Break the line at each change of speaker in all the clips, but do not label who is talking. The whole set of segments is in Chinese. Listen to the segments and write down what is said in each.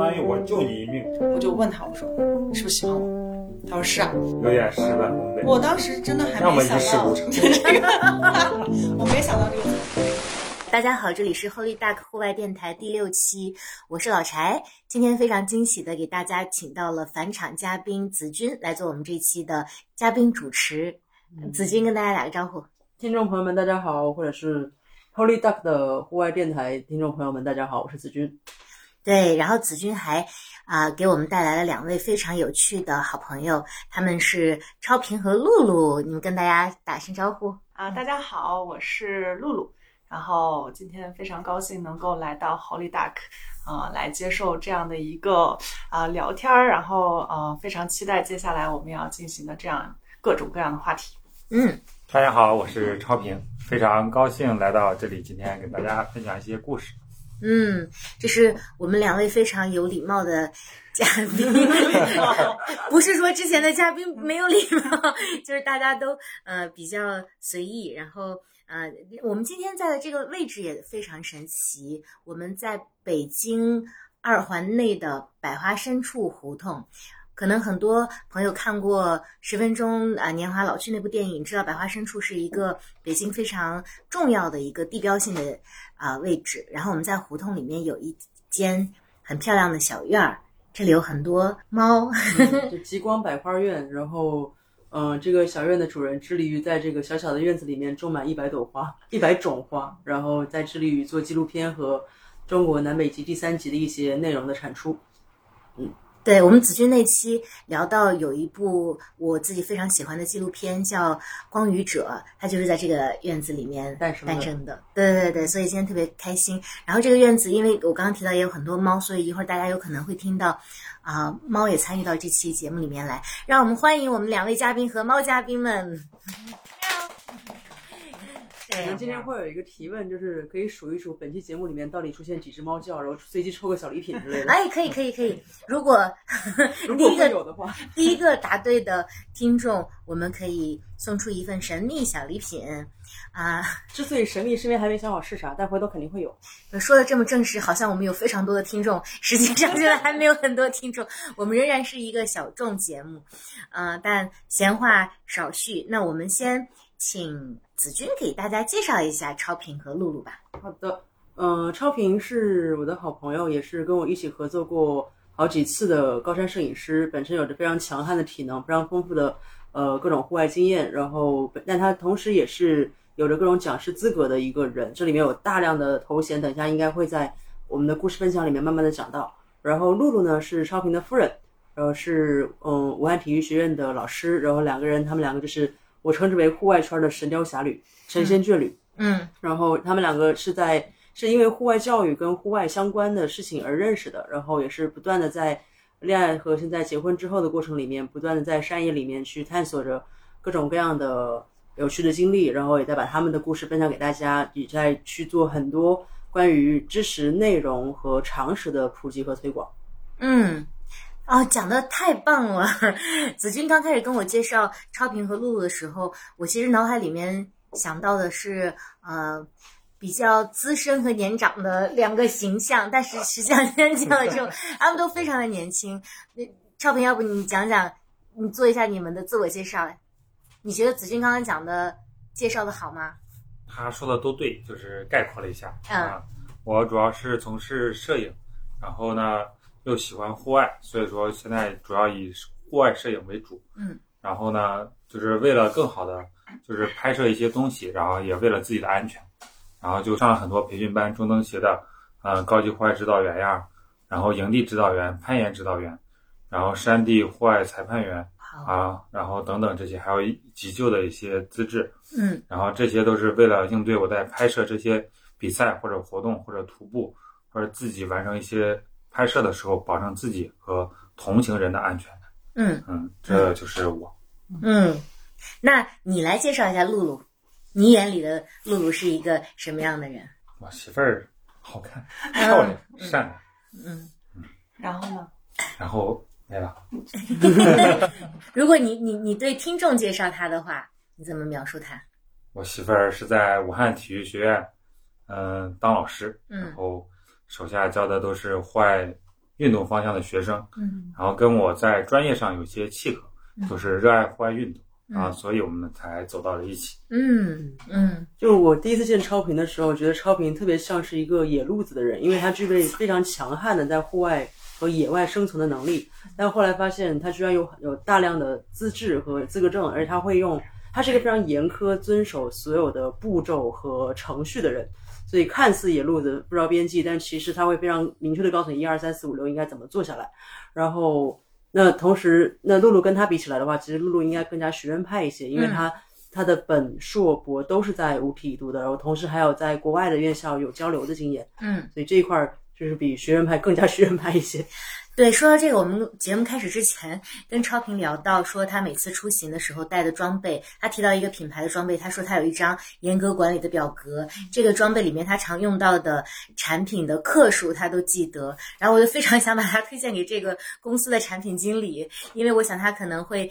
我救你一命，
我就问他，我说是不是喜欢我？他说是啊。
有点石满功倍。
我当时真的还
让我
没想
们一事
到
无
这个， 我没想到这个。
大家好，这里是 Holy Duck 户外电台第六期，我是老柴。今天非常惊喜的给大家请到了返场嘉宾子君来做我们这期的嘉宾主持。子君跟大家打个招呼。
听众朋友们，大家好，或者是 Holy Duck 的户外电台听众朋友们，大家好，我是子君。
对，然后子君还啊、给我们带来了两位非常有趣的好朋友，他们是超平和露露，你们跟大家打声招呼。
啊，大家好，我是露露。然后今天非常高兴能够来到 Holy Duck，啊、来接受这样的一个啊、聊天儿，然后呃，非常期待接下来我们要进行的这样各种各样的 话题。
嗯，
大家好，我是超平，非常高兴来到这里，今天给大家分享一些故事。
嗯，这是我们两位非常有礼貌的嘉宾，不是说之前的嘉宾没有礼貌，就是大家都呃比较随意。然后呃，我们今天在的这个位置也非常神奇，我们在北京二环内的百花深处胡同。可能很多朋友看过《十分钟啊、年华老去》那部电影，知道百花深处是一个北京非常重要的一个地标性的啊、位置。然后我们在胡同里面有一间很漂亮的小院儿，这里有很多猫。
嗯就极光百花院，然后，嗯、这个小院的主人致力于在这个小小的院子里面种满一百朵花， 一百种花，然后再致力于做纪录片和中国南北极第三极的一些内容的产出。
对我们子君那期聊到有一部我自己非常喜欢的纪录片叫《光与者》，它就是在这个院子里面
诞生的
诞生的。对对对，所以今天特别开心。然后这个院子，因为我刚刚提到也有很多猫，所以一会儿大家有可能会听到啊、猫也参与到这期节目里面来。让我们欢迎我们两位嘉宾和猫嘉宾们。
我
对
们今天会有一个提问，就是可以数一数本期节目里面到底出现几只猫叫，然后随机抽个小礼品之类的。
哎，可以可以可以，如果
如
第
果
一
会
个
有的话，
第一个答对的听众，我们可以送出一份神秘小礼品啊！
之所以神秘，是因为还没想好是啥，但回头肯定会有。
说的这么正式，好像我们有非常多的听众，实际上现在还没有很多听众，我们仍然是一个小众节目，呃，但闲话少叙，那我们先请子君给大家介绍一下超品和露露吧。
好的，嗯、超平是我的好朋友，也是跟我一起合作过好几次的高山摄影师，本身有着非常强悍的体能，非常丰富的呃各种户外经验，然后但他同时也是有着各种讲师资格的一个人，这里面有大量的头衔，等一下应该会在我们的故事分享里面慢慢的讲到。然后露露呢是超平的夫人，然后是嗯武汉体育学院的老师，然后两个人他们两个就是我称之为户外圈的神雕侠侣、神仙眷侣。
嗯
然后他们两个是在是因为户外教育跟户外相关的事情而认识的，然后也是不断的在恋爱和现在结婚之后的过程里面，不断的在山野里面去探索着各种各样的有趣的经历，然后也在把他们的故事分享给大家，也在去做很多关于知识内容和常识的普及和推广。
嗯。哦，讲的太棒了！ 子君刚开始跟我介绍超平和露露的时候，我其实脑海里面想到的是，呃，比较资深和年长的两个形象，但是实际上今天讲的 时候，他们都非常的年轻。那超平，要不你讲讲，你做一下你们的自我介绍？啊你觉得子君刚刚讲的介绍的好吗？
他说的都对，就是概括了一下
嗯
啊。我主要是从事摄影，然后呢又喜欢户外，所以说现在主要以户外摄影为主。
嗯，
然后呢，就是为了更好的就是拍摄一些东西，然后也为了自己的安全，然后就上了很多培训班，中登协的，呃，高级户外指导员呀，然后营地指导员、攀岩指导员，然后山地户外裁判员
好，
啊，然后等等这些，还有一急救的一些资质。
嗯
然后这些都是为了应对我在拍摄这些比赛或者活动或者徒步或者自己完成一些拍摄的时候，保证自己和同行人的安全。
嗯
嗯，这就是我。
嗯，那你来介绍一下露露，你眼里的露露是一个什么样的人？
我媳妇儿好看、漂亮、善良，
嗯，
然后呢？
然后哎没了。
如果你你你对听众介绍他的话，你怎么描述他？
我媳妇儿是在武汉体育学院，嗯、当老师，
嗯
然后手下教的都是户外运动方向的学生，
嗯
然后跟我在专业上有些契合，
嗯
就是热爱户外运动
嗯
啊，所以我们才走到了一起。
嗯嗯
就我第一次见超频的时候，觉得超频特别像是一个野路子的人，因为他具备非常强悍的在户外和野外生存的能力。但后来发现他居然有有大量的资质和资格证，而且他会用，他是一个非常严苛、遵守所有的步骤和程序的人。所以看似野路子不着边际，但其实他会非常明确的告诉你一二三四五六应该怎么做下来。然后那同时，那露露跟他比起来的话，其实露露应该更加学院派一些，因为他、他的本硕博都是在 UP 读的，然后同时还有在国外的院校有交流的经验，
嗯，
所以这一块儿就是比学院派更加学院派一些。
对，说到这个，我们节目开始之前跟超平聊到，说他每次出行的时候带的装备，他提到一个品牌的装备，他说他有一张严格管理的表格，这个装备里面他常用到的产品的克数他都记得，然后我就非常想把它推荐给这个公司的产品经理，因为我想他可能会。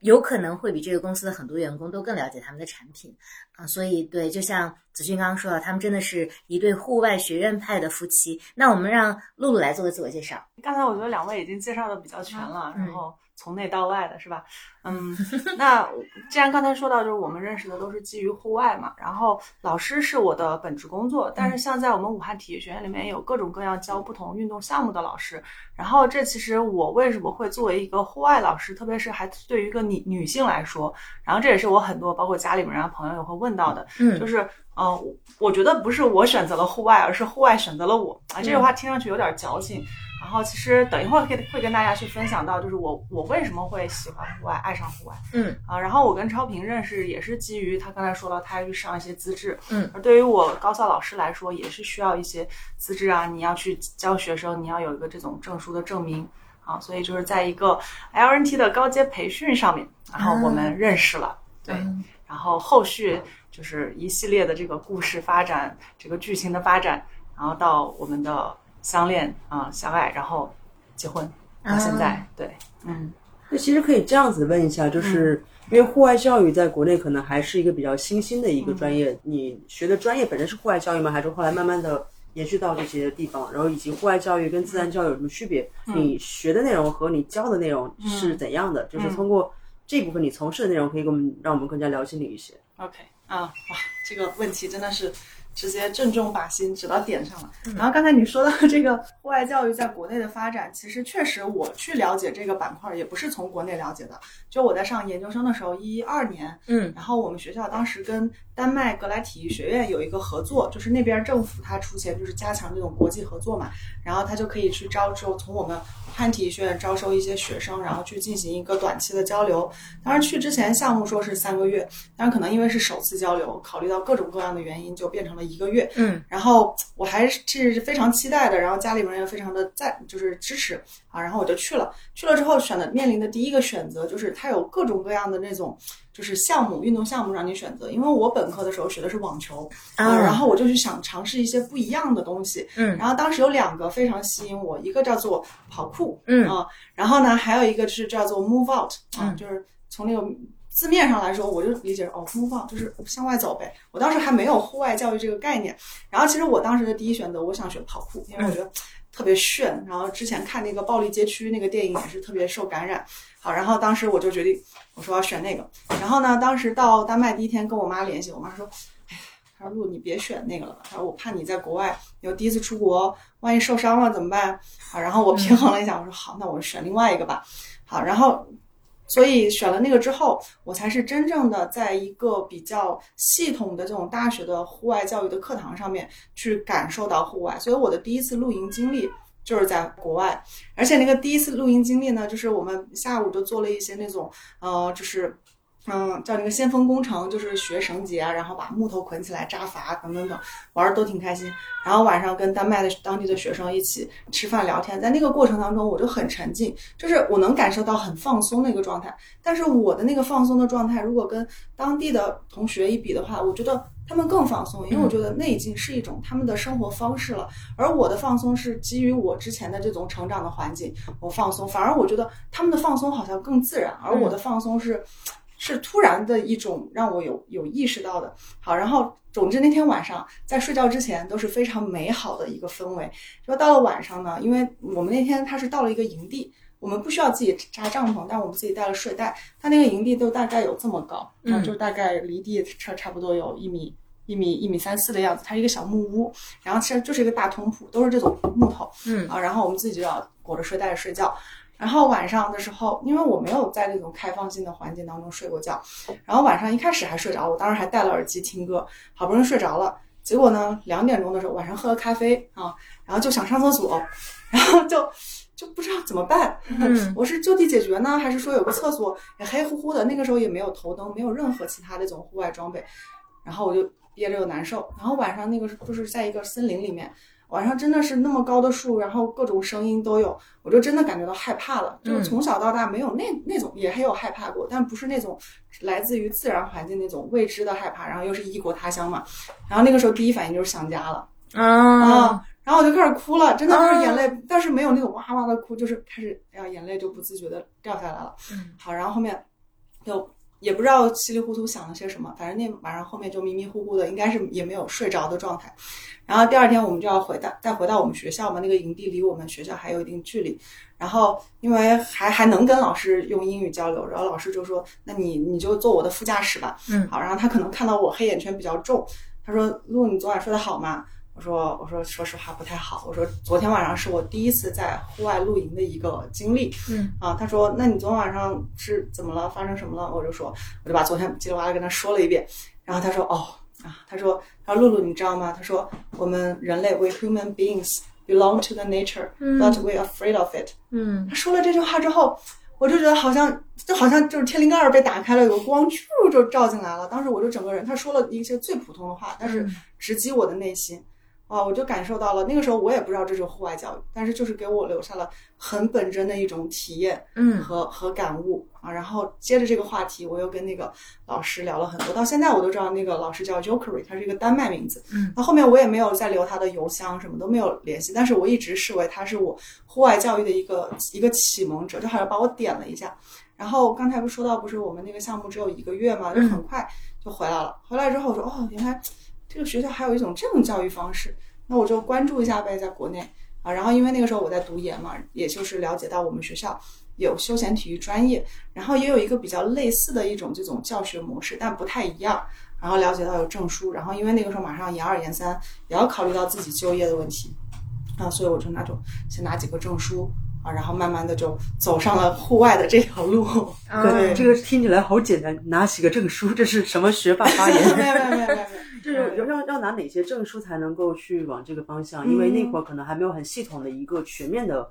有可能会比这个公司的很多员工都更了解他们的产品啊，所以对，就像子俊刚刚说的，他们真的是一对户外学院派的夫妻。那我们让露露来做个自我介绍。
刚才我觉得两位已经介绍的比较全了，
嗯
然后从内到外的是吧？嗯，那既然刚才说到，就是我们认识的都是基于户外嘛，然后老师是我的本职工作，但是像在我们武汉体育学院里面有各种各样教不同运动项目的老师，然后这其实我为什么会作为一个户外老师，特别是还对于一个女女性来说，然后这也是我很多包括家里面啊朋友也会问到的，
嗯
就是嗯、呃我我觉得不是我选择了户外，而是户外选择了我啊。这句话
嗯
听上去有点矫情，然后其实等一会儿可以会跟大家去分享到，就是我我为什么会喜欢户外，爱上户外。
嗯
啊，然后我跟超平认识也是基于他刚才说了，他要去上一些资质，
嗯，
而对于我高校老师来说，也是需要一些资质啊，你要去教学生，你要有一个这种证书的证明啊，所以就是在一个 LNT 的高阶培训上面，然后我们认识了，对，然后后续就是一系列的这个故事发展，这个剧情的发展，然后到我们的相恋啊、相爱，然后结婚，到现在，对，嗯。
那其实可以这样子问一下，就是因为户外教育在国内可能还是一个比较新兴的一个专业，你学的专业本身是户外教育吗？还是后来慢慢的延续到这些地方？然后以及户外教育跟自然教育有什么区别？你学的内容和你教的内容是怎样的？就是通过这部分你从事的内容，可以给我们让我们更加了解你一些。
OK 啊，哇，这个问题真的是直接正中靶心，指到点上了。然后刚才你说到 这个户外教育在国内的发展，其实确实我去了解这个板块儿也不是从国内了解的，就我在上研究生的时候，一二年，
嗯
然后我们学校当时跟丹麦格莱体育学院有一个合作，就是那边政府它出钱就是加强这种国际合作嘛，然后它就可以去招收从我们武汉体育学院招收一些学生，然后去进行一个短期的交流。当然去之前项目说是三个月，但是可能因为是首次交流，考虑到各种各样的原因，就变成了一个月。
嗯
然后我还是非常期待的，然后家里面也非常的赞，就是支持啊，然后我就去了。去了之后选的面临的第一个选择就是它有各种各样的那种就是项目，运动项目让你选择。因为我本科的时候学的是网球啊，然后我就去想尝试一些不一样的东西。
嗯
然后当时有两个非常吸引我，一个叫做跑酷，
嗯
啊，然后呢还有一个是叫做 move out 啊，
嗯
就是从那个。字面上来说，我就理解哦，move out 就是向外走呗。我当时还没有户外教育这个概念，然后其实我当时的第一选择，我想选跑酷，
嗯
因为我觉得特别炫。然后之前看那个《暴力街区》那个电影也是特别受感染。好，然后当时我就决定，我说要选那个。然后呢，当时到丹麦第一天跟我妈联系，我妈说：“哎，她说露，你别选那个了吧，她说我怕你在国外，你又第一次出国，万一受伤了怎么办？”啊，然后我平衡了一下，我说好，那我选另外一个吧。好，然后所以选了那个之后，我才是真正的在一个比较系统的这种大学的户外教育的课堂上面去感受到户外。所以我的第一次露营经历就是在国外，而且那个第一次露营经历呢，就是我们下午就做了一些那种呃，就是。嗯，叫那个先锋工程，就是学绳结啊，然后把木头捆起来扎筏啊等等等，玩的都挺开心。然后晚上跟丹麦的当地的学生一起吃饭聊天，在那个过程当中，我就很沉浸，就是我能感受到很放松的一个状态。但是我的那个放松的状态，如果跟当地的同学一比的话，我觉得他们更放松，因为我觉得那已经是一种他们的生活方式了。而我的放松是基于我之前的这种成长的环境，我放松，反而我觉得他们的放松好像更自然，而我的放松是。是突然的一种让我有有意识到的。好，然后总之那天晚上在睡觉之前都是非常美好的一个氛围。说到了晚上呢，因为我们那天他是到了一个营地，我们不需要自己扎帐篷，但我们自己带了睡袋。他那个营地都大概有这么高，
嗯
啊，就大概离地差差不多有一米。一米一米三四的样子，它是一个小木屋，然后其实就是一个大通铺，都是这种木头，
嗯
啊，然后我们自己就要裹着睡袋睡觉。然后晚上的时候，因为我没有在那种开放性的环境当中睡过觉，然后晚上一开始还睡着，我当时还戴了耳机听歌，好不容易睡着了。结果呢，两点钟的时候，晚上喝了咖啡啊，然后就想上厕所，然后就就不知道怎么办。
嗯
我是就地解决呢，还是说有个厕所也黑乎乎的？那个时候也没有头灯，没有任何其他的这种户外装备，然后我就憋着又难受。然后晚上那个是就是在一个森林里面，晚上真的是那么高的树，然后各种声音都有，我就真的感觉到害怕了。就
嗯
是从小到大没有那那种也还有害怕过，但不是那种来自于自然环境那种未知的害怕，然后又是异国他乡嘛。然后那个时候第一反应就是想家了。
啊，
啊，然后我就开始哭了，真的就是
啊
眼泪，但是没有那种哇哇的哭，就是开始哎呀，眼泪就不自觉的掉下来了。
嗯
好，然后后面就也不知道稀里糊涂想了些什么，反正那晚上后面就迷迷糊糊的，应该是也没有睡着的状态。然后第二天我们就要回到再回到我们学校嘛，那个营地离我们学校还有一定距离。然后因为还还能跟老师用英语交流，然后老师就说：“那你你就坐我的副驾驶吧。”
嗯
好，然后他可能看到我黑眼圈比较重，他说：“露，你昨晚睡得好吗？”我说：“我说说实话不太好。”我说：“昨天晚上是我第一次在户外露营的一个经历。”
嗯
啊，他说：“那你昨天晚上是怎么了？发生什么了？”我就说，我就把昨天叽里呱啦跟他说了一遍。然后他说：“哦啊，他说，他说露露，你知道吗？他说我们人类，we human beings belong to the nature,
嗯
but we are afraid of it。
嗯
他说了这句话之后，我就觉得好像就好像就是天灵盖儿被打开了，有个光咻就照进来了。当时我就整个人，他说了一些最普通的话，但是
嗯
直击我的内心。啊，我就感受到了，那个时候我也不知道这是户外教育，但是就是给我留下了很本真的一种体验。
嗯
和和感悟啊。然后接着这个话题，我又跟那个老师聊了很多，到现在我都知道那个老师叫 Jokery，他是一个丹麦名字。
嗯，
那后面我也没有再留他的邮箱，什么都没有联系，但是我一直视为他是我户外教育的一个一个启蒙者，就好像把我点了一下。然后刚才不是说到，不是我们那个项目只有一个月嘛，
嗯
就很快就回来了。回来之后我说，哦，原来这个学校还有一种这种教育方式，那我就关注一下呗，在国内啊。然后因为那个时候我在读研嘛，也就是了解到我们学校有休闲体育专业，然后也有一个比较类似的一种这种教学模式，但不太一样。然后了解到有证书，然后因为那个时候马上研二研三，也要考虑到自己就业的问题，啊，所以我就拿种先拿几个证书啊，然后慢慢的就走上了户外的这条路。
对，
啊
这个听起来好简单，拿几个证书，这是什么学霸发
没有
言？
没有没有没有没有，
就是要要要拿哪些证书才能够去往这个方向？因为那
嗯
会儿可能还没有很系统的一个全面的，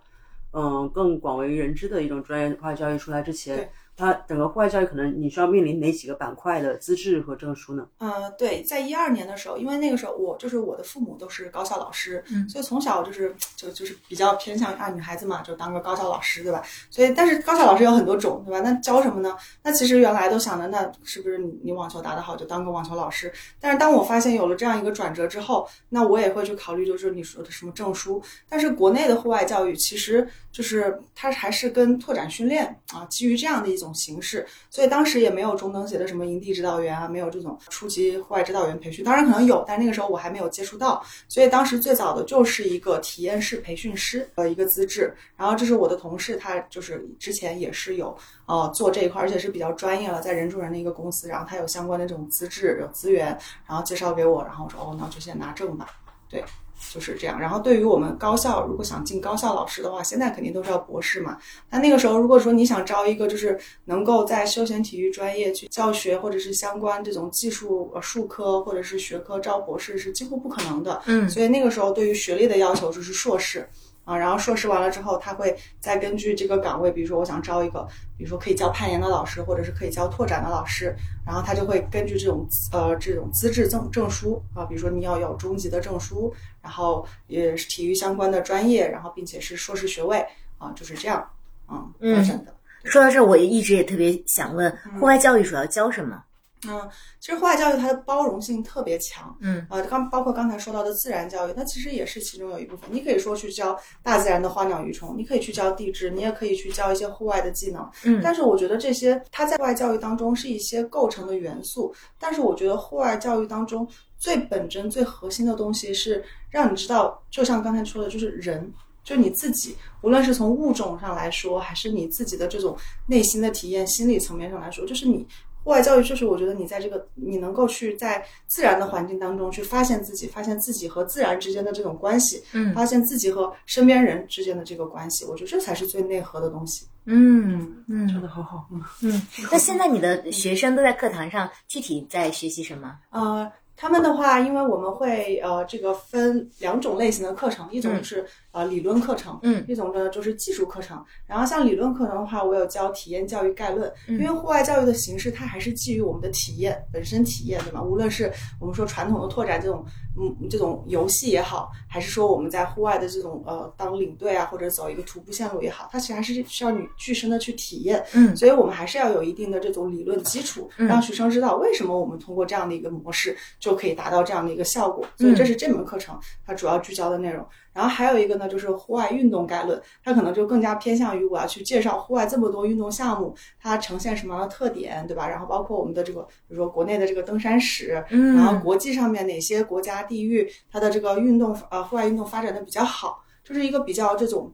嗯，更广为人知的一种专业户外教育出来之前
对，
它整个户外教育可能你需要面临哪几个板块的资质和证书呢？
呃，对，在一二年的时候，因为那个时候我就是我的父母都是高校老师，
嗯
所以从小就是就就是比较偏向啊女孩子嘛，就当个高校老师，对吧？所以但是高校老师有很多种，对吧？那教什么呢？那其实原来都想着，那是不是你你网球打得好就当个网球老师？但是当我发现有了这样一个转折之后，那我也会去考虑，就是你说的什么证书。但是国内的户外教育其实就是它还是跟拓展训练啊，基于这样的一种形式，所以当时也没有中等写的什么营地指导员啊，没有这种初级户外指导员培训。当然可能有，但那个时候我还没有接触到，所以当时最早的就是一个体验式培训师的一个资质。然后这是我的同事，他就是之前也是有呃做这一块，而且是比较专业了，在人主人的一个公司，然后他有相关的这种资质、有资源，然后介绍给我，然后我说哦，那我就先拿证吧。对，就是这样。然后对于我们高校，如果想进高校老师的话，现在肯定都是要博士嘛。那那个时候，如果说你想招一个就是能够在休闲体育专业去教学，或者是相关这种技术呃术科或者是学科招博士，是几乎不可能的。
嗯
所以那个时候对于学历的要求就是硕士啊，然后硕士完了之后，他会再根据这个岗位，比如说我想招一个，比如说可以教攀岩的老师，或者是可以教拓展的老师，然后他就会根据这种呃这种资质证证书啊，比如说你要有中级的证书，然后也是体育相关的专业，然后并且是硕士学位啊，就是这样，嗯，
嗯
发展的。
嗯说到这儿，我一直也特别想问，户外教育主要教什么？
嗯，其实户外教育它的包容性特别强，
嗯，
呃，刚包括刚才说到的自然教育，它其实也是其中有一部分。你可以说去教大自然的花鸟鱼虫，你可以去教地质，你也可以去教一些户外的技能。
嗯
但是我觉得这些它在户外教育当中是一些构成的元素，但是我觉得户外教育当中最本真、最核心的东西是让你知道，就像刚才说的，就是人。就你自己，无论是从物种上来说，还是你自己的这种内心的体验、心理层面上来说，就是你户外教育，就是我觉得你在这个你能够去在自然的环境当中去发现自己，发现自己和自然之间的这种关系，
嗯
发现自己和身边人之间的这个关系，我觉得这才是最内核的东西。
嗯嗯
真的好好，
嗯。那现在你的学生都在课堂上具体在学习什么？
呃，他们的话，因为我们会呃这个分两种类型的课程，一种是、呃理论课程，
嗯
一种呢就是技术课程。然后像理论课程的话，我有教体验教育概论，
嗯
因为户外教育的形式它还是基于我们的体验本身体验，对吧？无论是我们说传统的拓展这种嗯这种游戏也好，还是说我们在户外的这种呃当领队啊，或者走一个徒步线路也好，它其实还是需要你具身的去体验。
嗯
所以我们还是要有一定的这种理论基础，
嗯
让学生知道为什么我们通过这样的一个模式就可以达到这样的一个效果。
嗯
所以这是这门课程它主要聚焦的内容。然后还有一个呢，就是户外运动概论，它可能就更加偏向于我要去介绍户外这么多运动项目，它呈现什么样的特点，对吧？然后包括我们的这个，比如说国内的这个登山史，
嗯
然后国际上面哪些国家地域它的这个运动呃户外运动发展的比较好，就是一个比较这种。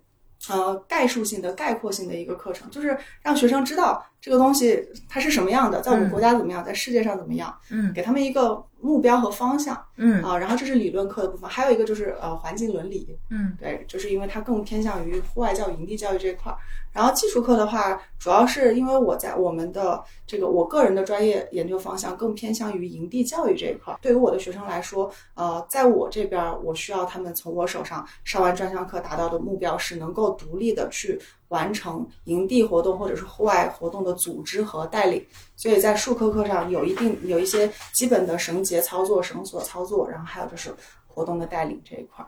呃，概述性的、概括性的一个课程，就是让学生知道这个东西它是什么样的，在我们国家怎么样，在世界上怎么样，
嗯
给他们一个目标和方向
嗯
啊。然后这是理论课的部分，还有一个就是呃环境伦理，
嗯
对，就是因为它更偏向于户外教育、营地教育这一块儿。然后技术课的话，主要是因为我在我们的这个我个人的专业研究方向更偏向于营地教育这一块儿。对于我的学生来说，呃，在我这边儿，我需要他们从我手上上完专项课达到的目标是能够独立的去完成营地活动或者是户外活动的组织和带领。所以在术科课上有一定有一些基本的绳结操作、绳索操作，然后还有就是活动的带领这一块儿。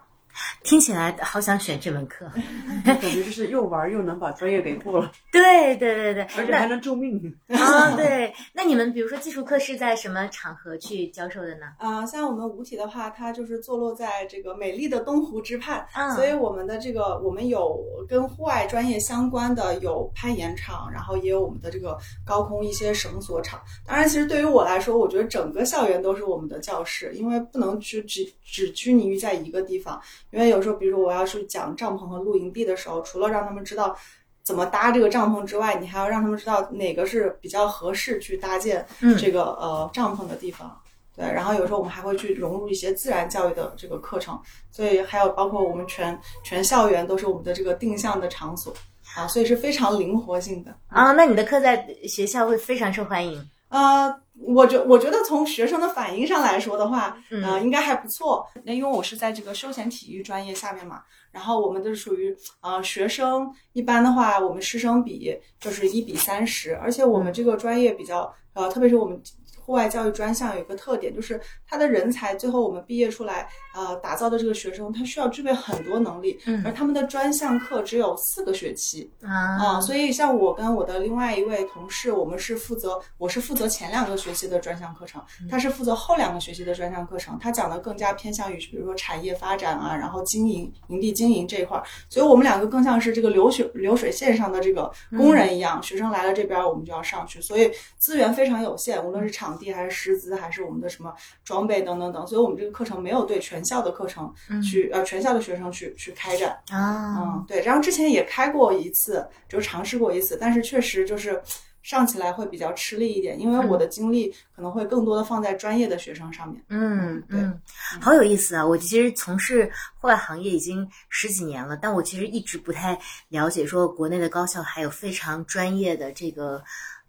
听起来好想选这门课。
感觉就是又玩又能把专业给过了，
对对对对，
而且
那
还能救命。
啊、对，那你们比如说技术课是在什么场合去教授的呢？
啊、像我们五体的话，它就是坐落在这个美丽的东湖之畔，
嗯
所以我们的这个我们有跟户外专业相关的有攀岩场，然后也有我们的这个高空一些绳索场。当然，其实对于我来说，我觉得整个校园都是我们的教室，因为不能去只只拘泥于在一个地方，因为有时候，比如我要是讲帐篷和露营地的时候，除了让他们知道。怎么搭这个帐篷之外，你还要让他们知道哪个是比较合适去搭建
嗯
这个、呃帐篷的地方。对，然后有时候我们还会去融入一些自然教育的这个课程，所以还有包括我们全全校园都是我们的这个定向的场所啊，所以是非常灵活性的。
啊，那你的课在学校会非常受欢迎。
呃，我觉我觉得从学生的反应上来说的话，
嗯
呃，应该还不错。那因为我是在这个休闲体育专业下面嘛，然后我们就是属于呃学生，一般的话我们师生比就是一比三十，而且我们这个专业比较呃，特别是我们。户外教育专项有一个特点，就是他的人才最后我们毕业出来，呃，打造的这个学生，他需要具备很多能力，
嗯
而他们的专项课只有四个学期，啊、
啊，
所以像我跟我的另外一位同事，我们是负责，我是负责前两个学期的专项课程，他是负责后两个学期的专项课程。他讲的更加偏向于，比如说产业发展啊，然后经营、营地经营这一块儿。所以我们两个更像是这个流水流水线上的这个工人一样，学生来了这边儿我们就要上去，所以资源非常有限，无论是场地还是师资，还是我们的什么装备等等等。所以我们这个课程没有对全校的课程去、呃全校的学生去去开展。
啊
嗯，，对，然后之前也开过一次，就尝试过一次，但是确实就是上起来会比较吃力一点，因为我的精力可能会更多的放在专业的学生上面。
嗯
对
嗯，好有意思啊！我其实从事户外行业已经十几年了，但我其实一直不太了解，说国内的高校还有非常专业的这个。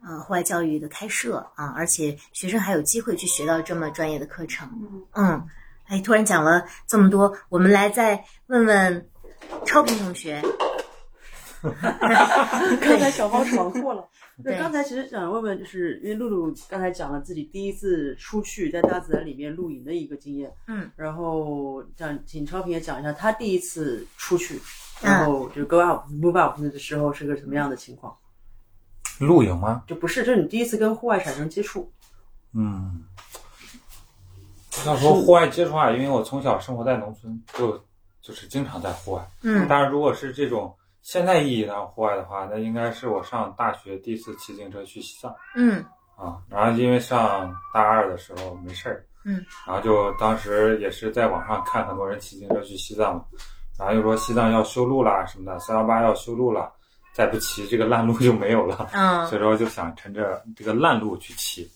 呃，户外教育的开设啊，而且学生还有机会去学到这么专业的课程。
嗯，
嗯，哎，突然讲了这么多，我们来再问问超平 同学。
刚才小包闯 祸了。对，
对
刚才其实想问问，就是因为露露刚才讲了自己第一次出去在大自然里面露营的一个经验，
嗯，
然后想请超平也讲一下他第一次出去，
嗯
然后就是 go out move out 的时候是个什么样的情况？
露营吗？
就不是，就是你第一次跟户外产生接触，
嗯，要说户外接触啊，因为我从小生活在农村，就就是经常在户外。
嗯
但是如果是这种现代意义上户外的话，那应该是我上大学第一次骑自行车去西藏
嗯
啊。然后因为上大二的时候没事儿，
嗯，
然后就当时也是在网上看很多人骑自行车去西藏嘛，然后又说西藏要修路啦什么的，三幺八要修路了，再不骑这个烂路就没有了。
嗯
所以说就想趁着这个烂路去骑，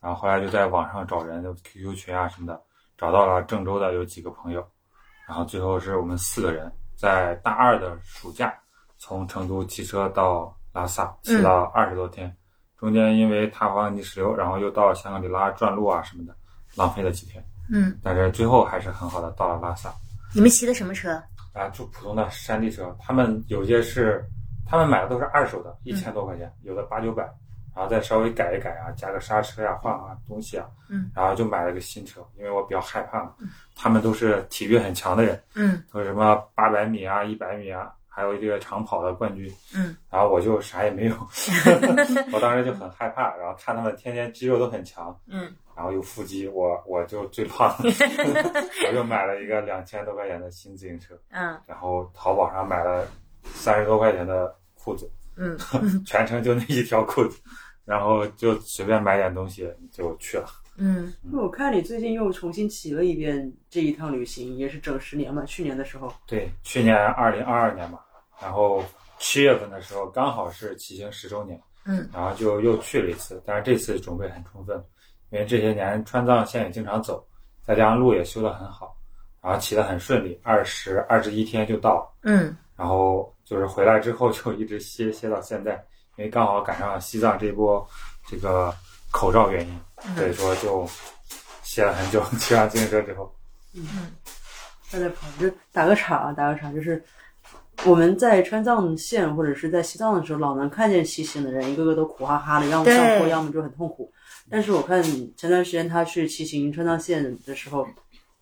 然后后来就在网上找人，就 QQ 群啊什么的，找到了郑州的有几个朋友，然后最后是我们四个人在大二的暑假从成都骑车到拉萨，骑了二十多天，中间因为塌方泥石流，然后又到香格里拉转路啊什么的，浪费了几天，
嗯，
但是最后还是很好的到了拉萨。
你们骑的什么车？
啊，就普通的山地车，他们有些是，他们买的都是二手的，一千多块钱，有的八九百，然后再稍微改一改啊，加个刹车呀、换换东西啊，
嗯，
然后就买了个新车，因为我比较害怕嘛，他们都是体育很强的人，
嗯
都是什么八百米啊、一百米啊，还有这个长跑的冠军，
嗯，
然后我就啥也没 有， 我当时就很害怕，然后看他们天天肌肉都很强，
嗯，
然后有腹肌，我我就最胖了， 我就买了一个两千多块钱的新自行车。
嗯
然后淘宝上买了三十多块钱的裤子，
嗯，
全程就那一条裤子，然后就随便买点东西就去了。
嗯
因为我看你最近又重新骑了一遍这一趟旅行，也是整十年嘛，去年的时候，
对，去年二零二二年嘛，然后七月份的时候刚好是骑行十周年，
嗯，
然后就又去了一次，但是这次准备很充分，因为这些年川藏线也经常走，再加上路也修得很好，然后骑得很顺利，二十二十一天就到了。
嗯
然后就是回来之后就一直歇歇到现在，因为刚好赶上西藏这波这个口罩原因，所以说就歇了很久。 骑上自行车之后，
大家跑，就打个岔啊，打个岔，就是我们在川藏线或者是在西藏的时候，老能看见骑行的人一个个都苦哈哈的，要么
对
上坡，要么就很痛苦。但是我看前段时间他去骑行川藏线的时候，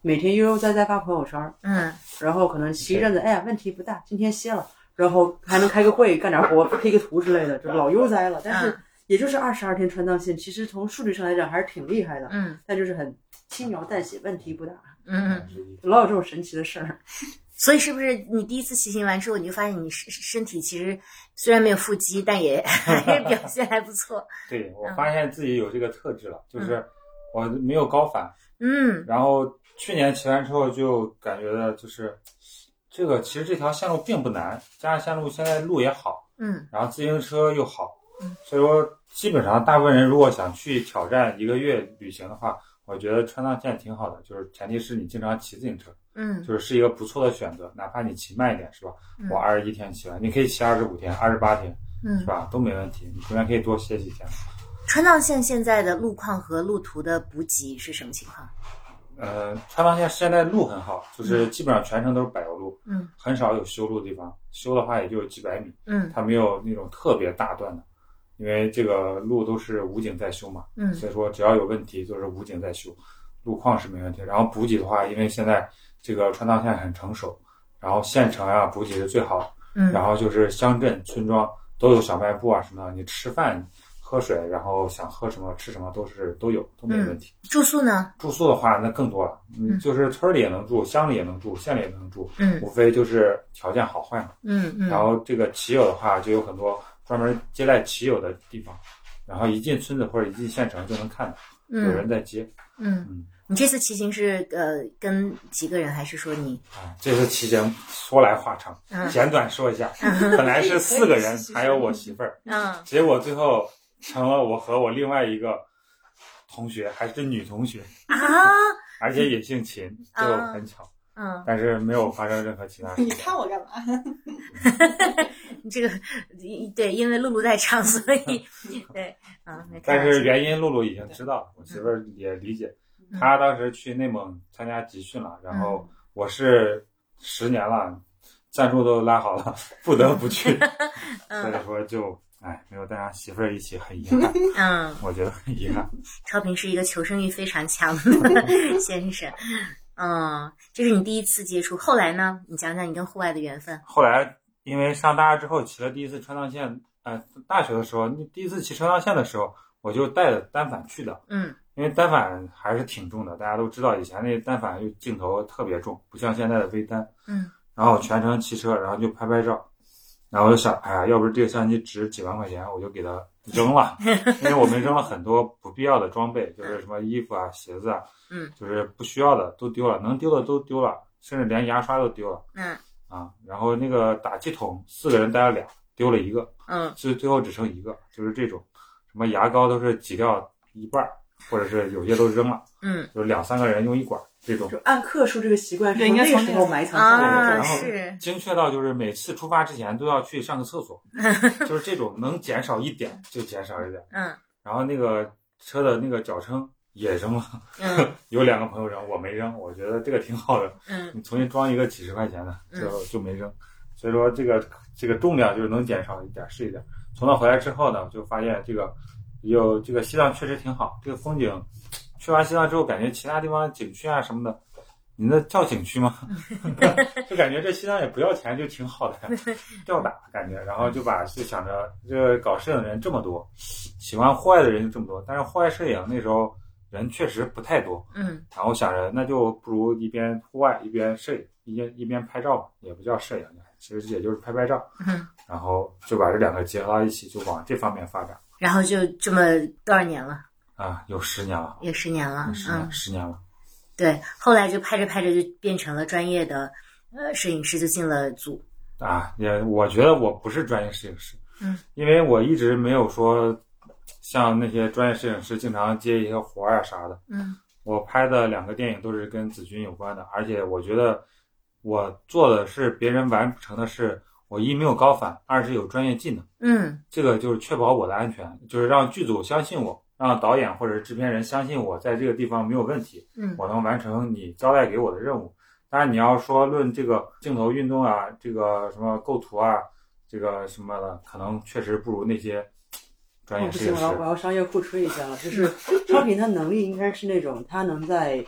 每天悠悠哉哉发朋友圈儿，
嗯
然后可能骑一阵子，哎呀，问题不大，今天歇了，然后还能开个会，干点活，配个图之类的，就老悠哉了。但是
嗯
也就是二十二天川藏线，其实从数据上来讲还是挺厉害的，
嗯
但就是很轻描淡写，问题不大，
嗯，
老有这种神奇的事儿。
所以是不是你第一次骑行完之后，你就发现你身身体其实虽然没有腹肌，但 也还是表现还不错。
对我发现自己有这个特质了，就是我没有高反。
嗯
然后去年骑完之后就感觉到就是这个其实这条线路并不难，加上线路现在路也好，
嗯
然后自行车又好
嗯，
所以说基本上大部分人如果想去挑战一个月旅行的话，我觉得川藏线挺好的，就是前提是你经常骑自行车，
嗯
就是是一个不错的选择，哪怕你骑慢一点是吧？
嗯
我二十一天骑完，你可以骑二十五天、二十八天是
嗯，
吧？都没问题，你中间可以多歇几天。
川藏线现在的路况和路途的补给是什么情况？
呃，川藏线现在路很好，就是基本上全程都是柏油路，
嗯
很少有修路的地方，修的话也就几百米，
嗯
它没有那种特别大段的，因为这个路都是武警在修嘛。
嗯
所以说只要有问题就是武警在修，路况是没问题。然后补给的话，因为现在这个川藏线很成熟，然后县城啊补给是最好，然
嗯
后就是乡镇村庄都有小卖部啊什么的，你吃饭、喝水，然后想喝什么吃什么都是都有，都没问题。
住宿呢？
住宿的话那更多了，
嗯
嗯，就是村里也能住，乡里也能住，县里也能住，
嗯
无非就是条件好坏嘛。
嗯
然
嗯
后这个骑友的话，就有很多专门接待骑友的地方，然后一进村子或者一进县城就能看到有
嗯
人在接。
嗯，你这次骑行是呃跟几个人，还是说你
啊，这次骑行说来话长，
嗯
简短说一下，本来是四个人
可以可以
还有我媳妇儿，
嗯
结果最后成了我和我另外一个同学，还是女同学，
啊
而且也姓秦，就
啊
很巧，
嗯，
但是没有发生任何其他事
你
情。
看我干嘛？
这个 对，因为露露在场，所 以对，嗯，没看
但
到
是
这个
原因露露已经知道了，我媳妇儿也理解。她当时去内蒙参加集训了，然后我是十年了，赞助都拉好了， 不得不去，所以说就哎没有带上媳妇儿一起，很遗憾，
嗯，
我觉得很遗憾。
超平是一个求生欲非常强的 先生。嗯，这是你第一次接触，后来呢？你讲讲你跟户外的缘分。
后来因为上大二之后骑了第一次川藏线，呃，大学的时候，你第一次骑川藏线的时候，我就带着单反去的，
嗯
因为单反还是挺重的，大家都知道，以前那单反镜头特别重，不像现在的微单。
嗯
然后我全程骑车，然后就拍拍照，然后我就想，哎呀，要不是这个相机值几万块钱，我就给它扔了， 因为我们扔了很多不必要的装备，就是什么衣服啊、鞋子啊，
嗯，
就是不需要的都丢了，能丢的都丢了，甚至连牙刷都丢了
嗯
啊。然后那个打气筒，四个人带了俩，丢了一个，
嗯
最最后只剩一个，就是这种，什么牙膏都是挤掉一半儿，或者是有些都扔了，
嗯
就是两三个人用一管儿这种。
就按克数这个习惯是
对
从
应
那
该
个
从
时
那
候
个
埋藏下来的。
啊
然后
是
精确到就是每次出发之前都要去上个厕所，就是这种能减少一点就减少一点。
嗯
然后那个车的那个脚撑也扔了，
嗯
有两个朋友扔，我没扔，我觉得这个挺好的，
嗯
你重新装一个几十块钱的，
嗯
就就没扔。所以说这个这个重量就是能减少一点是一点。从那回来之后呢，我就发现这个有这个西藏确实挺好，这个风景。去完西藏之后，感觉其他地方景区啊什么的，你那叫景区 吗？就感觉这西藏也不要钱，就挺好的， 吊打感觉。然后就把就想着，这搞摄影的人这么多，喜欢户外的人就这么多，但是户外摄影那时候人确实不太多。
嗯
然后想着，那就不如一边户外一边摄影，一边一边拍照吧，也不叫摄影，其实也就是拍拍照。
嗯
然后就把这两个结合到一起，就往这方面发展
然后就这么多少年了，
啊，有十年了，
有十年了
有，十
嗯
年，，十年了。
对，后来就拍着拍着就变成了专业的呃摄影师，就进了组，
啊，也我觉得我不是专业摄影师，
嗯，
因为我一直没有说像那些专业摄影师经常接一些活儿啊啥的。
嗯
我拍的两个电影都是跟子君有关的，而且我觉得我做的是别人完不成的事，我一没有高反，二是有专业技能，
嗯
这个就是确保我的安全，就是让剧组相信我，让导演或者是制片人相信我在这个地方没有问题。
嗯
我能完成你交代给我的任务。当然，你要说论这个镜头运动啊，这个什么构图啊，这个什么的，可能确实不如那些专
哦，
业
不
摄影
行，我
师。
要我要商业互吹一下了。就是超平他能力应该是那种他能在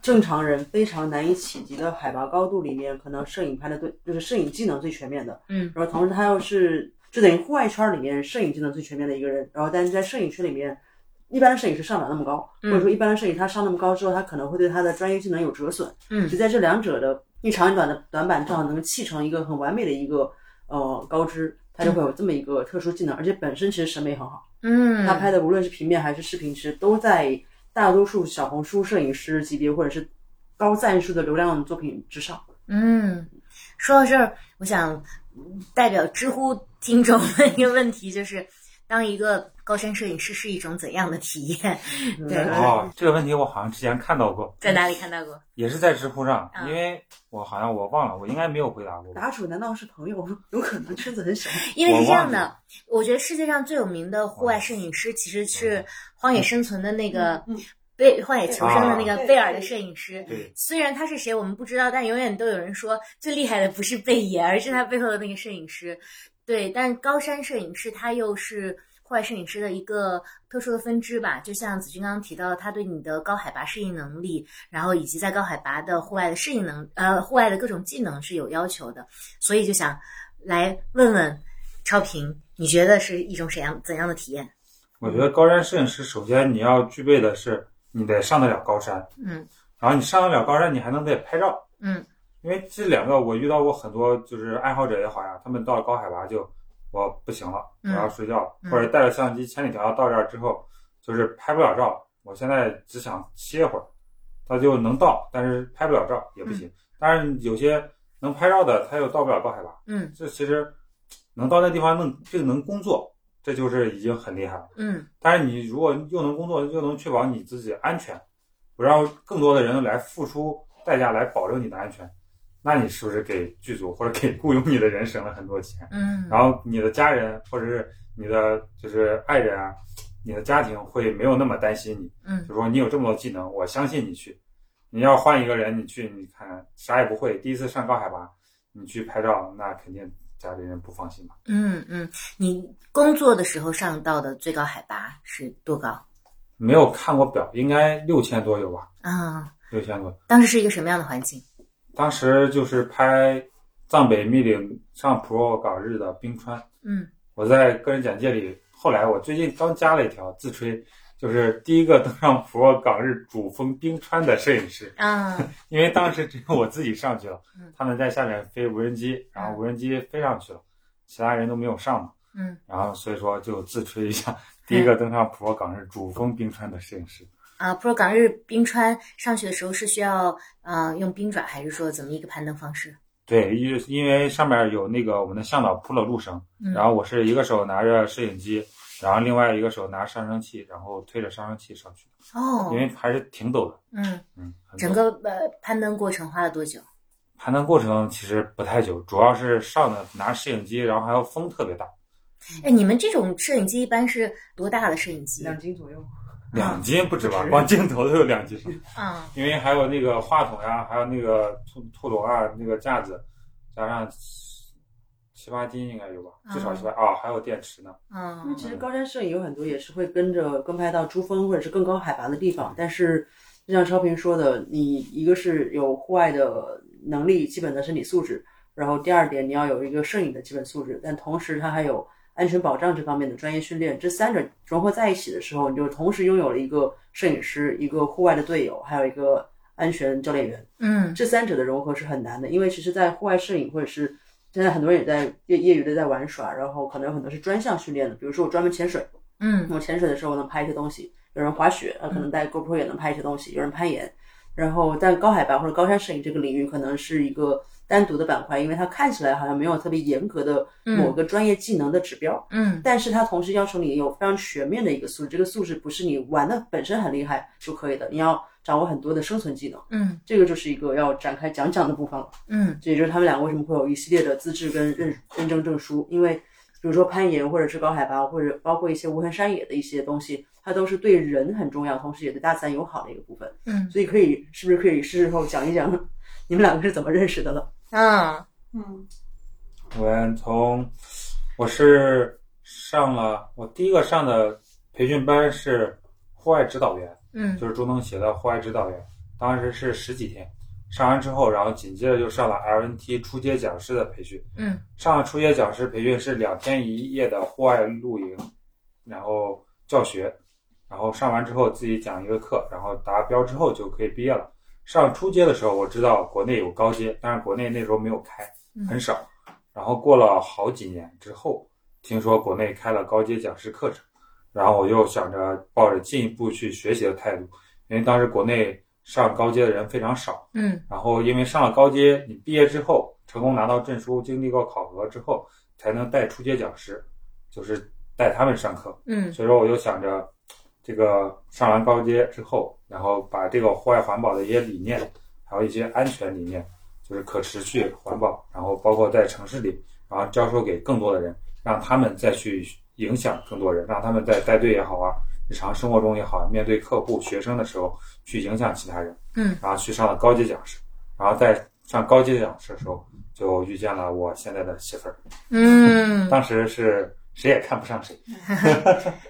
正常人非常难以企及的海拔高度里面，可能摄影拍的最就是摄影技能最全面的。
嗯，
然后同时他又是就等于户外圈里面摄影技能最全面的一个人。然后但是在摄影圈里面，一般的摄影师上不了那么高，
嗯
或者说一般的摄影他上那么高之后，他可能会对他的专业技能有折损。
嗯
就在这两者的一长一短的短板正好能砌成一个很完美的一个呃高知，他就会有这么一个特殊技能，而且本身其实审美很好。
嗯，
他拍的无论是平面还是视频，其实都在大多数小红书摄影师级别或者是高赞数的流量作品之上。
嗯，说到这儿，我想代表知乎听众问一个问题，就是当一个高山摄影师是一种怎样的体验？对，
哦，这个问题我好像之前看到过，
在哪里看到过？
也是在知乎上，
啊
嗯
因为我好像我忘了，我应该没有回答过。
答主难道是朋友？ 有可能圈子很小。
因为是
我
这样
忘
的
了，
我觉得世界上最有名的户外摄影师其实是
嗯
《荒野生存》的那个
嗯嗯
贝《荒野求生》的那个
啊
贝尔的摄影师。
对，
虽然他是谁我们不知道，但永远都有人说最厉害的不是贝爷，而是他背后的那个摄影师。对，但高山摄影师他又是户外摄影师的一个特殊的分支吧。就像子君刚刚提到，他对你的高海拔适应能力，然后以及在高海拔的户外的适应能呃户外的各种技能是有要求的，所以就想来问问超平，你觉得是一种怎样怎样的体验？
我觉得高山摄影师首先你要具备的是，你得上得了高山，
嗯
然后你上得了高山，你还能得拍照。
嗯
因为这两个我遇到过很多，就是爱好者也好呀，他们到了高海拔就我不行了，我
嗯
要睡觉了，
嗯
或者带着相机千里迢迢到这儿之后，就是拍不了照了，我现在只想歇会儿，他就能到，但是拍不了照也不行。
嗯
但是有些能拍照的，他又到不了高海拔，
嗯
这其实能到那地方能这个能工作，这就是已经很厉害了。
嗯
但是你如果又能工作，又能确保你自己安全，不让更多的人来付出代价来保证你的安全，那你是不是给剧组或者给雇佣你的人省了很多钱？
嗯，
然后你的家人或者是你的就是爱人啊，你的家庭会没有那么担心你，
嗯
就说你有这么多技能，我相信你去。你要换一个人，你去，你看啥也不会，第一次上高海拔，你去拍照，那肯定家里人不放心吧？
嗯嗯，你工作的时候上到的最高海拔是多高？
没有看过表，应该六千多有吧？
啊、
六千多。
当时是一个什么样的环境？
当时就是拍藏北密岭上 Pro 港日的冰川，
嗯
我在个人简介里后来我最近刚加了一条自吹，就是第一个登上普若港日主峰冰川的摄影师，
啊，
因为当时只有我自己上去了
嗯，
他们在下面飞无人机，然后无人机飞上去了，其他人都没有上嘛，
嗯
然后所以说就自吹一下，第一个登上普若港日主峰冰川的摄影师。
啊，普若港日冰川上去的时候是需要呃用冰爪，还是说怎么一个攀登方式？
对，因为因为上面有那个我们的向导铺了路绳，
嗯
然后我是一个手拿着摄影机，然后另外一个手拿上升器，然后推着上升器上去，
哦
因，为还是挺陡的。
嗯，
嗯，很陡
整个呃攀登过程花了多久？
攀登过程其实不太久，主要是上的拿摄影机，然后还有风特别大，
哎，你们这种摄影机一般是多大的摄影机？
两斤左右。
两斤不止吧， 光镜头都有两斤，
啊，
因为还有那个话筒呀、还有那个兔兔笼啊，那个架子，加上七七八斤应该有吧，至少七八啊、还有电池呢。
嗯
因为其实高山摄影有很多也是会跟着跟拍到珠峰或者是更高海拔的地方，但是就像超平说的，你一个是有户外的能力，基本的身体素质，然后第二点你要有一个摄影的基本素质，但同时它还有安全保障这方面的专业训练，这三者融合在一起的时候，你就同时拥有了一个摄影师、一个户外的队友，还有一个安全教练员。
嗯
这三者的融合是很难的，因为其实，在户外摄影或者是现在很多人也在业业余的在玩耍，然后可能有很多是专项训练的，比如说我专门潜水，
嗯
我潜水的时候我能拍一些东西，有人滑雪，呃，可能带 GoPro 也能拍一些东西，有人攀岩，然后但高海拔或者高山摄影这个领域可能是一个单独的板块，因为它看起来好像没有特别严格的某个专业技能的指标，
嗯
但是它同时要求你有非常全面的一个素质，这个素质不是你玩的本身很厉害就可以的，你要掌握很多的生存技能。
嗯
这个就是一个要展开讲讲的部分了。
嗯
这也就是他们俩为什么会有一系列的资质跟认认证证书，因为比如说攀岩或者是高海拔，或者包括一些无痕山野的一些东西，它都是对人很重要，同时也对大自然友好的一个部分。
嗯
所以可以是不是可以事后讲一讲你们两个是怎么认识的了？
啊，
嗯，
我们从我是上了我第一个上的培训班是户外指导员，
嗯
就是中登协的户外指导员，当时是十几天，上完之后，然后紧接着就上了 LNT 初阶讲师的培训，
嗯
上了初阶讲师培训是两天一夜的户外露营，然后教学，然后上完之后自己讲一个课，然后达标之后就可以毕业了。上初阶的时候，我知道国内有高阶，但是国内那时候没有开，
嗯
很少。然后过了好几年之后，听说国内开了高阶讲师课程，然后我就想着抱着进一步去学习的态度，因为当时国内上高阶的人非常少，
嗯
然后因为上了高阶，你毕业之后成功拿到证书，经历过考核之后，才能带初阶讲师，就是带他们上课。
嗯
所以说，我就想着，这个上完高阶之后，然后把这个户外环保的一些理念，还有一些安全理念，就是可持续环保，然后包括在城市里，然后教授给更多的人，让他们再去影响更多人，让他们在带队也好啊，日常生活中也好啊，面对客户、学生的时候去影响其他人。
嗯，
然后去上了高阶讲师，然后在上高阶讲师的时候，就遇见了我现在的媳妇儿。
嗯，
当时是谁也看不上谁，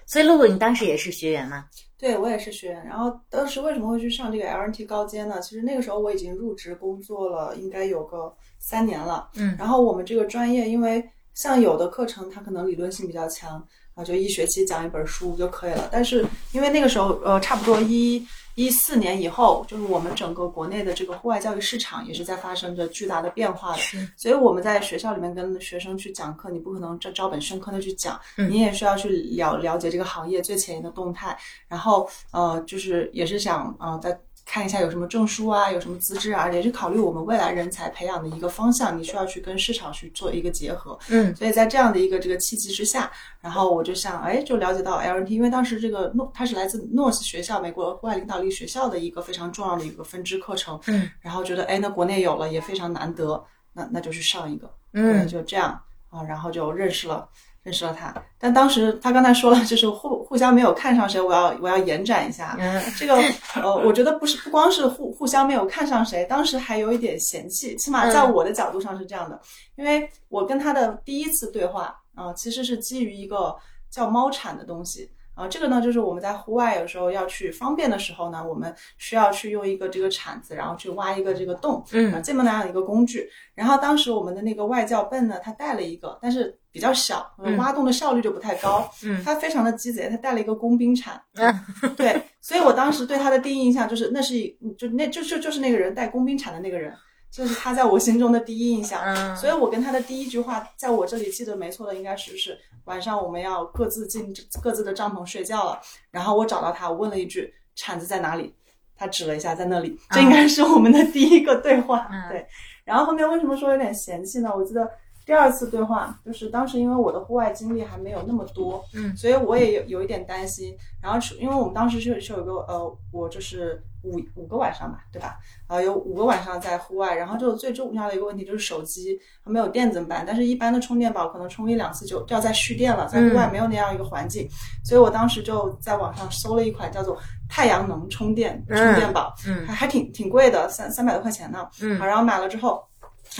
所以露露，你当时也是学员吗？
对我也是学员。然后当时为什么会去上这个 LNT 高阶呢？其实那个时候我已经入职工作了，应该有个三年了。
嗯
然后我们这个专业，因为像有的课程它可能理论性比较强啊，就一学期讲一本书就可以了。但是因为那个时候呃，差不多一一四年以后，就是我们整个国内的这个户外教育市场也是在发生着巨大的变化的。
是，
所以我们在学校里面跟学生去讲课，你不可能照照本宣科的去讲，
嗯
你也需要去了了解这个行业最前沿的动态，然后呃，就是也是想啊、呃，再看一下有什么证书啊，有什么资质啊，也是考虑我们未来人才培养的一个方向，你需要去跟市场去做一个结合。
嗯
所以在这样的一个这个契机之下，然后我就想，哎，就了解到 LNT，因为当时这个诺，它是来自诺斯学校，美国户外领导力学校的一个非常重要的一个分支课程，
嗯，
然后觉得，哎，那国内有了也非常难得，那那就去上一个，对，
嗯
就这样啊，然后就认识了。认识了他，但当时他刚才说了，就是互互相没有看上谁，我要我要延展一下，
嗯
这个呃，我觉得不是不光是互互相没有看上谁，当时还有一点嫌弃，起码在
嗯
我的角度上是这样的，因为我跟他的第一次对话啊、其实是基于一个叫猫铲的东西。然后这个呢，就是我们在户外有时候要去方便的时候呢，我们需要去用一个这个铲子，然后去挖一个这个洞，啊，
嗯
这么那样的一个工具。然后当时我们的那个外教笨呢，他带了一个，但是比较小，
嗯
挖洞的效率就不太高。
嗯
他非常的鸡贼，他带了一个工兵铲。
嗯
对，所以我当时对他的第一印象就是，那是一就那就就就是那个人带工兵铲的那个人，这、是他在我心中的第一印象。
嗯，
所以我跟他的第一句话，在我这里记得没错的，应该是是晚上我们要各自进各自的帐篷睡觉了。然后我找到他，我问了一句铲子在哪里，他指了一下在那里，这应该是我们的第一个对话。
嗯
对，然后后面为什么说有点嫌弃呢？我记得。第二次对话就是当时因为我的户外经历还没有那么多，
嗯
所以我也有有一点担心。然后是因为我们当时是是有个呃，我就是五五个晚上吧，对吧？呃，有五个晚上在户外，然后就最重要的一个问题就是手机没有电怎么办？但是一般的充电宝可能充一两次就就要再蓄电了，在户
嗯
外没有那样一个环境，所以我当时就在网上搜了一款叫做太阳能充电充
嗯
电宝，
嗯
还还挺挺贵的，三三百多块钱呢。好，
嗯
然后买了之后。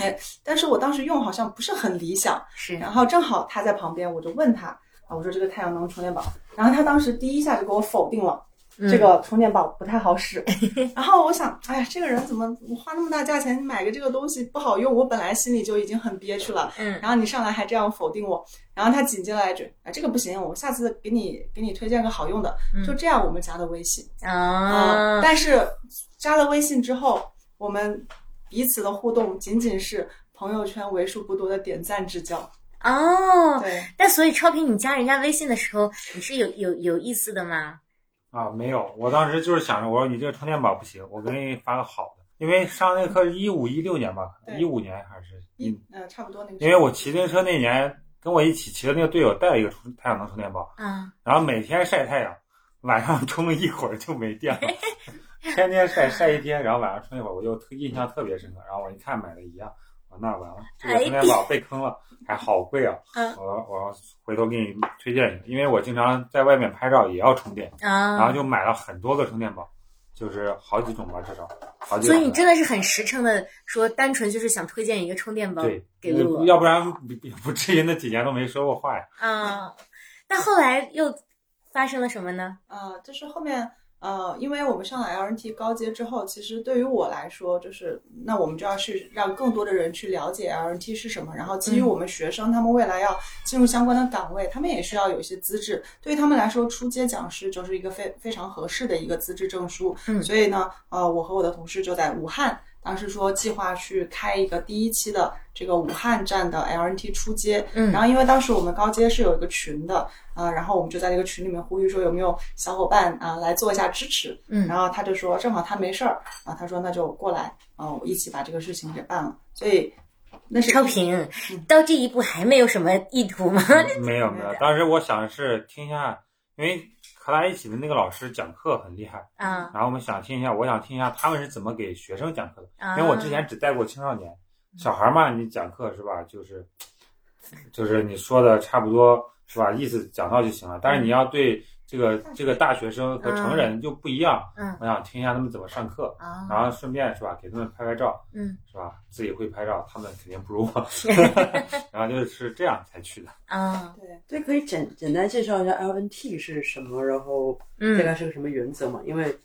哎，但是我当时用好像不是很理想，
嗯
是
然后正好他在旁边，我就问他啊，我说这个太阳能充电宝，然后他当时第一下就给我否定了，
嗯
这个充电宝不太好使。然后我想，哎呀，这个人怎么我花那么大价钱买个这个东西不好用？我本来心里就已经很憋屈了，
嗯
然后你上来还这样否定我，然后他紧接着来一句，啊，这个不行，我下次给你给你推荐个好用的
嗯。
就这样，我们加的微信啊、
啊，
但是加了微信之后，我们彼此的互动仅仅是朋友圈为数不多的点赞之交。
哦，
对。
但所以超平，你加人家微信的时候，你是有有有意思的吗？
啊，没有，我当时就是想着，我说你这个充电宝不行，我给你发个好的，因为上那课是一五一六年吧，
对
一五年还是一，
一呃，差不多那个时候。
因为我骑自行车那年跟我一起骑的那个队友带了一个充太阳能充电宝，
啊，
然后每天晒太阳，晚上充了一会儿就没电了，天天晒晒一天，然后晚上充一会儿，我就特印象特别深刻。然后我一看买的一样，我说那完了，这个充电宝被坑了，还好贵啊！
嗯
我说我要回头给你推荐一个，因为我经常在外面拍照也要充电，然后
啊，
就买了很多个充电宝，就是好几种吧，至少好几
所
种。
以你真的是很实诚的说，单纯就是想推荐一个充电宝
对，
给露露
要不然也不至于那几年都没说过话 呀。
啊。那后来又发生了什么呢？
呃，就是后面呃，因为我们上了 LNT 高阶之后，其实对于我来说，就是那我们就要去让更多的人去了解 LNT 是什么，然后基于
嗯
我们学生他们未来要进入相关的岗位，他们也需要有一些资质。对于他们来说，初阶讲师就是一个非非常合适的一个资质证书。
嗯
所以呢，呃，我和我的同事就在武汉。当时说计划去开一个第一期的这个武汉站的 LNT 初阶，
嗯
然后因为当时我们高阶是有一个群的，啊、然后我们就在这个群里面呼吁说有没有小伙伴啊、来做一下支持，
嗯
然后他就说正好他没事儿啊，他说那就过来啊，我一起把这个事情给办了，所以那是
超平到这一步还没有什么意图吗？
没有没有，当时我想的是听一下，因为和他一起的那个老师讲课很厉害，
啊
然后我们想听一下，我想听一下他们是怎么给学生讲课的，
啊！
因为我之前只带过青少年，小孩嘛，你讲课是吧，就是就是你说的差不多是吧，意思讲到就行了，但是
嗯
你要对这个这个大学生和成人就不一样，
嗯
我想听一下他们怎么上课，
啊
然后顺便是吧，给他们拍拍照，
嗯
是吧？自己会拍照，他们肯定不如 我， 然后就是这样才去的。
啊
对
对，可以简简单介绍一下 LNT 是什么，然后大
嗯
概是个什么原则嘛？因为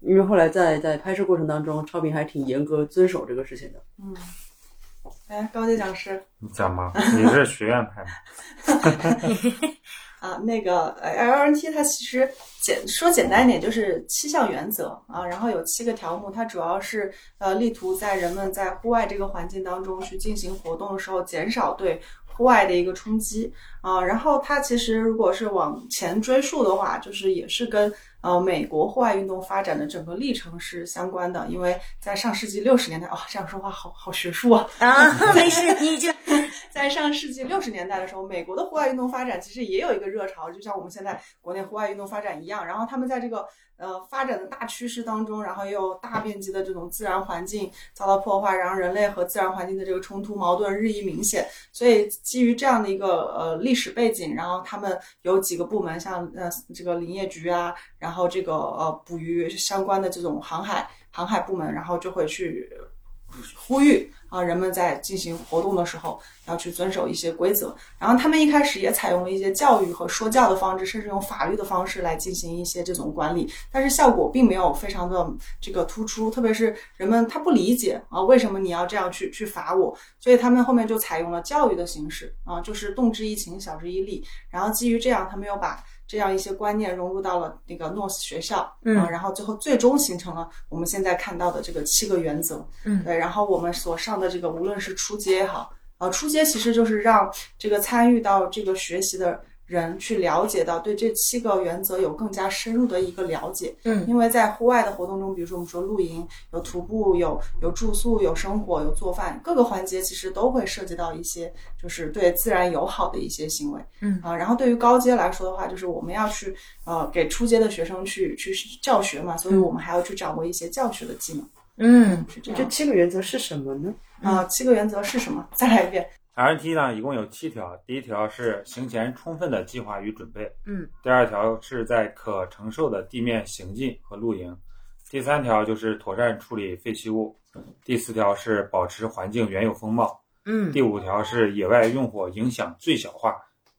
因为后来在在拍摄过程当中，超平还挺严格遵守这个事情的。
嗯，哎，高阶讲师
你讲吗？你是学院派吗？
啊，那个呃 LNT 它其实简说简单一点就是七项原则啊，然后有七个条目，它主要是呃力图在人们在户外这个环境当中去进行活动的时候，减少对户外的一个冲击啊。然后它其实如果是往前追溯的话，就是也是跟呃美国户外运动发展的整个历程是相关的，因为在上世纪六十年代，哇、这样说话好好学术啊，
啊，没事，你就
在上世纪六十年代的时候，美国的户外运动发展其实也有一个热潮，就像我们现在国内户外运动发展一样。然后他们在这个呃发展的大趋势当中，然后又有大面积的这种自然环境遭到破坏，然后人类和自然环境的这个冲突矛盾日益明显。所以基于这样的一个呃历史背景，然后他们有几个部门，像呃这个林业局啊，然后这个呃捕鱼相关的这种航海航海部门，然后就会去呼吁
啊、人们在进行活动的时候要去遵守一些规则。然后他们一开始也采用了一些教育和说教的方式，甚至用法律的方式来进行一些这种管理，但是效果并没有非常的这个突出，特别是人们他不理解啊，为什么你要这样去去罚我？所以他们后面就采用了教育的形式啊，就是动之以情，晓之以理。然后基于这样，他们又把这样一些观念融入到了那个诺斯学校，
嗯
啊，然后最后最终形成了我们现在看到的这个七个原则，
嗯
对，然后我们所上的这个无论是初阶也好，呃，初阶其实就是让这个参与到这个学习的人去了解到对这七个原则有更加深入的一个了解，
嗯
因为在户外的活动中，比如说我们说露营，有徒步，有有住宿，有生火，有做饭，各个环节其实都会涉及到一些就是对自然友好的一些行为。
嗯
啊，然后对于高阶来说的话，就是我们要去呃给初阶的学生去去教学嘛，所以我们还要去掌握一些教学的技能，
嗯
是这
这
样。
七个原则是什么呢？
啊、七个原则是什么？再来一遍。
RNT 呢，一共有七条。第一条是行前充分的计划与准备，
嗯。
第二条是在可承受的地面行进和露营。第三条就是妥善处理废弃物。第四条是保持环境原有风貌。
嗯
第五条是野外用火影响最小化。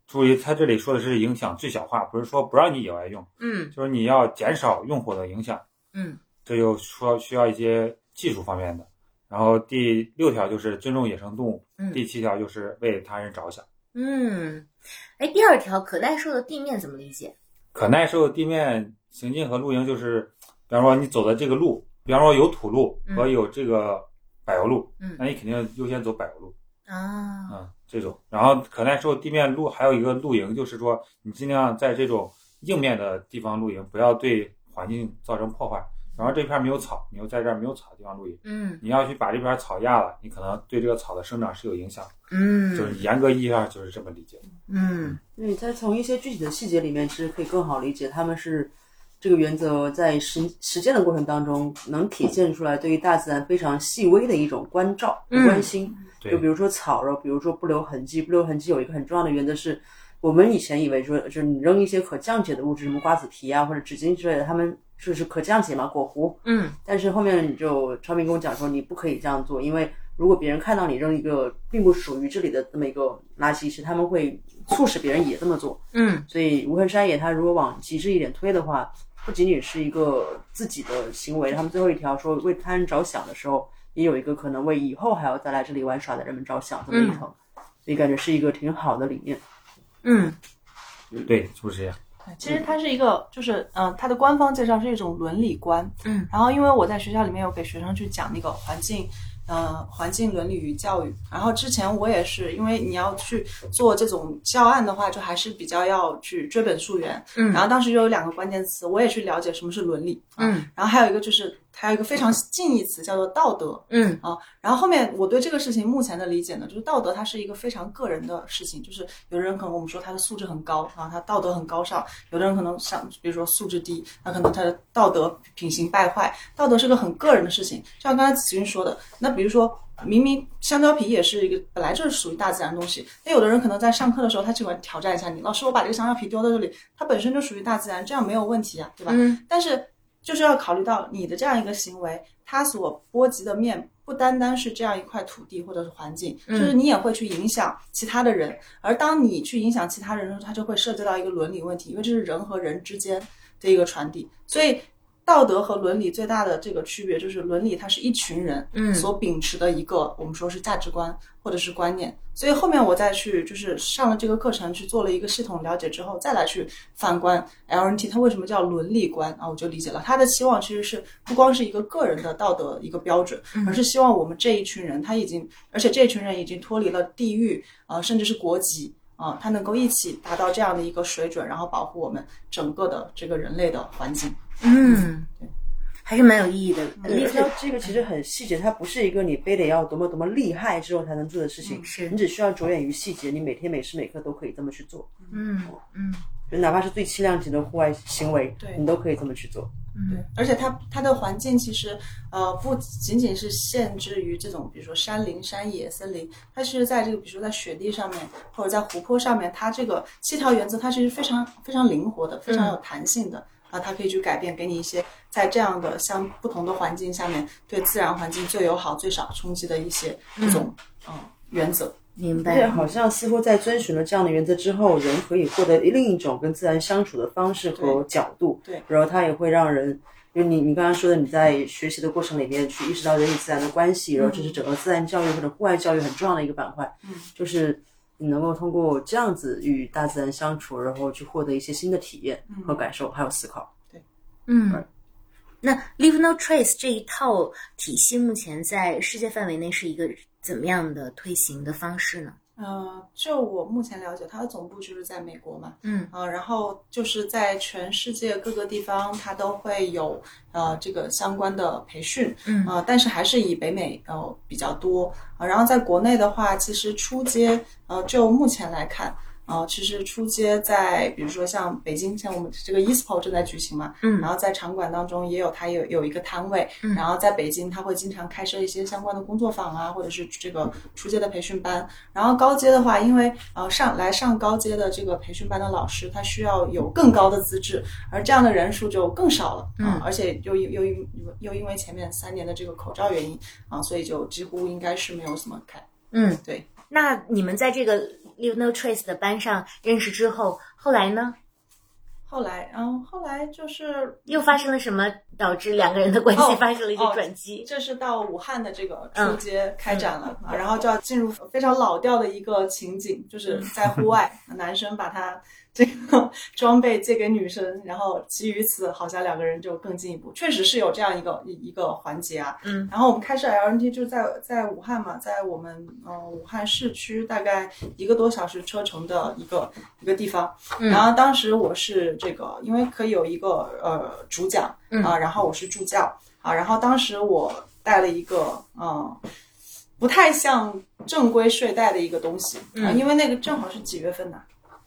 注意，它这里说的是影响最小化，不是说不让你野外用，
嗯
就是你要减少用火的影响。
嗯
这就说需要一些技术方面的。然后第六条就是尊重野生动物，
嗯
第七条就是为他人着想。
嗯，哎，第二条可耐受的地面怎么理解？
可耐受地面行进和露营就是，比方说你走的这个路，比方说有土路
嗯
和有这个柏油路，
嗯
那你肯定优先走柏油路
啊，
啊、这种。然后可耐受地面路还有一个露营，就是说你尽量在这种硬面的地方露营，不要对环境造成破坏。然后这片没有草，你又在这儿没有草的地方露营。
嗯
你要去把这片草压了，你可能对这个草的生长是有影响，就
嗯
是严格意义上就是这么理解。
嗯
那你再从一些具体的细节里面，其实可以更好理解他们是这个原则在实实践的过程当中，能体现出来对于大自然非常细微的一种关照、
嗯
关心。
对
就比如说草，然后比如说不留痕迹，不留痕迹有一个很重要的原则是，我们以前以为说就是你扔一些可降解的物质，什么瓜子皮啊或者纸巾之类的，他们就是可降解嘛，果核。
嗯
但是后面你就超明跟我讲说，你不可以这样做，因为如果别人看到你扔一个并不属于这里的这么一个垃圾时，他们会促使别人也这么做。
嗯
所以无痕山野它如果往极致一点推的话，不仅仅是一个自己的行为，他们最后一条说为他人着想的时候，也有一个可能为以后还要再来这里玩耍的人们着想这么一层，所以感觉是一个挺好的理念。
嗯
对，就是这样。
啊其实它是一个，就是呃，它的官方介绍是一种伦理观。
嗯，
然后因为我在学校里面有给学生去讲那个环境，呃，环境伦理与教育。然后之前我也是，因为你要去做这种教案的话，就还是比较要去追本溯源。
嗯
然后当时就有两个关键词，我也去了解什么是伦理。啊
嗯
然后还有一个就是，还有一个非常近义词叫做道德。
嗯
啊，然后后面我对这个事情目前的理解呢，就是道德它是一个非常个人的事情，就是有的人可能我们说他的素质很高啊，他道德很高尚；有的人可能像比如说素质低，那可能他的道德品行败坏。道德是个很个人的事情，就像刚才子君说的，那比如说明明香蕉皮也是一个本来就是属于大自然的东西，那有的人可能在上课的时候他喜欢挑战一下你，老师我把这个香蕉皮丢到这里，它本身就属于大自然，这样没有问题啊，对吧？
嗯
但是就是要考虑到你的这样一个行为，它所波及的面不单单是这样一块土地或者是环境，就
嗯
是你也会去影响其他的人。而当你去影响其他人的时候，它就会涉及到一个伦理问题，因为这是人和人之间的一个传递，所以。道德和伦理最大的这个区别就是，伦理它是一群人
嗯
所秉持的一个我们说是价值观或者是观念。所以后面我再去就是上了这个课程去做了一个系统了解之后，再来去反观 LNT 它为什么叫伦理观啊，我就理解了。它的期望其实是不光是一个个人的道德一个标准，而是希望我们这一群人他已经，而且这一群人已经脱离了地域啊、呃甚至是国籍。啊，他能够一起达到这样的一个水准，然后保护我们整个的这个人类的环境。
嗯，还是蛮有意义的。
对，
理
而且
解
这个其实很细节，它不是一个你非得要多么多么厉害之后才能做的事情，
是
你只需要着眼于细节，你每天每时每刻都可以这么去做，哦
嗯嗯
就哪怕是最轻量级的户外行为，
对
你都可以这么去做。
嗯
而且它它的环境其实呃不仅仅是限制于这种，比如说山林、山野、森林，它其实在这个比如说在雪地上面
嗯
或者在湖泊上面，它这个七条原则它其实非常非常灵活的，非常有弹性的。然后它可以去改变，给你一些在这样的相不同的环境下面对自然环境最友好、最少冲击的一些这种嗯原则。
明
而且
白，
好像似乎在遵循了这样的原则之后，人可以获得另一种跟自然相处的方式和角度。
对对
然后它也会让人，就你你刚刚说的，你在学习的过程里面去意识到人与自然的关系，然后这是整个自然教育或者户外教育很重要的一个板块。嗯，就是你能够通过这样子与大自然相处，然后去获得一些新的体验和感受，还有思考。
嗯。那 Leave No Trace 这一套体系目前在世界范围内是一个怎么样的推行的方式呢？
呃，就我目前了解，它的总部就是在美国嘛，
嗯
呃，然后就是在全世界各个地方，它都会有呃这个相关的培训，
嗯
呃，但是还是以北美呃比较多、呃。然后在国内的话，其实初阶呃，就目前来看。呃，其实初阶在，比如说像北京，像我们这个 E ISPO 正在举行嘛，
嗯
然后在场馆当中也有它有有一个摊位，
嗯
然后在北京它会经常开设一些相关的工作坊啊，或者是这个初阶的培训班，然后高阶的话，因为呃上来上高阶的这个培训班的老师，他需要有更高的资质，而这样的人数就更少了啊、
嗯
而且又因又因又因为前面三年的这个口罩原因啊，所以就几乎应该是没有什么开。
嗯，
对。
那你们在这个 Leave No Trace 的班上认识之后，后来呢，
后来，嗯，后来就是
又发生了什么导致两个人的关系
哦
发生了一些
哦
转机？
这是到武汉的这个
嗯
初阶开展了、啊，然后就要进入非常老调的一个情景，
嗯
就是在户 外，男生把他这个 装备借给女生，然后基于此，好像两个人就更进一步，确实是有这样一个一一个环节啊。
嗯，
然后我们开设 LNT 就在在武汉嘛，在我们呃武汉市区大概一个多小时车程的一个一个地方，
嗯
然后当时我是这个，因为可以有一个呃主讲啊、
嗯
然后我是助教。啊，然后当时我带了一个嗯，不太像正规睡袋的一个东西，啊，
嗯
因为那个正好是几月份呐、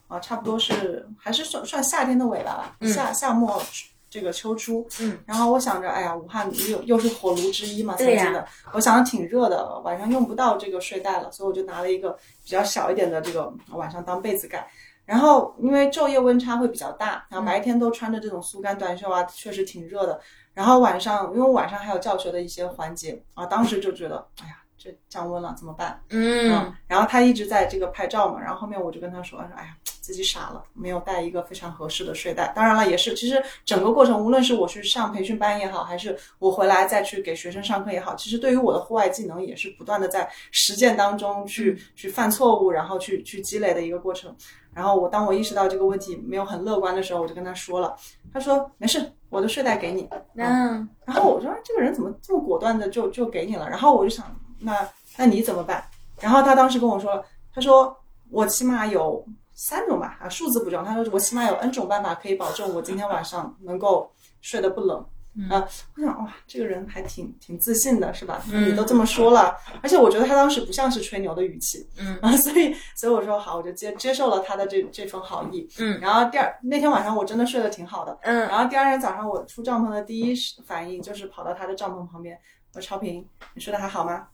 啊，差不多是还是算算夏天的尾巴吧，
嗯
夏夏末这个秋初，
嗯，
然后我想着，哎呀，武汉又又是火炉之一嘛，
对呀
曾经的，我想着挺热的，晚上用不到这个睡袋了，所以我就拿了一个比较小一点的这个晚上当被子盖。然后因为昼夜温差会比较大，然后
嗯
白天都穿着这种速干短袖啊，确实挺热的。然后晚上，因为晚上还有教学的一些环节啊，当时就觉得，哎呀，这降温了怎么办？
嗯，
啊然后他一直在这个拍照嘛，然后后面我就跟他说，说哎呀，自己傻了，没有带一个非常合适的睡袋。当然了，也是，其实整个过程，无论是我去上培训班也好，还是我回来再去给学生上课也好，其实对于我的户外技能也是不断的在实践当中去去犯错误，然后去去积累的一个过程。然后我当我意识到这个问题没有很乐观的时候，我就跟他说了，他说没事，我的睡袋给你。
那
然后我说啊这个人怎么这么果断的就就给你了？然后我就想，那那你怎么办？然后他当时跟我说，他说我起码有三种吧，啊，数字不重要，他说我起码有 N 种办法可以保证我今天晚上能够睡得不冷。嗯、我想哇，这个人还挺挺自信的，是吧？
嗯
你都这么说了，而且我觉得他当时不像是吹牛的语气，
嗯
啊，所以所以我说好，我就接接受了他的这这份好意，
嗯
然后第二那天晚上我真的睡得挺好的，
嗯
然后第二天早上我出帐篷的第一反应就是跑到他的帐篷旁边，我说超平，你睡得还好吗？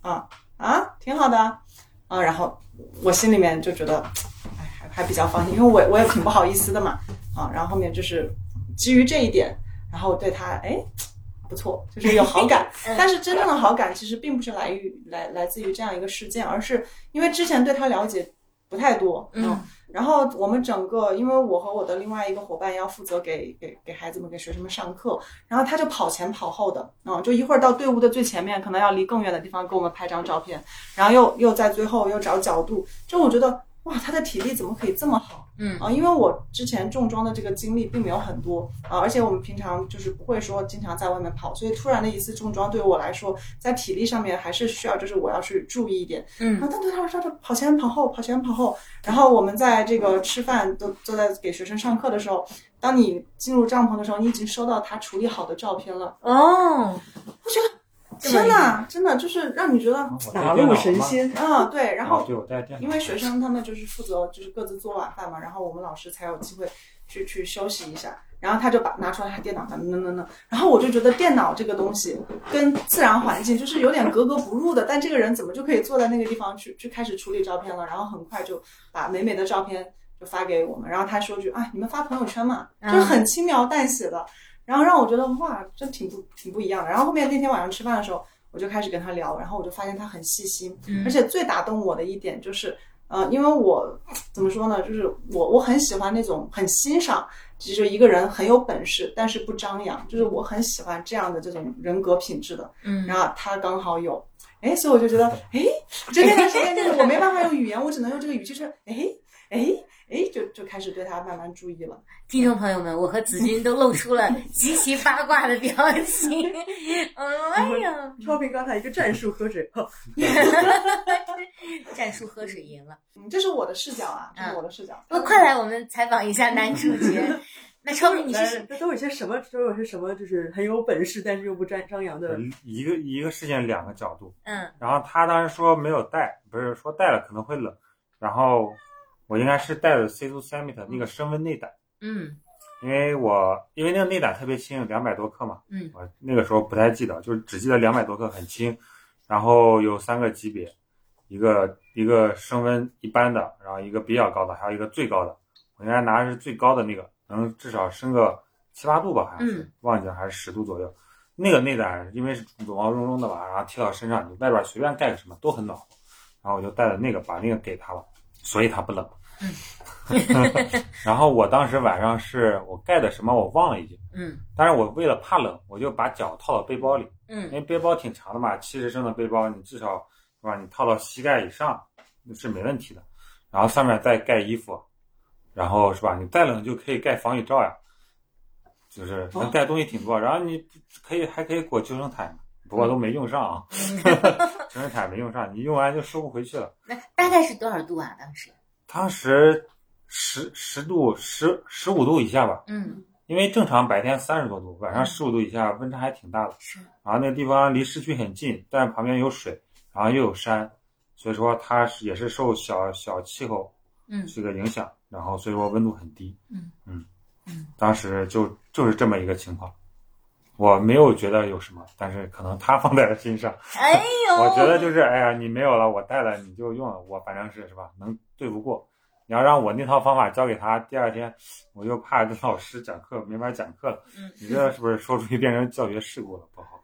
啊啊，挺好的啊。啊然后我心里面就觉得，哎，还还比较放心，因为我我也挺不好意思的嘛。啊，然后后面就是基于这一点，然后我对他哎不错，就是有好感
嗯。
但是真正的好感其实并不是来于来来自于这样一个事件，而是因为之前对他了解不太多，
嗯
然后我们整个，因为我和我的另外一个伙伴要负责给给给孩子们、给学生们上课，然后他就跑前跑后的，嗯，就一会儿到队伍的最前面，可能要离更远的地方给我们拍张照片，然后又又在最后又找角度，就我觉得哇，他的体力怎么可以这么好？
嗯
啊，因为我之前重装的这个经历并没有很多啊，而且我们平常就是不会说经常在外面跑，所以突然的一次重装对于我来说，在体力上面还是需要，就是我要去注意一点。然
嗯
后但对他来说，他就跑前跑后，跑前跑后。然后我们在这个吃饭，都都在给学生上课的时候，当你进入帐篷的时候，你已经收到他处理好的照片了。
哦，这么
天哪，真的就是让你觉得
我带
哪
哦电脑
路
了
神
吗？
仙？
啊，对。然
哦
后
对我带电脑，
因为学生他们就是负责就是各自做晚饭嘛，然后我们老师才有机会去去休息一下。然后他就把拿出来他电脑，咱们弄弄弄。然后我就觉得电脑这个东西跟自然环境就是有点格格不入的，但这个人怎么就可以坐在那个地方去去开始处理照片了？然后很快就把美美的照片就发给我们，然后他说句啊，你们发朋友圈嘛，就是很轻描淡写的，然后让我觉得哇，真挺不挺不一样的。然后后面那天晚上吃饭的时候，我就开始跟他聊，然后我就发现他很细心，而且最打动我的一点就是，呃，因为我怎么说呢，就是我我很喜欢那种很欣赏，就是一个人很有本事，但是不张扬，就是我很喜欢这样的这种人格品质的。
嗯
然后他刚好有，哎，所以我就觉得，哎，就那段时间就是我没办法用语言，我只能用这个语气说，哎，哎，哎，就就开始对他慢慢注意了。
听众朋友们，我和子君都露出了极其八卦的表情。哎呀，
超平刚才一个战术 喝水，哦
战术喝水赢了。
嗯，这是我的视角啊，这是我的视角。
那嗯快来，我们采访一下男主角。那超宇，你是谁？
这都有些什么？都有些什么？就是很有本事，但是又不张张扬的。
一个一个事件两个角度。
嗯
然后他当时说没有带，不是说带了可能会冷，然后我应该是带的 C2 Summit 那个升温内胆，
嗯
因为我因为那个内胆特别轻，两百多克嘛，
嗯，
我那个时候不太记得，就是只记得两百多克很轻，然后有三个级别，一个一个升温一般的，然后一个比较高的，还有一个最高的，我应该拿的是最高的那个，能至少升个七八度吧，还是、
嗯
忘记了还是十度左右。那个内胆因为是绒毛茸茸的吧，然后贴到身上，你外边随便盖个什么都很暖和，然后我就带着那个把那个给他了，所以他不冷。
嗯
然后我当时晚上是我盖的什么我忘了已经，
嗯
但是我为了怕冷，我就把脚套到背包里，因
嗯
为背包挺长的嘛，七十升的背包，你至少是吧？你套到膝盖以上是没问题的。然后上面再盖衣服，然后是吧？你再冷就可以盖防雨罩呀，就是能盖东西挺多。然后你可以还可以裹救生毯，不过都没用上啊， 救生毯没用上，你用完就收不回去了。
那大概是多少度啊？当时？
当时十十度十十五度以下吧，
嗯，
因为正常白天三十多度，晚上十五度以下，温差还挺大的。
是。
然啊后那个地方离市区很近，但旁边有水，然后又有山，所以说它是也是受小小气候
嗯
这个影响，然后所以说温度很低。
嗯
嗯
嗯
当时就就是这么一个情况，我没有觉得有什么，但是可能他放在了心上。
哎呦，
我觉得就是，哎呀，你没有了，我带了你就用了，我反正是是吧，能对付过。你要让我那套方法教给他，第二天我又怕跟老师讲课没法讲课了。
嗯
你这是不是说出去变成教学事故了？不好。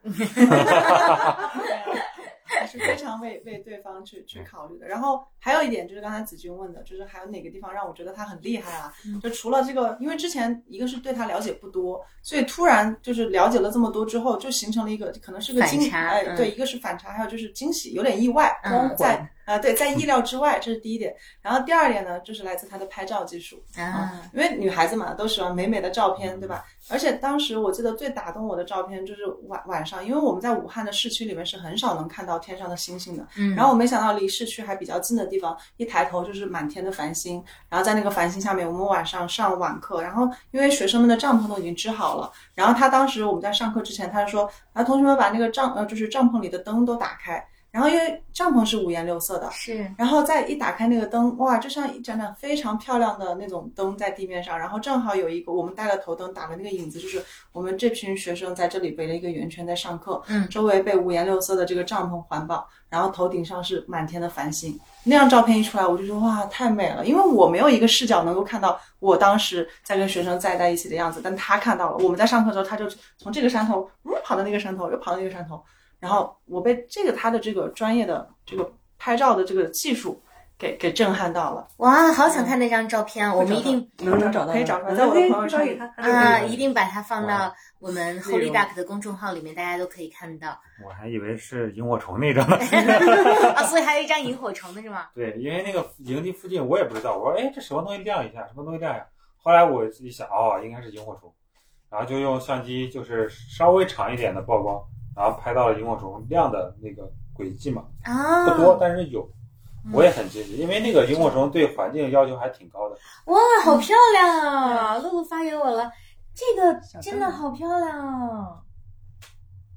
还是非常为为对方去
嗯
去考虑的。然后还有一点就是刚才子君问的，就是还有哪个地方让我觉得他很厉害啊？
嗯
就除了这个，因为之前一个是对他了解不多，所以突然就是了解了这么多之后，就形成了一个可能是个
反
惊
差
哎，
嗯
对，一个是反差，还有就是惊喜，有点意外，
嗯
在啊、对，在意料之外，这是第一点。然后第二点呢，就是来自他的拍照技术。
啊，
因为女孩子嘛，都喜欢美美的照片，对吧？而且当时我记得最打动我的照片就是晚晚上，因为我们在武汉的市区里面是很少能看到天上的星星的。
嗯，
然后我没想到离市区还比较近的地方，一抬头就是满天的繁星。然后在那个繁星下面，我们晚上上晚课，然后因为学生们的帐篷都已经支好了，然后他当时我们在上课之前，他就说，啊，同学们把那个帐呃就是帐篷里的灯都打开。然后因为帐篷是五颜六色的，
嗯是
然后再一打开那个灯，哇，就像一盏盏非常漂亮的那种灯在地面上，然后正好有一个我们带了头灯打的那个影子，就是我们这群学生在这里围了一个圆圈在上课，
嗯
周围被五颜六色的这个帐篷环抱，然后头顶上是满天的繁星。那张照片一出来，我就说哇，太美了，因为我没有一个视角能够看到我当时在跟学生在在一起的样子，但他看到了。我们在上课的时候，他就从这个山头呜跑到那个山头，又跑到那个山头，然后我被这个他的这个专业的这个拍照的这个技术给给震撼到了。
哇，好想看那张照片啊！我们一定
能能找到吗，嗯
可以找出来在我的朋友圈
可以发给他
啊，
对
一定把它放到
哇
我们
内
Holy
容
Duck 的公众号里面，大家都可以看 到
我还以为是萤火虫那张。
啊。所以还有一张萤火虫的是吗？
对，因为那个营地附近我也不知道，我说哎这什么东西亮一下，什么东西亮一下。后来我一想，哦，应该是萤火虫，然后就用相机就是稍微长一点的曝光，然后拍到了萤火虫亮的那个轨迹嘛，
啊，
不多，但是有。
嗯
我也很惊喜，因为那个萤火虫对环境要求还挺高的。
哇，好漂亮啊！露露发给我了，这个真的好漂亮哦。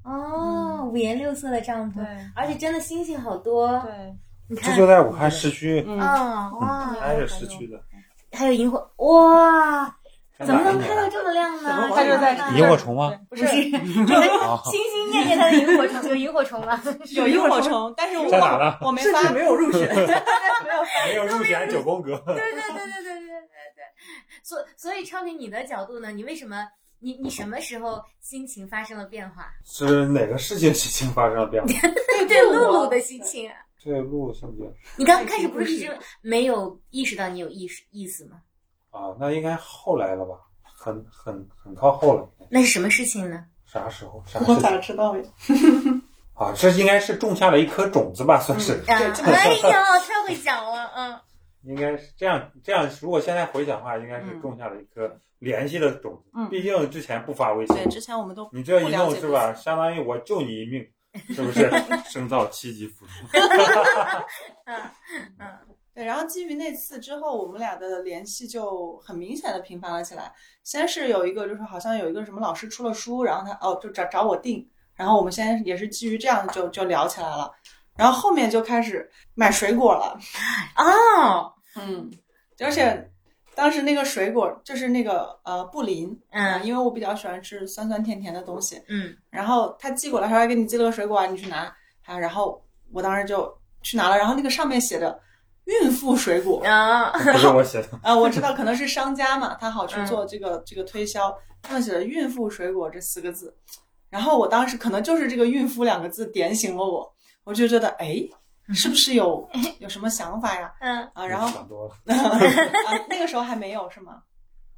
哦，五颜六色的帐篷，而且真的星星好多。
对，
你
这
看，嗯
就在武汉市区，
啊，哇，
它是市区的。
还有萤火，哇，嗯怎么能开
啊
到这么亮呢？
它就在
这么
萤
亮
火
呢
虫吗？
不
不
是
是，
啊，
心心念念它的萤火虫，有萤火虫吗？
有萤火虫，但是我
在哪儿呢
我没
甚
发
至没有入 选。
没有入选九宫格。
对对对对对对对对。所所以，超平，你的角度呢？你为什么？你你什么时候心情发生了变化？
是哪个世界心情发生了变化？
对对，露露的心情啊。
对路性别
你刚开始不是一直没有意识到你有意识意思吗？
啊，那应该后来了吧？很很很靠后了。
那是什么事情呢？
啥时候？啥事
我咋
情
知道呀？
啊？这应该是种下了一颗种子吧，算是。
嗯
啊，哎呦，太会讲了，嗯。
应该是这样，这样如果现在回想的话，应该是种下了一颗联系的种子。
嗯
毕竟之前不发微信，
对之前我们都
你这
不
一
了
弄
解
是
彼
吧？
此
相当于我救你一 命，是不是？生造七级浮屠。
对，然后基于那次之后，我们俩的联系就很明显的频繁了起来。先是有一个，就是好像有一个什么老师出了书，然后他哦就找找我订，然后我们现在也是基于这样就就聊起来了。然后后面就开始买水果了，
哦，
嗯，而且当时那个水果就是那个呃布林，
嗯
因为我比较喜欢吃酸酸甜甜的东西，
嗯
然后他寄过来，他说给你寄了个水果啊，你去拿啊。然后我当时就去拿了，然后那个上面写着孕妇水果，
啊，
不是我 写的，
啊，我知道可能是商家嘛，他好去做这个、这个推销，他们写的“孕妇水果”这四个字，然后我当时可能就是这个“孕妇”两个字点醒了我，我就觉得哎，是不是有有什么想法呀？
嗯
啊，然后
想多了
啊，那个时候还没有是吗？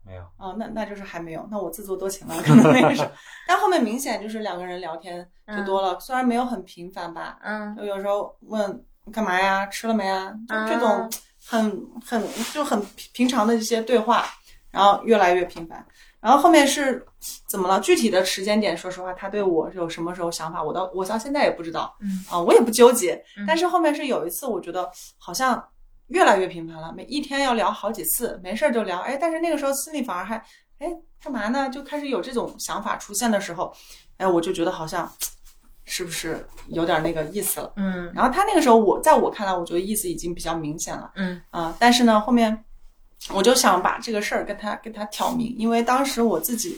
没有？
啊，那那就是还没有，那我自作多情了，可能那个时候，但后面明显就是两个人聊天就多了，虽然没有很频繁吧，
嗯
就有时候问干嘛呀，吃了没啊，就
啊
这种很很就很平常的一些对话，然后越来越频繁。然后后面是怎么了？具体的时间点，说实话，他对我有什么时候想法，我到我到现在也不知道。
嗯
啊，我也不纠结
嗯。
但是后面是有一次，我觉得好像越来越频繁了，每一天要聊好几次，没事儿就聊。哎，但是那个时候心里反而还哎干嘛呢？就开始有这种想法出现的时候，哎，我就觉得好像是不是有点那个意思了。
嗯
然后他那个时候我，在我看来，我觉得意思已经比较明显了
嗯
啊、但是呢，后面我就想把这个事儿跟他跟他挑明，因为当时我自己，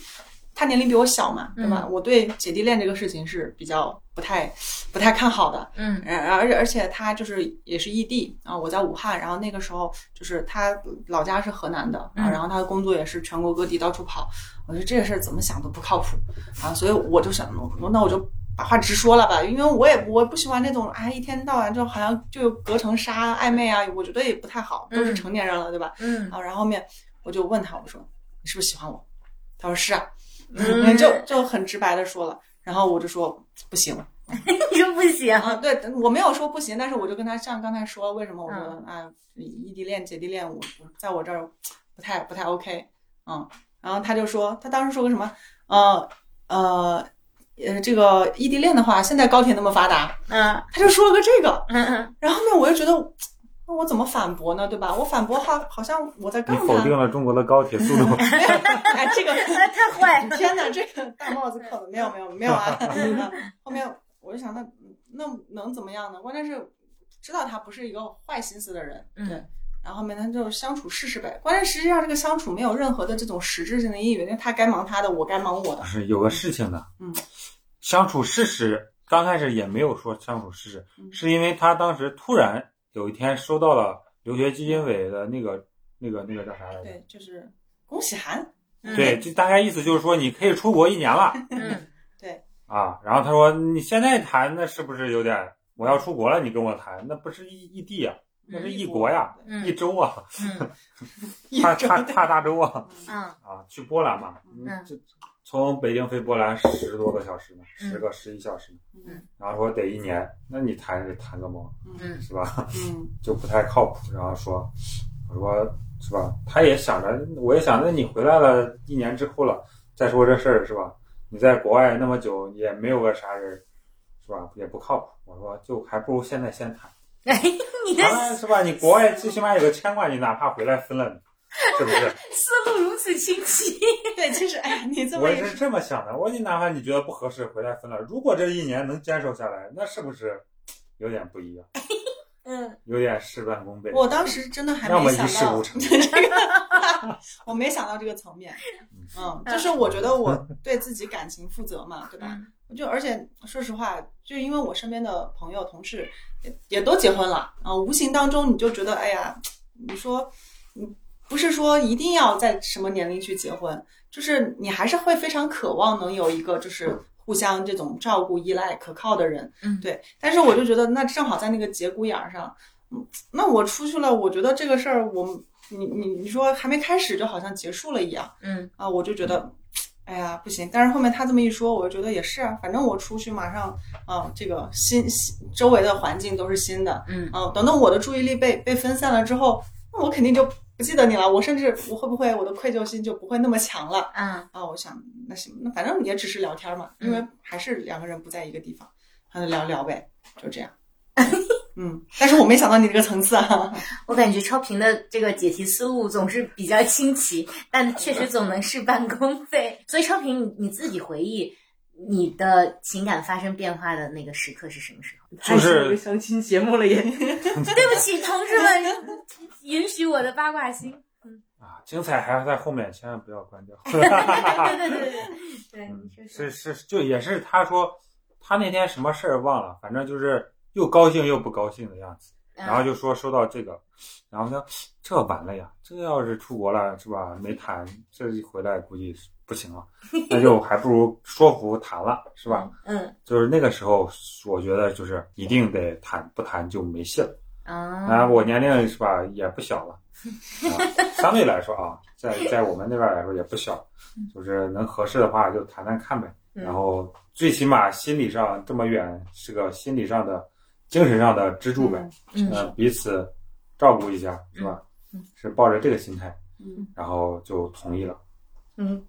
他年龄比我小嘛，对
嗯
吧？我对姐弟恋这个事情是比较不太不太看好的。
嗯
然而而且他就是也是异地啊，我在武汉，然后那个时候就是他老家是河南的啊，
嗯
然后他的工作也是全国各地到处跑，我觉得这个事儿怎么想都不靠谱啊，所以我就想，我那我就把话直说了吧，因为我也我不喜欢那种啊、一天到晚就好像就隔层纱暧昧啊，我觉得也不太好，都是
嗯
成年人了，对吧？
嗯
啊，然后后面我就问他，我说你是不是喜欢我？他说是啊，
嗯
就就很直白的说了，然后我就说不行，
你说不行，
啊，对，我没有说不行，但是我就跟他像刚才说，为什么我说
嗯
啊，异地恋、姐弟恋，我我在我这儿不太不太 OK，嗯，然后他就说，他当时说个什么，呃呃呃，这个异地恋的话，现在高铁那么发达，
嗯
他就说了个这个，
嗯
然后后面我就觉得，那我怎么反驳呢，对吧？我反驳话好像我在
你
杠
否
他，
定了中国的高铁速度。
哎，这个
嗯，太坏了，
天哪，这个大帽子扣的没有没有没有 啊！ 后面我就想，那那能怎么样呢？关键是知道他不是一个坏心思的人，
嗯
对。然后后面他就相处试试呗。关键实际上这个相处没有任何的这种实质性的意义，因为他该忙他的，我该忙我的。
是有个事情的，
嗯，
相处事实，刚开始也没有说相处事实，
嗯
是因为他当时突然有一天收到了留学基金委的那个、那个、那个叫啥来着？
对，就是恭喜函。
嗯
对，就大概意思就是说你可以出国一年了
嗯
啊。然后他说你现在谈那是不是有点？我要出国了，你跟我谈，那不是异异地啊，
嗯
那是异国呀，
对
一
嗯
周啊，
嗯
差差差大洲啊
嗯
啊！去波兰嘛，
嗯
这从北京飞波兰十多个小时呢，
嗯
十个十一小时呢
嗯
然后说得一年，那你谈得谈个毛，
嗯
是吧？
嗯
就不太靠谱。然后说，我说是吧？他也想着，我也想着你回来了一年之后了，再说这事儿是吧？你在国外那么久也没有个啥人，是吧？也不靠谱。我说就还不如现在先谈，
哎，你的
谈完是吧？你国外最起码有个牵挂，你哪怕回来分了呢，是不是？
思路如此清晰，
对，其实哎呀，你这么
我
一
是
说，
这么想的，我说你哪怕你觉得不合适，回来分了，如果这一年能坚守下来，那是不是有点不一样？
嗯，
有点事半功倍。
我当时真的还
要么
没
一
想
事
到
无成
这个， 我没想到这个层面。嗯，就是我觉得我对自己感情负责嘛，对吧？
嗯
就而且说实话，就因为我身边的朋友、同事也也都结婚了啊、无形当中你就觉得，哎呀，你说你不是说一定要在什么年龄去结婚，就是你还是会非常渴望能有一个就是互相这种照顾、依赖、可靠的人。
嗯
对。但是我就觉得，那正好在那个节骨眼儿上，嗯，那我出去了，我觉得这个事儿我。你你你说还没开始就好像结束了一样，
嗯
啊，我就觉得，哎呀不行。但是后面他这么一说，我就觉得也是啊，反正我出去马上啊，这个新新周围的环境都是新的，
嗯
啊，等等我的注意力被被分散了之后，那我肯定就不记得你了，我甚至我会不会我的愧疚心就不会那么强了。
啊
啊，我想那行，那反正也只是聊天嘛，因为
嗯
还是两个人不在一个地方，那就聊聊呗，就这样。 嗯，但是我没想到你这个层次啊，
我感觉超频的这个解题思路总是比较新奇，但确实总能事半功倍。所以超频，你你自己回忆你的情感发生变化的那个时刻是什么时候？
太像一个相亲节目 了也。
对不起，同志们，允许我的八卦心。
啊，精彩还要在后面，千万不要关 掉。
对对对对对，
嗯
你说说
是是，就也是他说他那天什么事儿忘了，反正就是又高兴又不高兴的样子，
嗯
然后就说收到这个，然后他这完了呀，这要是出国了是吧？没谈，这一回来估计是不行 了，那就还不如说服谈了是吧？？
嗯
就是那个时候，我觉得就是一定得谈，不谈就没戏了。啊，
啊，
我年龄是吧也不小 了，啊，相对来说啊，在在我们那边来说也不小，就是能合适的话就谈谈看呗。
嗯
然后最起码心理上这么远是个心理上的、精神上的支柱呗，
嗯
呃，彼此照顾一下是吧？是抱着这个心态，
嗯，
然后就同意了。
嗯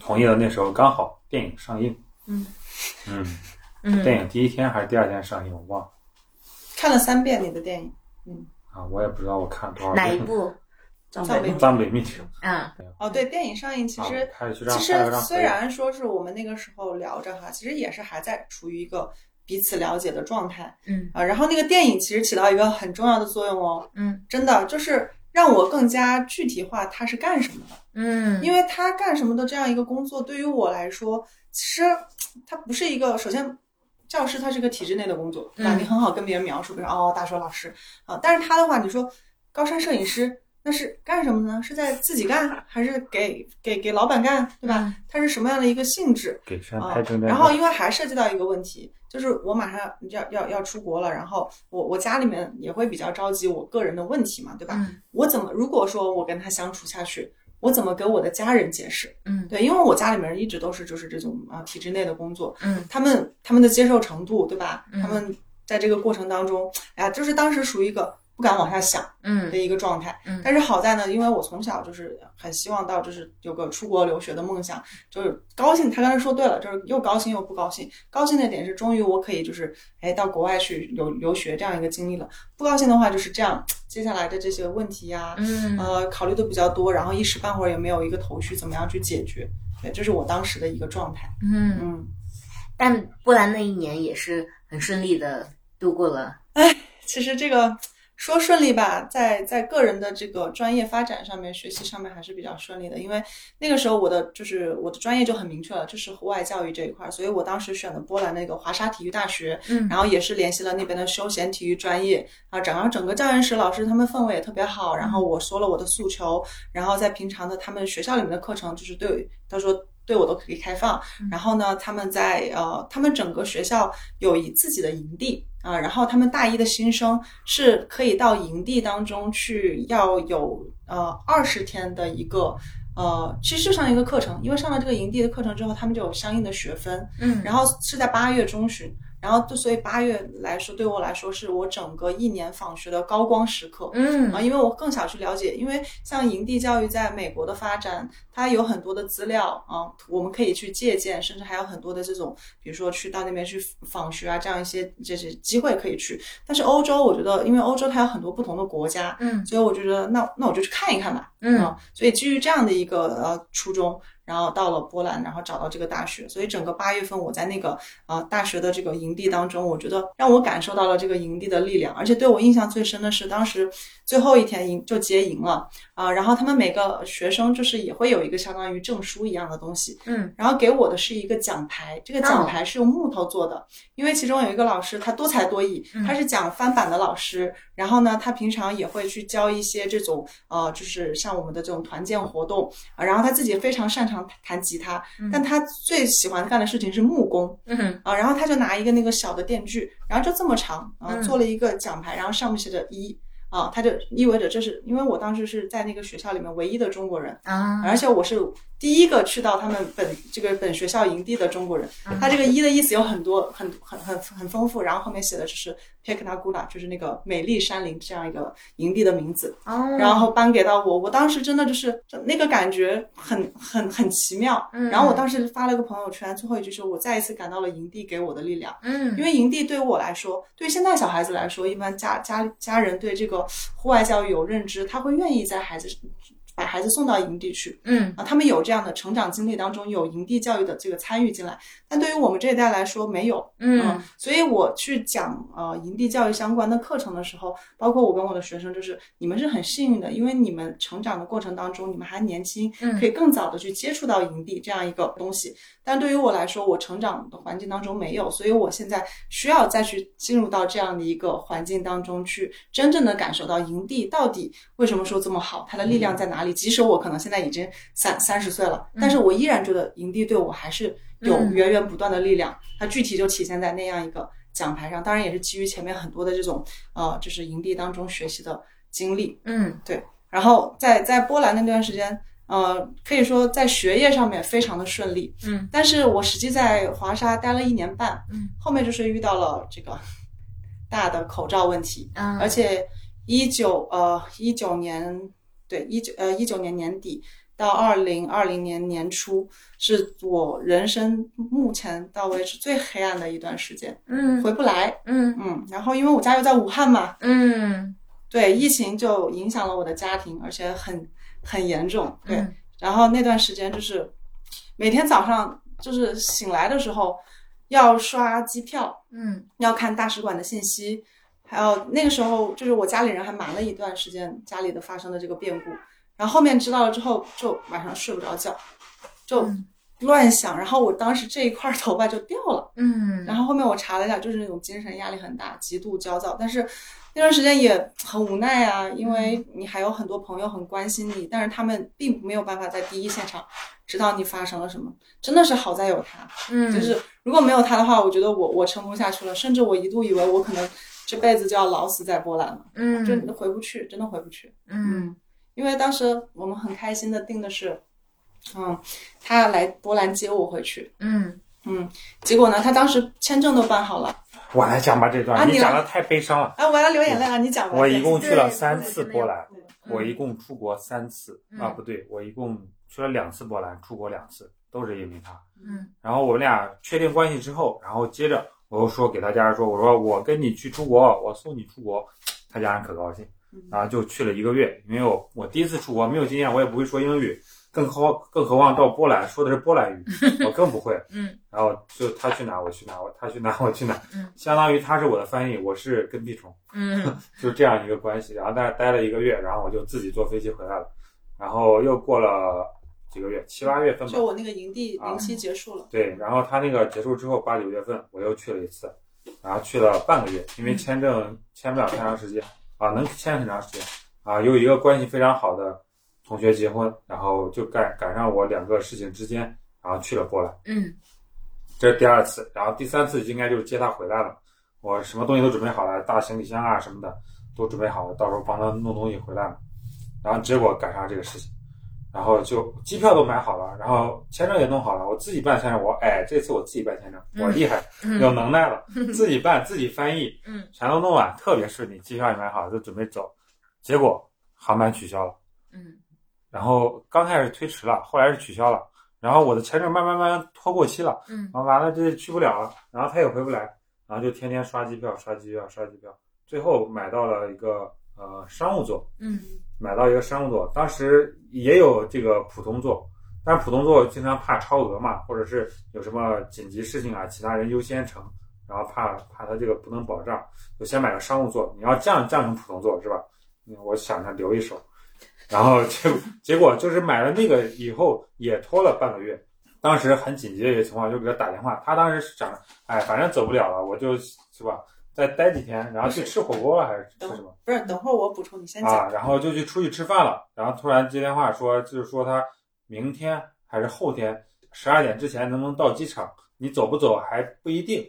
同意了，那时候刚好电影上映，
嗯
嗯，
嗯，
电影第一天还是第二天上映，我忘了
看了三遍你的电影
啊，我也不知道我看了多少
哪一
遍。
部？
《
藏
藏
北
北
部
藏北密室
啊，
嗯
哦，对，电影上映其实、
啊还是去让
其
拍了
实
张
虽
合影
然说是我们那个时候聊着哈，其实也是还在处于一个彼此了解的状态
嗯
啊。然后那个电影其实起到一个很重要的作用哦，
嗯
真的就是让我更加具体化它是干什么的，
嗯，
因为它干什么的这样一个工作，对于我来说，其实它不是一个首先。教师他是个体制内的工作，对吧？
嗯
你很好跟别人描述，比如说哦，大学老师啊，但是他的话，你说高山摄影师那是干什么呢？是在自己干，还是给给给老板干，对吧？
嗯
它是什么样的一个性质？
给山
啊
拍嗯正，
然后因为还涉及到一个问题，就是我马上要要要出国了，然后我我家里面也会比较着急我个人的问题嘛，对吧？
嗯
我怎么如果说我跟他相处下去，我怎么给我的家人解释？
嗯
对，因为我家里面一直都是就是这种啊体制内的工作，
嗯
他们他们的接受程度，对吧？
嗯
他们在这个过程当中，哎呀，就是当时属于一个不敢往下想。的
嗯
一个状态
嗯。
但是好在呢，因为我从小就是很希望到就是有个出国留学的梦想，就是高兴。他刚才说对了，就是又高兴又不高兴。高兴的点是，终于我可以就是哎到国外去留留学这样一个经历了。不高兴的话就是这样，接下来的这些问题呀、
嗯
呃，考虑的比较多，然后一时半会儿也没有一个头绪，怎么样去解决？对，这是我当时的一个状态。
嗯，
嗯，
但波兰那一年也是很顺利的度过了。
其实这个。说顺利吧，在在个人的这个专业发展上面、学习上面还是比较顺利的，因为那个时候我的就是我的专业就很明确了，就是户外教育这一块儿，所以我当时选的波兰那个华沙体育大学，
嗯
然后也是联系了那边的休闲体育专业啊，整个整个教研室老师他们氛围也特别好，然后我说了我的诉求，然后在平常的他们学校里面的课程就是对他说。对我都可以开放，然后呢，他们在呃，他们整个学校有一自己的营地啊、然后他们大一的新生是可以到营地当中去，要有呃二十天的一个呃，其实就上一个课程，因为上了这个营地的课程之后，他们就有相应的学分，
嗯
然后是在八月中旬，然后对，所以八月来说，对我来说是我整个一年访学的高光时刻。
嗯
啊，因为我更想去了解，因为像营地教育在美国的发展，它有很多的资料啊，我们可以去借鉴，甚至还有很多的这种，比如说去到那边去访学啊，这样一些这些机会可以去。但是欧洲，我觉得因为欧洲它有很多不同的国家，
嗯
所以我就觉得那那我就去看一看吧。
嗯，
啊所以基于这样的一个呃初衷，然后到了波兰，然后找到这个大学，所以整个八月份我在那个呃大学的这个营地当中，我觉得让我感受到了这个营地的力量，而且对我印象最深的是当时最后一天营就结营了啊、然后他们每个学生就是也会有一个相当于证书一样的东西，
嗯，
然后给我的是一个奖牌，这个奖牌是用木头做的，因为其中有一个老师他多才多艺，他是讲翻版的老师，然后呢，他平常也会去教一些这种呃，就是像我们的这种团建活动，啊然后他自己非常擅长弹吉他，但他最喜欢干的事情是木工，
嗯
啊，然后他就拿一个那个小的电锯，然后就这么长啊，
嗯
做了一个奖牌，然后上面写着一啊，他就意味着这是因为我当时是在那个学校里面唯一的中国人，
啊，
而且我是第一个去到他们本这个本学校营地的中国人。
嗯
他这个一的意思有很多，很很很很丰富。然后后面写的就是 p e k n a g u l a 就是那个美丽山林这样一个营地的名字。
哦，
然后颁给到我，我当时真的就是那个感觉很很很奇妙。
嗯
然后我当时发了个朋友圈，最后一句是我再一次感到了营地给我的力量。
嗯，
因为营地对我来说，对现在小孩子来说，一般家家家人对这个户外教育有认知，他会愿意在孩子把孩子送到营地去。
嗯
啊，他们有这样的成长经历当中有营地教育的这个参与进来，但对于我们这一代来说没有，
嗯
所以我去讲呃营地教育相关的课程的时候，包括我跟我的学生，就是你们是很幸运的，因为你们成长的过程当中，你们还年轻，
嗯
可以更早的去接触到营地这样一个东西。但对于我来说，我成长的环境当中没有，所以我现在需要再去进入到这样的一个环境当中，去真正的感受到营地到底为什么说这么好，它的力
嗯
量在哪里。即使我可能现在已经三三十岁了，但是我依然觉得营地对我还是有
嗯
源源不断的力量。它具体就体现在那样一个奖牌上，当然也是基于前面很多的这种呃，就是营地当中学习的经历。
嗯
然后在在波兰那段时间，呃，可以说在学业上面非常的顺利，
嗯，
但是我实际在华沙待了一年半，
嗯，
后面就是遇到了这个大的口罩问题，
啊，
而且一九呃一九年对一九呃一九年年底。到二零二零年年初，是我人生目前到为止最黑暗的一段时间，
嗯
回不来。
嗯
嗯，然后因为我家又在武汉嘛，
嗯
对，疫情就影响了我的家庭，而且很很严重。对，
嗯
然后那段时间就是每天早上就是醒来的时候要刷机票，
嗯
要看大使馆的信息，还有那个时候就是我家里人还瞒了一段时间家里的发生的这个变故，然后后面知道了之后就晚上睡不着觉，就
嗯
乱想，然后我当时这一块头发就掉了。
嗯，
然后后面我查了一下，就是那种精神压力很大、极度焦躁，但是那段时间也很无奈啊，因
嗯
为你还有很多朋友很关心你，但是他们并没有办法在第一现场知道你发生了什么。真的是好在有他，
嗯
就是如果没有他的话，我觉得我我撑不下去了，甚至我一度以为我可能这辈子就要老死在波兰了，
嗯
真的回不去，真的回不去。
嗯
嗯，因为当时我们很开心的定的是，嗯，他来波兰接我回去，
嗯
嗯，结果呢，他当时签证都办好了。
我来讲吧这
啊
段，
你
你讲
来
的太悲伤了。
哎，我要流眼泪啊！你讲吧。
我一共去了
对
三
对
次
对
波兰，
嗯
我一共出国三次
嗯
啊，不对，我一共去了两次波兰，出国两次，都是因为他。
嗯
然后我们俩确定关系之后，然后接着我又说给他家人说，我说我跟你去出国，我送你出国，他家人可高兴，然后就去了一个月，因为我我第一次出国没有经验，我也不会说英语，更何更何况到波兰说的是波兰语，我更不会。
嗯，
然后就他去哪我去哪，我他去哪我去哪
嗯，
相当于他是我的翻译，我是跟屁虫。
嗯
就是这样一个关系。然后在那待了一个月，然后我就自己坐飞机回来了。然后又过了几个月，七八月份吧
就，我那个营
啊
地零期结束了，
对。然后他那个结束之后，八九月份我又去了一次，然后去了半个月，因为签证签不了太长时间啊，能签很长时间啊。有一个关系非常好的同学结婚，然后就赶赶上我两个事情之间，然后去了波兰。
嗯
这是第二次，然后第三次应该就是接他回来了。我什么东西都准备好了，大行李箱啊什么的都准备好了，到时候帮他弄东西回来嘛。然后结果赶上这个事情，然后就机票都买好了，然后签证也弄好了，我自己办签证。我哎，这次我自己办签证，我厉害，有能耐了，自己办自己翻译，
嗯，
全都弄完，特别顺利。机票也买好了，就准备走，结果航班取消了。
嗯
然后刚开始推迟了，后来是取消了，然后我的签证慢慢慢慢拖过期了。
嗯
然后完了这去不了了，然后他也回不来，然后就天天刷机票、刷机票、刷机票，最后买到了一个呃商务座，
嗯
买到一个商务座，当时也有这个普通座，但是普通座经常怕超额嘛，或者是有什么紧急事情啊，其他人优先乘，然后怕怕他这个不能保障，就先买个商务座。你要降降成普通座是吧？嗯我想着留一手，然后结果结果就是买了那个以后也拖了半个月。当时很紧急的一个情况，就给他打电话。他当时是想，哎，反正走不了了，我就是吧，再待几天，然后去吃火锅了还是吃什么？
不是，等会儿我补充，你先讲。
啊，然后就去出去吃饭了，然后突然接电话说，就是说他明天还是后天十二点之前能不能到机场？你走不走还不一定，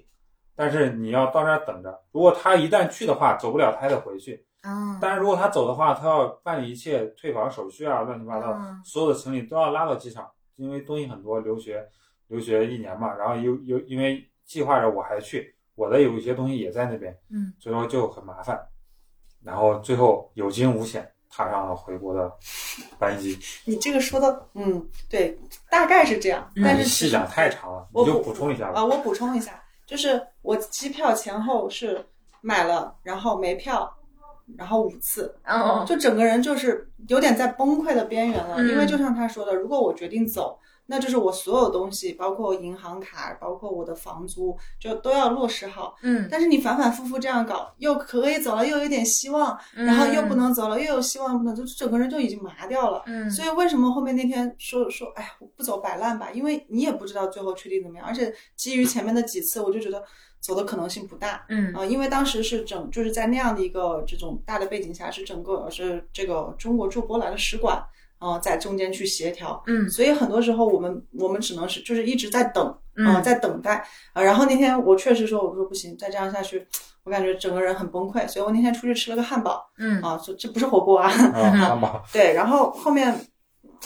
但是你要到那儿等着。如果他一旦去的话，走不了他还得回去；
啊，
但是如果他走的话，他要办理一切退房手续啊，乱七八糟，
嗯
所有的行李都要拉到机场，因为东西很多，留学留学一年嘛，然后又又因为计划着我还去，我的有一些东西也在那边，
嗯，
所以说就很麻烦。然后最后有惊无险，踏上了回国的班机。
你这个说的，嗯，对，大概是这样。
嗯
但
你
是
细讲太长了，
我
你就补充一下吧。
啊，我补充一下，就是我机票前后是买了，然后没票，然后五次，
哦，
就整个人就是有点在崩溃的边缘了。
嗯
因为就像他说的，如果我决定走，那就是我所有东西，包括银行卡，包括我的房租，就都要落实好。
嗯，
但是你反反复复这样搞，又可以走了，又有点希望，然后又不能走了，又有希望不能走，就整个人就已经麻掉了。
嗯嗯，嗯，
所以为什么后面那天说说，哎呀，我不走摆烂吧，因为你也不知道最后确定怎么样，而且基于前面的几次，我就觉得走的可能性不大。
嗯
啊，因为当时是整就是在那样的一个这种大的背景下，是整个是这个中国驻波兰的使馆啊、呃在中间去协调，
嗯
所以很多时候我们我们只能是就是一直在等啊、
嗯，
在等待啊。然后那天我确实说，我说不行，再这样下去，我感觉整个人很崩溃，所以我那天出去吃了个汉堡
嗯
啊，说这不是火锅啊，
啊，好吧，
对，然后后面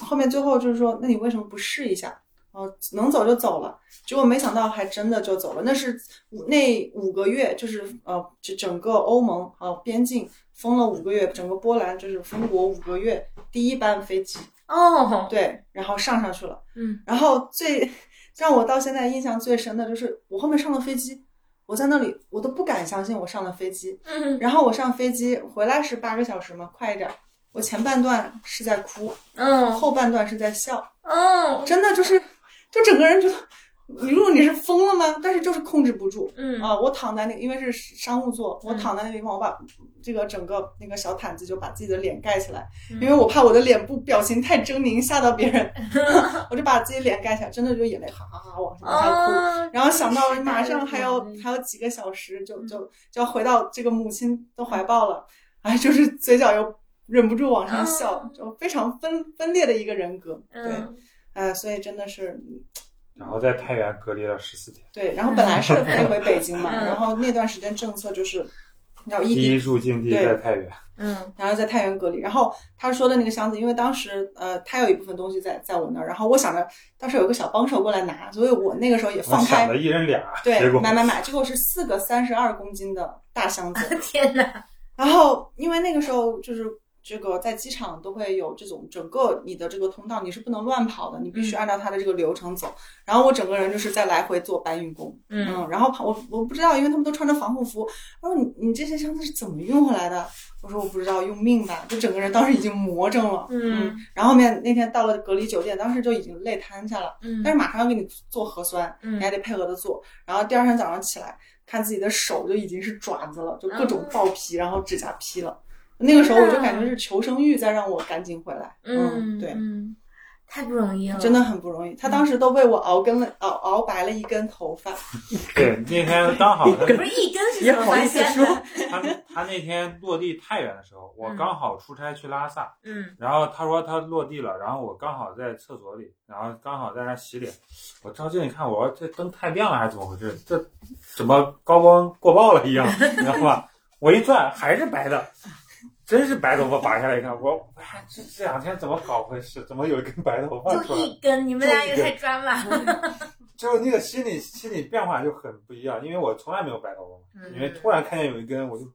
后面最后就是说，那你为什么不试一下？哦，能走就走了，结果没想到还真的就走了。那是五那五个月，就是呃，这整个欧盟呃边境封了五个月，整个波兰就是封国五个月，第一班飞机
哦，
对，然后上上去了。
嗯，
然后最让我到现在印象最深的就是我后面上了飞机，我在那里我都不敢相信我上了飞机，
嗯
然后我上飞机回来是八个小时嘛，快一点儿。我前半段是在哭，
嗯
后半段是在笑，
哦，
真的就是，就整个人觉得，一路你是疯了吗？但是就是控制不住
嗯
啊！我躺在那，因为是商务座，我
嗯
躺在那地方，我把这个整个那个小毯子就把自己的脸盖起来，
嗯
因为我怕我的脸部表情太狰狞吓到别 人，我就把自己脸盖起来，真的就眼泪哈哈哈往上往下哭。
哦，
然后想到马上还有
嗯
还有几个小时就就就要回到这个母亲的怀抱了，哎，就是嘴角又忍不住往上笑
嗯，
就非常分分裂的一个人格，对，
嗯
哎，所以真的是
然后在太原隔离了十四天，
对。然后本来是飞回北京嘛，
嗯
然后那段时间政策就是要异
第
地
一处境地
对
在太原。
嗯
然后在太原隔离。然后他说的那个箱子，因为当时呃，他有一部分东西在在我那儿，然后我想着当时有个小帮手过来拿，所以我那个时候也
我
放
想
开
的一人俩，结
对，
果
买买买，结果是四个三十二公斤的大箱子。
天哪，
然后因为那个时候就是这个在机场都会有这种整个你的这个通道你是不能乱跑的，你必须
嗯
按照它的这个流程走。然后我整个人就是在来回做搬运工，
嗯
然后跑我我不知道，因为他们都穿着防护服。他说你你这些箱子是怎么运回来的？我说我不知道，用命吧，就整个人当时已经魔怔了。
嗯
然后后面那天到了隔离酒店，当时就已经累瘫下了。
嗯，
但是马上要给你做核酸，
嗯
你还得配合的做。然后第二天早上起来，看自己的手就已经是爪子了，就各种爆皮，然后指甲劈了。那个时候我就感觉是求生欲在让我赶紧回来。
嗯
对，
嗯，太不容易了，
真的很不容易。他当时都为我熬根了，熬熬白了一根头发。
对那天刚 好他
不是一根是怎么发现
也好
的？
他他那天落地太原的时候，我
嗯
刚好出差去拉萨，
嗯
然后他说他落地了，然后我刚好在厕所里，然后刚好在那洗脸，我照镜一看，我说这灯太亮了还是怎么回事？这怎么高光过曝了一样， 你知道吧？我一转还是白的，真是白头发拔下来一看，我哎这这两天怎么搞回事？怎么有一根白头发出
就
来？
一根，你们俩也太抓马了。
就那个心理心理变化就很不一样，因为我从来没有白头发嘛，
嗯
因为突然看见有一根，我就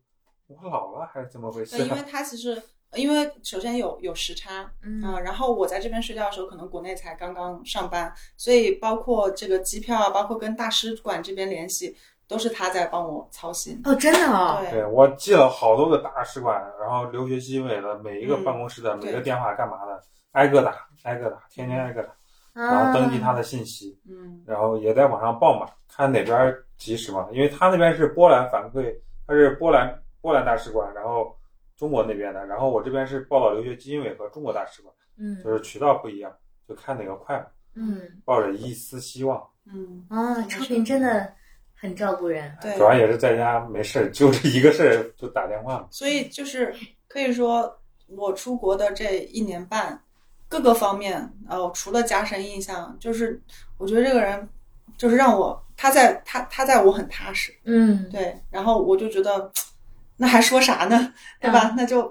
我老了还是怎么回事
对，？因为他其实。因为首先有有时差，
嗯
嗯、然后我在这边睡觉的时候，可能国内才刚刚上班，所以包括这个机票啊，包括跟大使馆这边联系，都是他在帮我操心。
哦，真的哦，
啊对
对我记了好多个大使馆，然后留学基金委的每一个办公室的、每个
嗯对
电话干嘛的，挨个打，挨个打，天天挨个打，然
啊
后，登记他的信息，
嗯，
然后也在网上报嘛，看哪边儿及时嘛，因为他那边是波兰反馈，他是波兰波兰大使馆，然后中国那边的，然后我这边是报道留学基金委和中国大使馆，
嗯
就是渠道不一样，就看哪个快嘛，
嗯，
抱着一丝希望，
嗯，
哦，超平真的很照顾人，
对
主。要也是在家没事儿，就这一个事儿就打电话嘛，
所以就是可以说，我出国的这一年半，各个方面，呃，除了加深印象，就是我觉得这个人，就是让我他在他他在我很踏实，
嗯，
对，然后我就觉得，那还说啥呢， 对吧？那就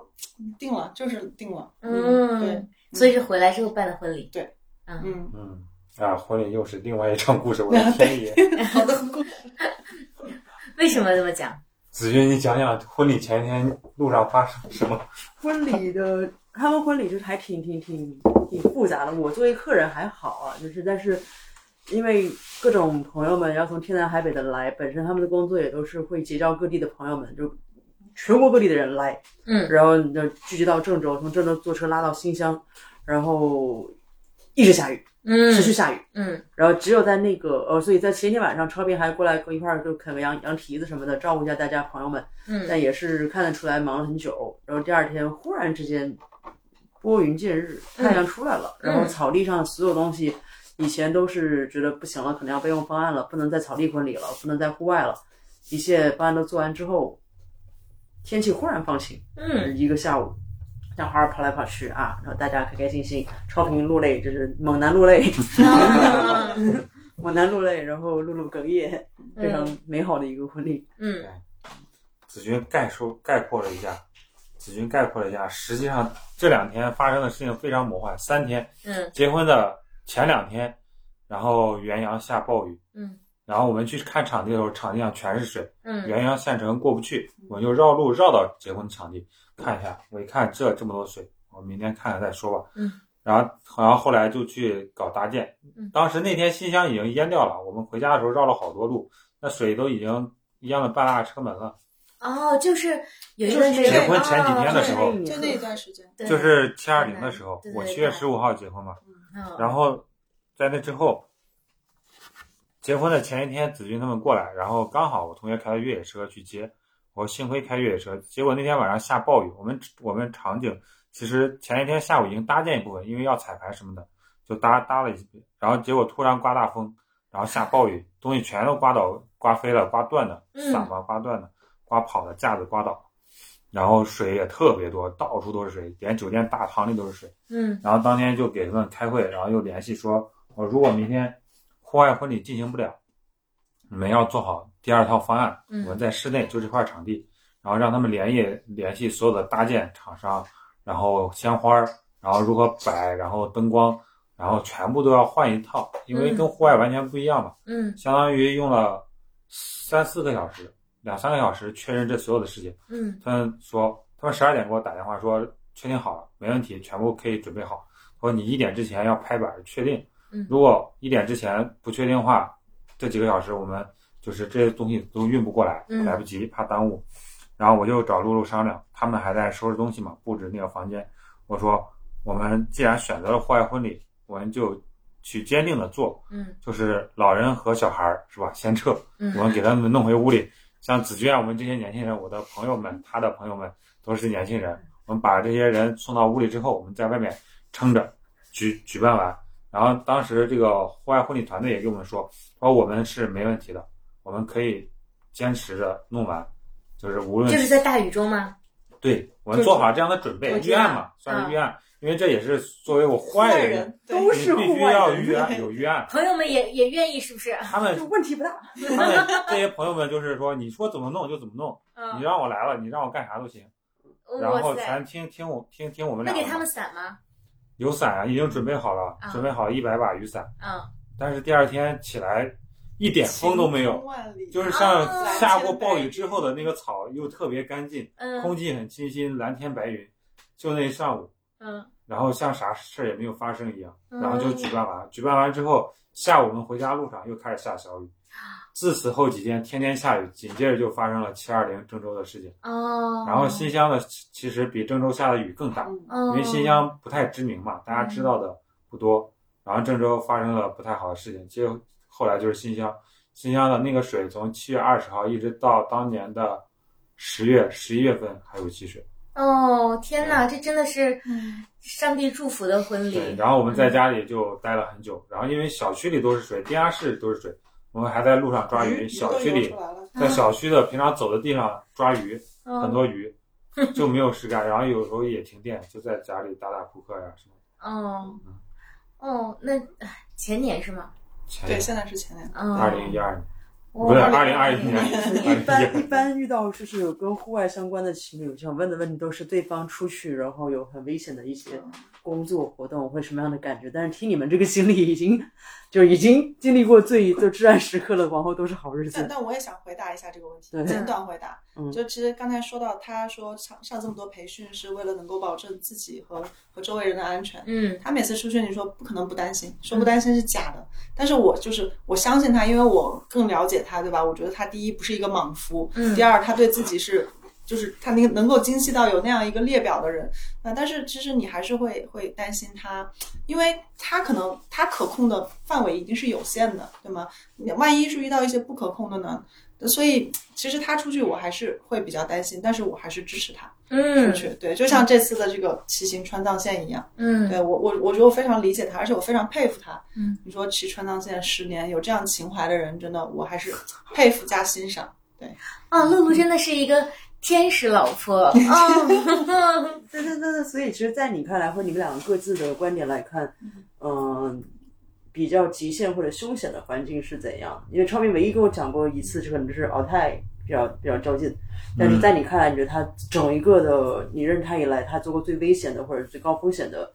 定了，就是定了，
嗯
对，
所以是回来之后办的婚礼，
对，
嗯，
嗯，
嗯。啊，婚礼又是另外一场故事，我的天爷！
好的，故事
为什么这么讲？
子君，你讲讲婚礼前一天路上发生什么？
婚礼的，他们婚礼就是还挺挺挺挺复杂的。我作为客人还好啊，就是但是因为各种朋友们要从天南海北的来，本身他们的工作也都是会结交各地的朋友们，就全国各地的人来，
嗯
然后你就聚集到郑州，从郑州坐车拉到新乡，然后一直下雨，
嗯
持续下雨。
嗯
然后只有在那个呃，所以在前一天晚上，超斌还过来跟一块儿就啃个羊羊蹄子什么的，照顾一下大家朋友们。
嗯
但也是看得出来忙了很久。然后第二天忽然之间拨云见日，太阳出来了，
嗯
然后草地上的所有东西，以前都是觉得不行了，可能要备用方案了，不能在草地婚礼了，不能在户外了。一切方案都做完之后，天气忽然放晴，
嗯，
一个下午。小孩儿跑来跑去啊，然后大家开开心心，超频落泪，就是猛男落泪，
啊
猛男落泪，然后露露哽咽，非常美好的一个婚礼。
嗯
子君概述概括了一下，子君概括了一下，实际上这两天发生的事情非常魔幻。三天，
嗯
结婚的前两天，然后元阳下暴雨，
嗯
然后我们去看场地的时候，场地上全是水，
嗯
元阳县城过不去，我们就绕路绕到结婚场地看一下。我一看这这么多水，我明天看看再说吧。
嗯。
然后，然后后来就去搞搭建
嗯。
当时那天新乡已经淹掉了，我们回家的时候绕了好多路，那水都已经淹了半拉车门了。
哦，就是有一段时间
结婚前几天的时候
哦，
就那一段 时间，
对
就是七二零的时候
对，对
我
对
七月
对
十五号结婚嘛，
嗯
然后在那之后，结婚的前一天，子君他们过来，然后刚好我同学开越野车去接，我幸亏开越野车，结果那天晚上下暴雨，我们我们场景其实前一天下午已经搭建一部分，因为要彩排什么的，就搭搭了一遍，然后结果突然刮大风，然后下暴雨，东西全都刮倒、刮飞了、刮断的，
嗯
伞嘛刮断的、刮跑的，架子刮倒了，然后水也特别多，到处都是水，连酒店大堂里都是水。
嗯
然后当天就给他们开会，然后又联系说，我如果明天户外婚礼进行不了，你们要做好第二套方案，
嗯
我们在室内就这块场地，然后让他们连夜联系所有的搭建厂商，然后鲜花儿，然后如何摆，然后灯光，然后全部都要换一套，因为跟户外完全不一样嘛，
嗯
相当于用了三四个小时，两三个小时确认这所有的事情。
嗯
他们说，他们十二点给我打电话说确定好了，没问题，全部可以准备好。说你一点之前要拍板确定
嗯，
如果一点之前不确定的话，这几个小时我们就是这些东西都运不过来，
嗯
来不及，怕耽误。然后我就找露露商量，他们还在收拾东西嘛，布置那个房间。我说，我们既然选择了户外婚礼，我们就去坚定的做，
嗯
就是老人和小孩儿是吧？先撤，
嗯
我们给他们弄回屋里。像子君啊，我们这些年轻人，我的朋友们，他的朋友们都是年轻人。我们把这些人送到屋里之后，我们在外面撑着举举办完。然后当时这个户外婚礼团队也跟我们说，说我们是没问题的，我们可以坚持着弄完，就是无论
就是在大雨中吗？
对我们
就是
做好这样的准备
我，知
预案
道
嘛，算
嗯
是预案，因为这也是作为我户外的人，
人对
都
你
是
必
户
须
外
要
人
预案有预案。
朋友们也也愿意是不是？
他们
就问题不大，
他们这些朋友们就是说，你说怎么弄就怎么弄，你
嗯，
让我来了，你让我干啥都行，然后
哇塞，
全听听我听听我们
那
俩
给
的。
他们伞吗？
有伞啊，已经准备好了，
啊
准备好一百把雨伞，
嗯
但是第二天起来一点风都没
晴
有，
空万里，
就是
啊
像下过暴雨之后的那个草又特别干净，空
嗯
气很清新，蓝天白云，就那一上午，
嗯
然后像啥事儿也没有发生一样，
嗯啊
然后就举办完，举办完之后，下午我们回家路上又开始下小雨，自此后几天天天下雨，紧接着就发生了七二零郑州的事情。
哦，
然后新乡的其其实比郑州下的雨更
哦
大，因
因
为新乡不太知名嘛，大家知道的不多。然后郑州发生了不太好的事情，结果后来就是新乡，新乡的那个水从七月二十号一直到当年的十月、十一月份还有积水。
哦，天哪，这真的是
嗯
上帝祝福的婚
对，
礼。
然后我们在家里就待了很久，然后因为小区里都是水，地下室都是水，我们还在路上抓
鱼
鱼，
鱼
小
都
区
游
里
出来了，
在小区的平常走的地上抓鱼，
嗯
很多鱼，就没有事干，然后有时候也停电，就在家里打打扑克呀什么的。
哦哦，那哎前年是吗？哦
前
对，现在是前年。
嗯，
二零一二年，
我
不是
2021
2021年
一般一般遇到就是有跟户外相关的情侣，想问的问题都是对方出去然后有很危险的一些工作活动会什么样的感觉。但是听你们这个经历，已经就已经经历过最就至暗时刻了，往后都是好日
但
子。
但我也想回答一下这个问题
对，
简短回答。
嗯
就其实刚才说到，他说上上这么多培训是为了能够保证自己和和周围人的安全。
嗯
他每次出去，你说不可能不担心，
嗯
说不担心是假的。但是我就是我相信他，因为我更了解他，对吧？我觉得他第一不是一个莽夫，
嗯
第二他对自己是，就是他能能够精细到有那样一个列表的人。那但是其实你还是会会担心他，因为他可能他可控的范围一定是有限的，对吗？你万一是遇到一些不可控的呢？所以其实他出去我还是会比较担心，但是我还是支持他出
嗯
去。对，就像这次的这个骑行川藏线一样。
嗯
对我我我觉得我非常理解他，而且我非常佩服他。
嗯，
你说骑川藏线十年有这样情怀的人，真的我还是佩服加欣赏。
哦，露露真的是一个天使老婆 哦，
对对对对，所以其实，在你看来，或你们两个各自的观点来看，嗯、比较极限或者凶险的环境是怎样？因为超明唯一跟我讲过一次，就可能就是敖泰比较比较较劲，但
嗯
是在你看来，你觉得他整一个的，你认识他以来，他做过最危险的或者最高风险的，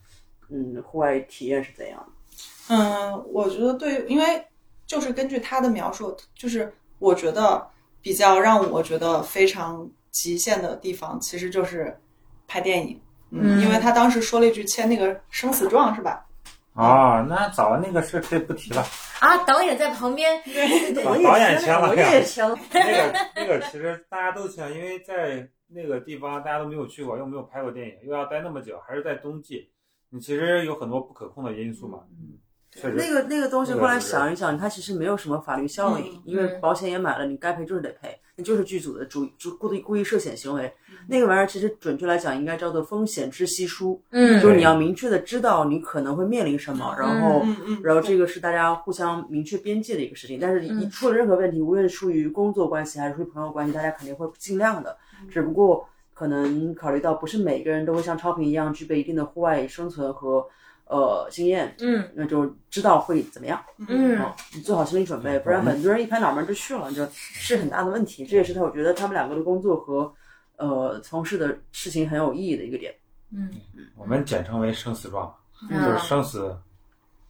嗯，户外体验是怎样？
嗯，我觉得对于，因为就是根据他的描述，就是我觉得比较让我觉得非常极限的地方，其实就是拍电影。
嗯
因为他当时说了一句签那个生死状是吧？
啊，那早那个事可以不提了，
啊，导演在旁边，
把导演签了
哎我
呀
也签了，
那个那个其实大家都想，因为在那个地方大家都没有去过，又没有拍过电影，又要待那么久，还是在冬季，你其实有很多不可控的因素嘛。嗯，确实。
那个那个东西，后来想一想，它其实没有什么法律效应，
嗯
因为保险也买了，你该赔就是得赔，那就是剧组的主主故意故意涉险行为。
嗯
那个玩意儿其实准确来讲，应该叫做风险知悉书，
嗯
就是你要明确的知道你可能会面临什么，然后。
嗯嗯，
哦然后这个是大家互相明确边界的一个事情，但是一出了任何问题，无论出于工作关系还是出于朋友关系，大家肯定会尽量的。
嗯
只不过可能考虑到不是每个人都会像超平一样具备一定的户外生存和呃经验，
嗯
那就知道会怎么样。
嗯
啊，你做好心理准备，不然很多人一拍脑门就去了，这是很大的问题。这也是他我觉得他们两个的工作和呃从事的事情很有意义的一个点。
嗯
我们简称为生死状，就
嗯
是生死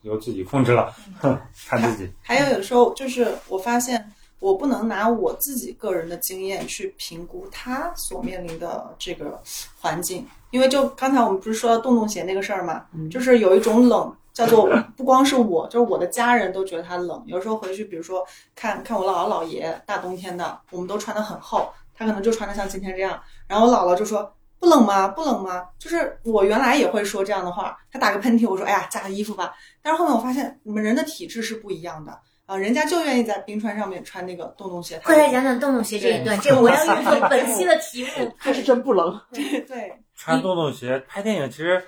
由自己控制了， 看自己。
还有有时候就是我发现，我不能拿我自己个人的经验去评估他所面临的这个环境，因为就刚才我们不是说到洞洞鞋那个事儿嘛，就是有一种冷。叫做不光是我，就是我的家人都觉得它冷。有时候回去，比如说看看我姥姥姥爷，大冬天的，我们都穿的很厚，他可能就穿的像今天这样。然后我姥姥就说：“不冷吗？不冷吗？”就是我原来也会说这样的话，他打个喷嚏，我说：“哎呀，加个衣服吧。”但是后面我发现，你们人的体质是不一样的啊、人家就愿意在冰川上面穿那个洞洞鞋。
快来讲讲洞洞鞋这一段，这我要用作本期的题 目。
还是真不冷，
对，
嗯
穿洞洞鞋拍电影，其实，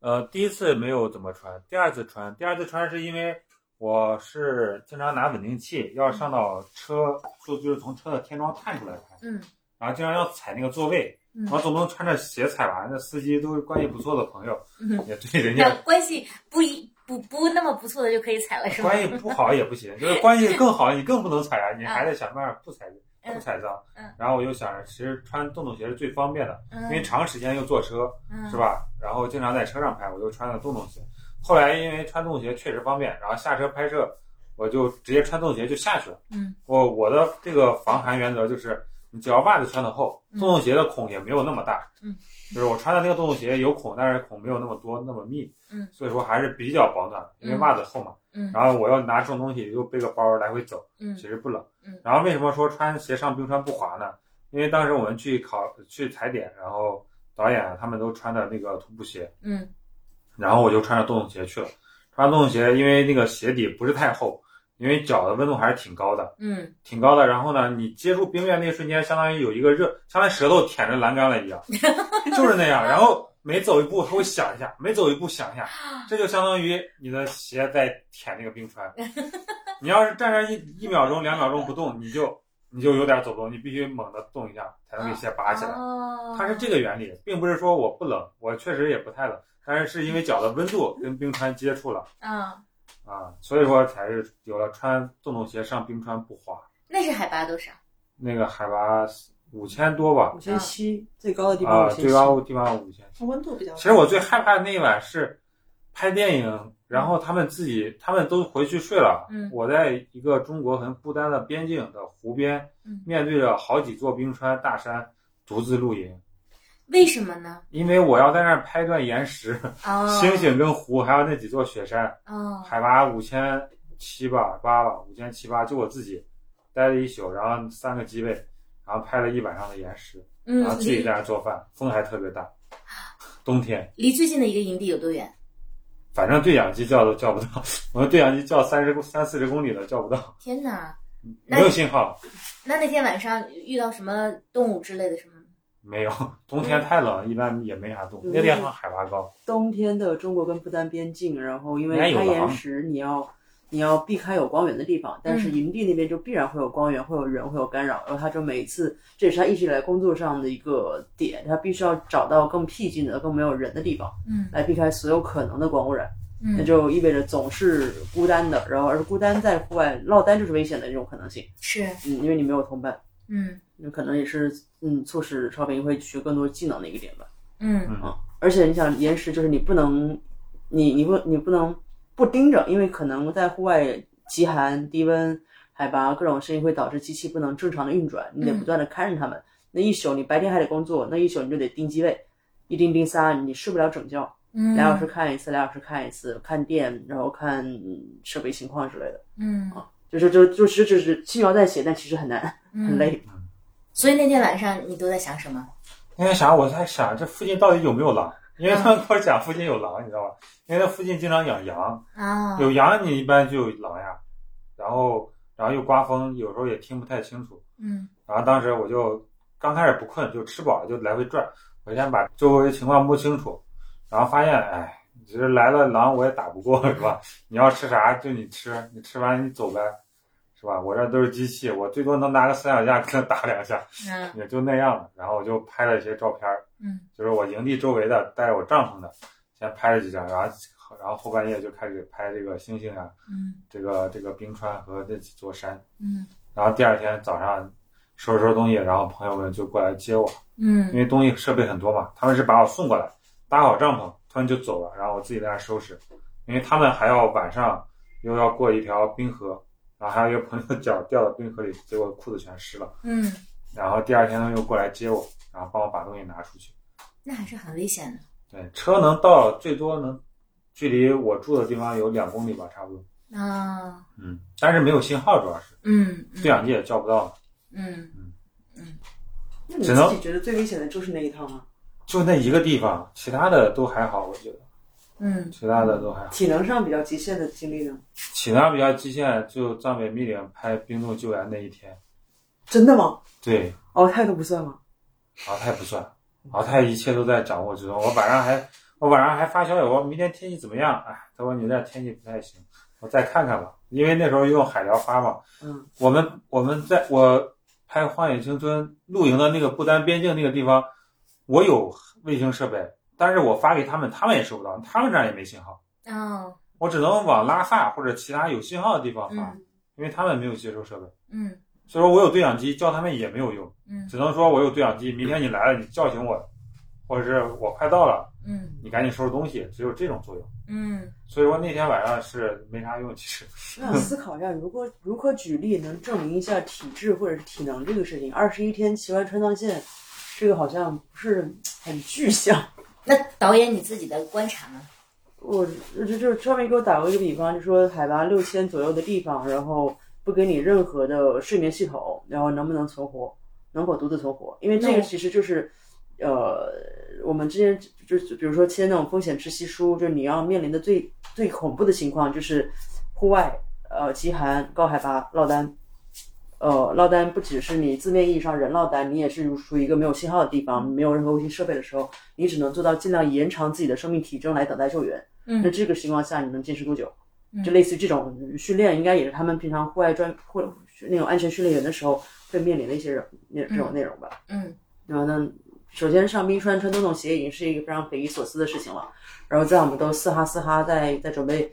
呃，第一次没有怎么穿，第二次穿，第二次穿是因为我是经常拿稳定器要上到车，就就是从车的天窗探出来拍，
嗯
然后经常要踩那个座位，
嗯
我总不能穿着鞋踩吧？那司机都是关系不错的朋友，
嗯，
也对人
那
家
关系不一不不那么不错的就可以踩了是吗？
关系不好也不行，就是关系更好你更不能踩啊，你还得想办法不踩不踩脏
嗯。
然后我就想着，其实穿洞洞鞋是最方便的，因为
嗯
长时间又坐车，
嗯
是吧？然后经常在车上拍，我就穿的洞洞鞋。后来因为穿洞鞋确实方便，然后下车拍摄，我就直接穿洞鞋就下去了。
嗯，
我我的这个防寒原则就是，你只要袜子穿的厚，洞洞鞋的孔也没有那么大，
嗯，
就是我穿的那个洞洞鞋有孔，但是孔没有那么多那么密，
嗯，
所以说还是比较保暖，因为袜子厚嘛，
嗯
然后我要拿重东西就背个包来回走，
嗯
其实不冷，
嗯
然后为什么说穿鞋上冰川不滑呢？因为当时我们去考去踩点，然后导演啊他们都穿的那个徒步鞋，
嗯
然后我就穿着洞洞鞋去了。穿着洞洞鞋，因为那个鞋底不是太厚，因为脚的温度还是挺高的，
嗯
挺高的。然后呢，你接触冰面那一瞬间，相当于有一个热，相当于舌头舔着栏杆了一样，就是那样。然后每走一步它会响一下，每走一步响一下，这就相当于你的鞋在舔那个冰川。你要是站上一一秒钟、两秒钟不动，你就你就有点走不动，你必须猛地动一下才能给鞋拔起来。
哦，
它是这个原理，并不是说我不冷，我确实也不太冷，但是是因为脚的温度跟冰川接触了
啊，
啊，所以说才是有了穿洞洞鞋上冰川不滑。
那是海拔多少？
那个海拔五千多吧
五，千七最高的地方
啊
五，千
最
七，
高地方五千。
温度比较高。
其实我最害怕的那一晚是拍电影，然后他们自己他们都回去睡了，
嗯
我在一个中国很孤单的边境的湖边，
嗯
面对着好几座冰川大山独自露营，
为什么呢？
因为我要在那儿拍段岩石。
哦，
啊
星星跟湖，还有那几座雪山，
哦，
海拔五千七吧八吧，五千七八，就我自己待了一宿，然后三个机位，然后拍了一晚上的岩石，
嗯
然啊后，自己
离
在那做饭，风还特别大，冬天，
离最近的一个营地有多远？
反正对讲机叫都叫不到，我们对讲机叫三十三四十公里的叫不到，
天哪，那
没有信号，
那那天晚上遇到什么动物之类的什么吗？
没有，冬
嗯
天太冷，一般也没啥动。那地方海拔高，
冬天的中国跟不丹边境，然后因为
应该有
开
的
岩
啊
石，你要你要避开有光源的地方，但是营地那边就必然会有光源，会有人，会有干扰，然后他就每一次，这也是他一直以来工作上的一个点，他必须要找到更僻静的、更没有人的地方，
嗯
来避开所有可能的光污染，那
嗯，
就意味着总是孤单的，然后而孤单在户外落单就是危险的一种可能性，
是，
嗯，因为你没有同伴，
嗯
那可能也是嗯促使超平会学更多技能的一个点吧。
嗯
嗯，
而且你想延时就是你不能，你你不你不能不盯着，因为可能在户外极寒、低温、海拔各种声音会导致机器不能正常的运转，你得
嗯
不断的看着它们。那一宿你白天还得工作，那一宿你就得盯机位，一盯盯仨，你睡不了整觉，
嗯，
俩小时看一次，俩小时看一次，看店，然后看嗯设备情况之类的。
嗯，
就是就就是就是轻描淡写，但其实很难，
嗯
很。累。
所以那天晚上你都在想什么？
那天啥，我在想这附近到底有没有狼，因
嗯
为他们跟我讲附近有狼，你知道吧？因为那附近经常养羊。
啊，
有羊你一般就有狼呀，然后然后又刮风，有时候也听不太清楚。
嗯
然后当时我就刚开始不困，就吃饱了就来回转，我先把周围情况摸清楚，然后发现，哎，其实来了狼我也打不过，是吧？你要吃啥就你吃，你吃完你走呗，是吧？我这都是机器，我最多能拿个三脚架跟它打两下，
嗯
也就那样了。然后我就拍了一些照片儿，
嗯
就是我营地周围的，带着我帐篷的，先拍了几张，然后然后后半夜就开始拍这个星星啊。
嗯
这个这个冰川和那几座山。
嗯
然后第二天早上收拾收拾东西，然后朋友们就过来接我，因
嗯
为东西设备很多嘛，他们是把我送过来，搭好帐篷，他们就走了，然后我自己在那收拾，因为他们还要晚上又要过一条冰河，然后还有一个朋友脚掉到冰河里，结果裤子全湿了，
嗯，
然后第二天他们又过来接我，然后帮我把东西拿出去。
那还是很危险的。
对，车能到最多能距离我住的地方有两公里吧，差不多。
啊，
嗯，但是没有信号，主要是
嗯
对讲机也叫不到。
嗯
那你
只能
自己觉得最危险的就是那一趟吗？
就那一个地方，其他的都还好，我觉得
嗯
其他的都还好。
体能上比较极限的经历呢？
其他比较极限就藏北密岭拍冰冻救援那一天，
真的吗？
对，
哦，态度不算吗？
敖泰不算，敖泰一切都在掌握之中。我晚上还我晚上还发消息，我说明天天气怎么样？哎，他说你这天气不太行，我再看看吧，因为那时候用海聊发嘛。
嗯，
我们我们在我拍《荒野青春》露营的那个不丹边境那个地方，我有卫星设备，但是我发给他们，他们也收不到，他们那儿也没信号。
哦
我只能往拉萨或者其他有信号的地方发，
嗯
因为他们没有接收设备，
嗯
所以说我有对讲机叫他们也没有用，
嗯
只能说我有对讲机，明天你来了你叫醒我，或者是我快到了
嗯
你赶紧收拾东西，只有这种作用。
嗯嗯
所以说那天晚上是没啥用，其实
我想思考一下，如何如何举例能证明一下体质或者是体能这个事情？二十一天骑完川藏线，这个好像不是很具象。
那导演你自己的观察呢？
我就就是专门给我打过一个比方，就说海拔六千左右的地方，然后不给你任何的睡眠系统，然后能不能存活，能否独自存活？因为这
那我
个其实就是，呃，我们之前就就比如说签那种风险知悉书，就是你要面临的最最恐怖的情况就是户外，呃，极寒、高海拔、落单。呃，落单不只是你字面意义上人落单，你也是处于一个没有信号的地方，没有任何卫星设备的时候，你只能做到尽量延长自己的生命体征来等待救援。那
嗯
这个情况下你能坚持多久？
嗯
就类似于这种训练，应该也是他们平常户外专或那种安全训练营的时候会面临的一些人那这种内容吧。
嗯
然后呢，首先上冰川穿洞洞鞋已经是一个非常匪夷所思的事情了。然后在我们都嘶哈嘶哈在在准备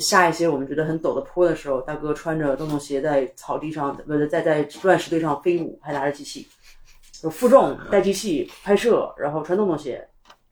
下一些我们觉得很陡的坡的时候，大哥穿着洞洞鞋在草地上，不是在在乱石堆上飞舞，还拿着机器，有负重
嗯
带机器拍摄，然后穿洞洞鞋，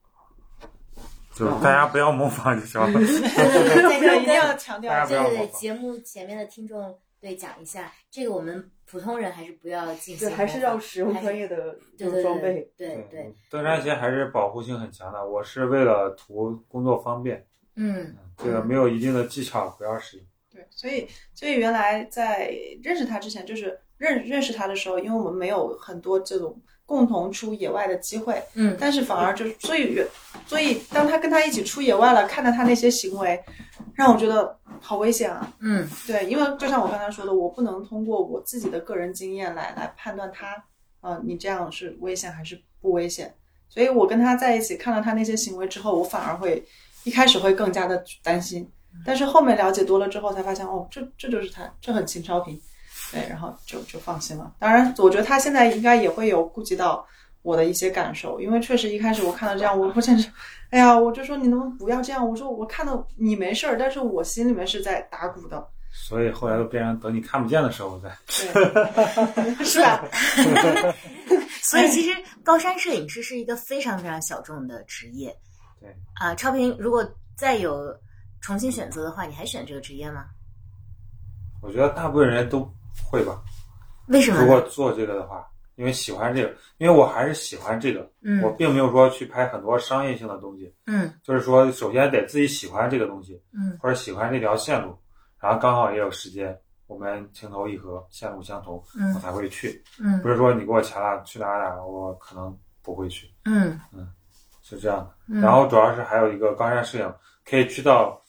就是
哦
大家不要模仿就行了。
对
对，一定要强调
大家
一
不
下
要
对对对，
模仿
节目前面的听众对讲一下，这个我们普通人还是不要进行
对，
模仿，
还是要使用
还是
专业的这
对对
种装备。
对 对对，
嗯登山鞋还是保护性很强的。我是为了图工作方便，
嗯
这个没有一定的技巧不要使用。
对，所以所以原来在认识他之前，就是认认识他的时候，因为我们没有很多这种共同出野外的机会，
嗯
但是反而就是所以原所以当他跟他一起出野外了，看到他那些行为，让我觉得好危险啊！
嗯
对，因为就像我刚才说的，我不能通过我自己的个人经验来来判断他，呃，你这样是危险还是不危险。所以我跟他在一起，看到他那些行为之后，我反而会一开始会更加的担心，但是后面了解多了之后，才发现哦，这这就是他，这很秦超平，对，然后就就放心了。当然，我觉得他现在应该也会有顾及到我的一些感受，因为确实一开始我看到这样，我我简直，哎呀，我就说你能不能不要这样？我说我看到你没事儿，但是我心里面是在打鼓的，
所以后来都变成等你看不见的时候再。
对， 是吧？
所
哎
以其实高山摄影师是一个非常非常小众的职业。
对
啊，超平，如果再有重新选择的话，你还选这个职业吗？
我觉得大部分人都会吧。
为什么
如
呢？
果做这个的话，因为喜欢这个，因为我还是喜欢这个，
嗯
我并没有说去拍很多商业性的东西，
嗯
就是说首先得自己喜欢这个东西，
嗯
或者喜欢这条线路，然后刚好也有时间，我们情投意合，线路相同，我
嗯
才会去。不
嗯
是说你给我钱了去哪儿哪儿，我可能不会去，
嗯
是这样的。
嗯，
然后主要是还有一个高山摄影，可以去到，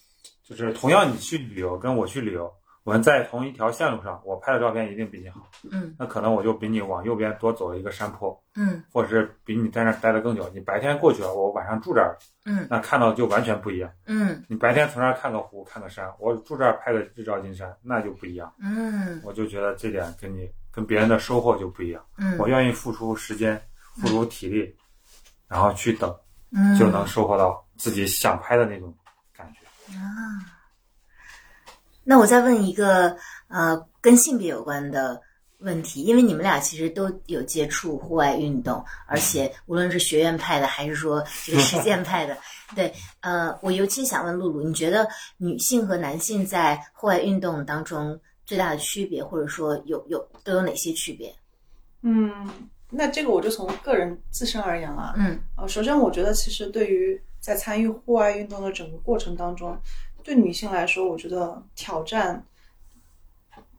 就是同样你去旅游跟我去旅游，我们在同一条线路上，我拍的照片一定比你好。
嗯，
那可能我就比你往右边多走一个山坡，
嗯
或者是比你在那儿待的更久。你白天过去了，我晚上住这儿，
嗯
那看到就完全不一样。
嗯
你白天从那儿看个湖，看个山，我住这儿拍个日照金山，那就不一样。
嗯
我就觉得这点跟你跟别人的收获就不一样。
嗯，
我愿意付出时间，付出体力，然后去等，
嗯
就能收获到自己想拍的那种感觉。
那我再问一个呃跟性别有关的问题，因为你们俩其实都有接触户外运动，而且无论是学院派的还是说这个实践派的， 对，呃，我尤其想问露露，你觉得女性和男性在户外运动当中最大的区别，或者说有有都有哪些区别？
嗯，那这个我就从个人自身而言了。
嗯
呃，首先我觉得其实对于在参与户外运动的整个过程当中，对女性来说，我觉得挑战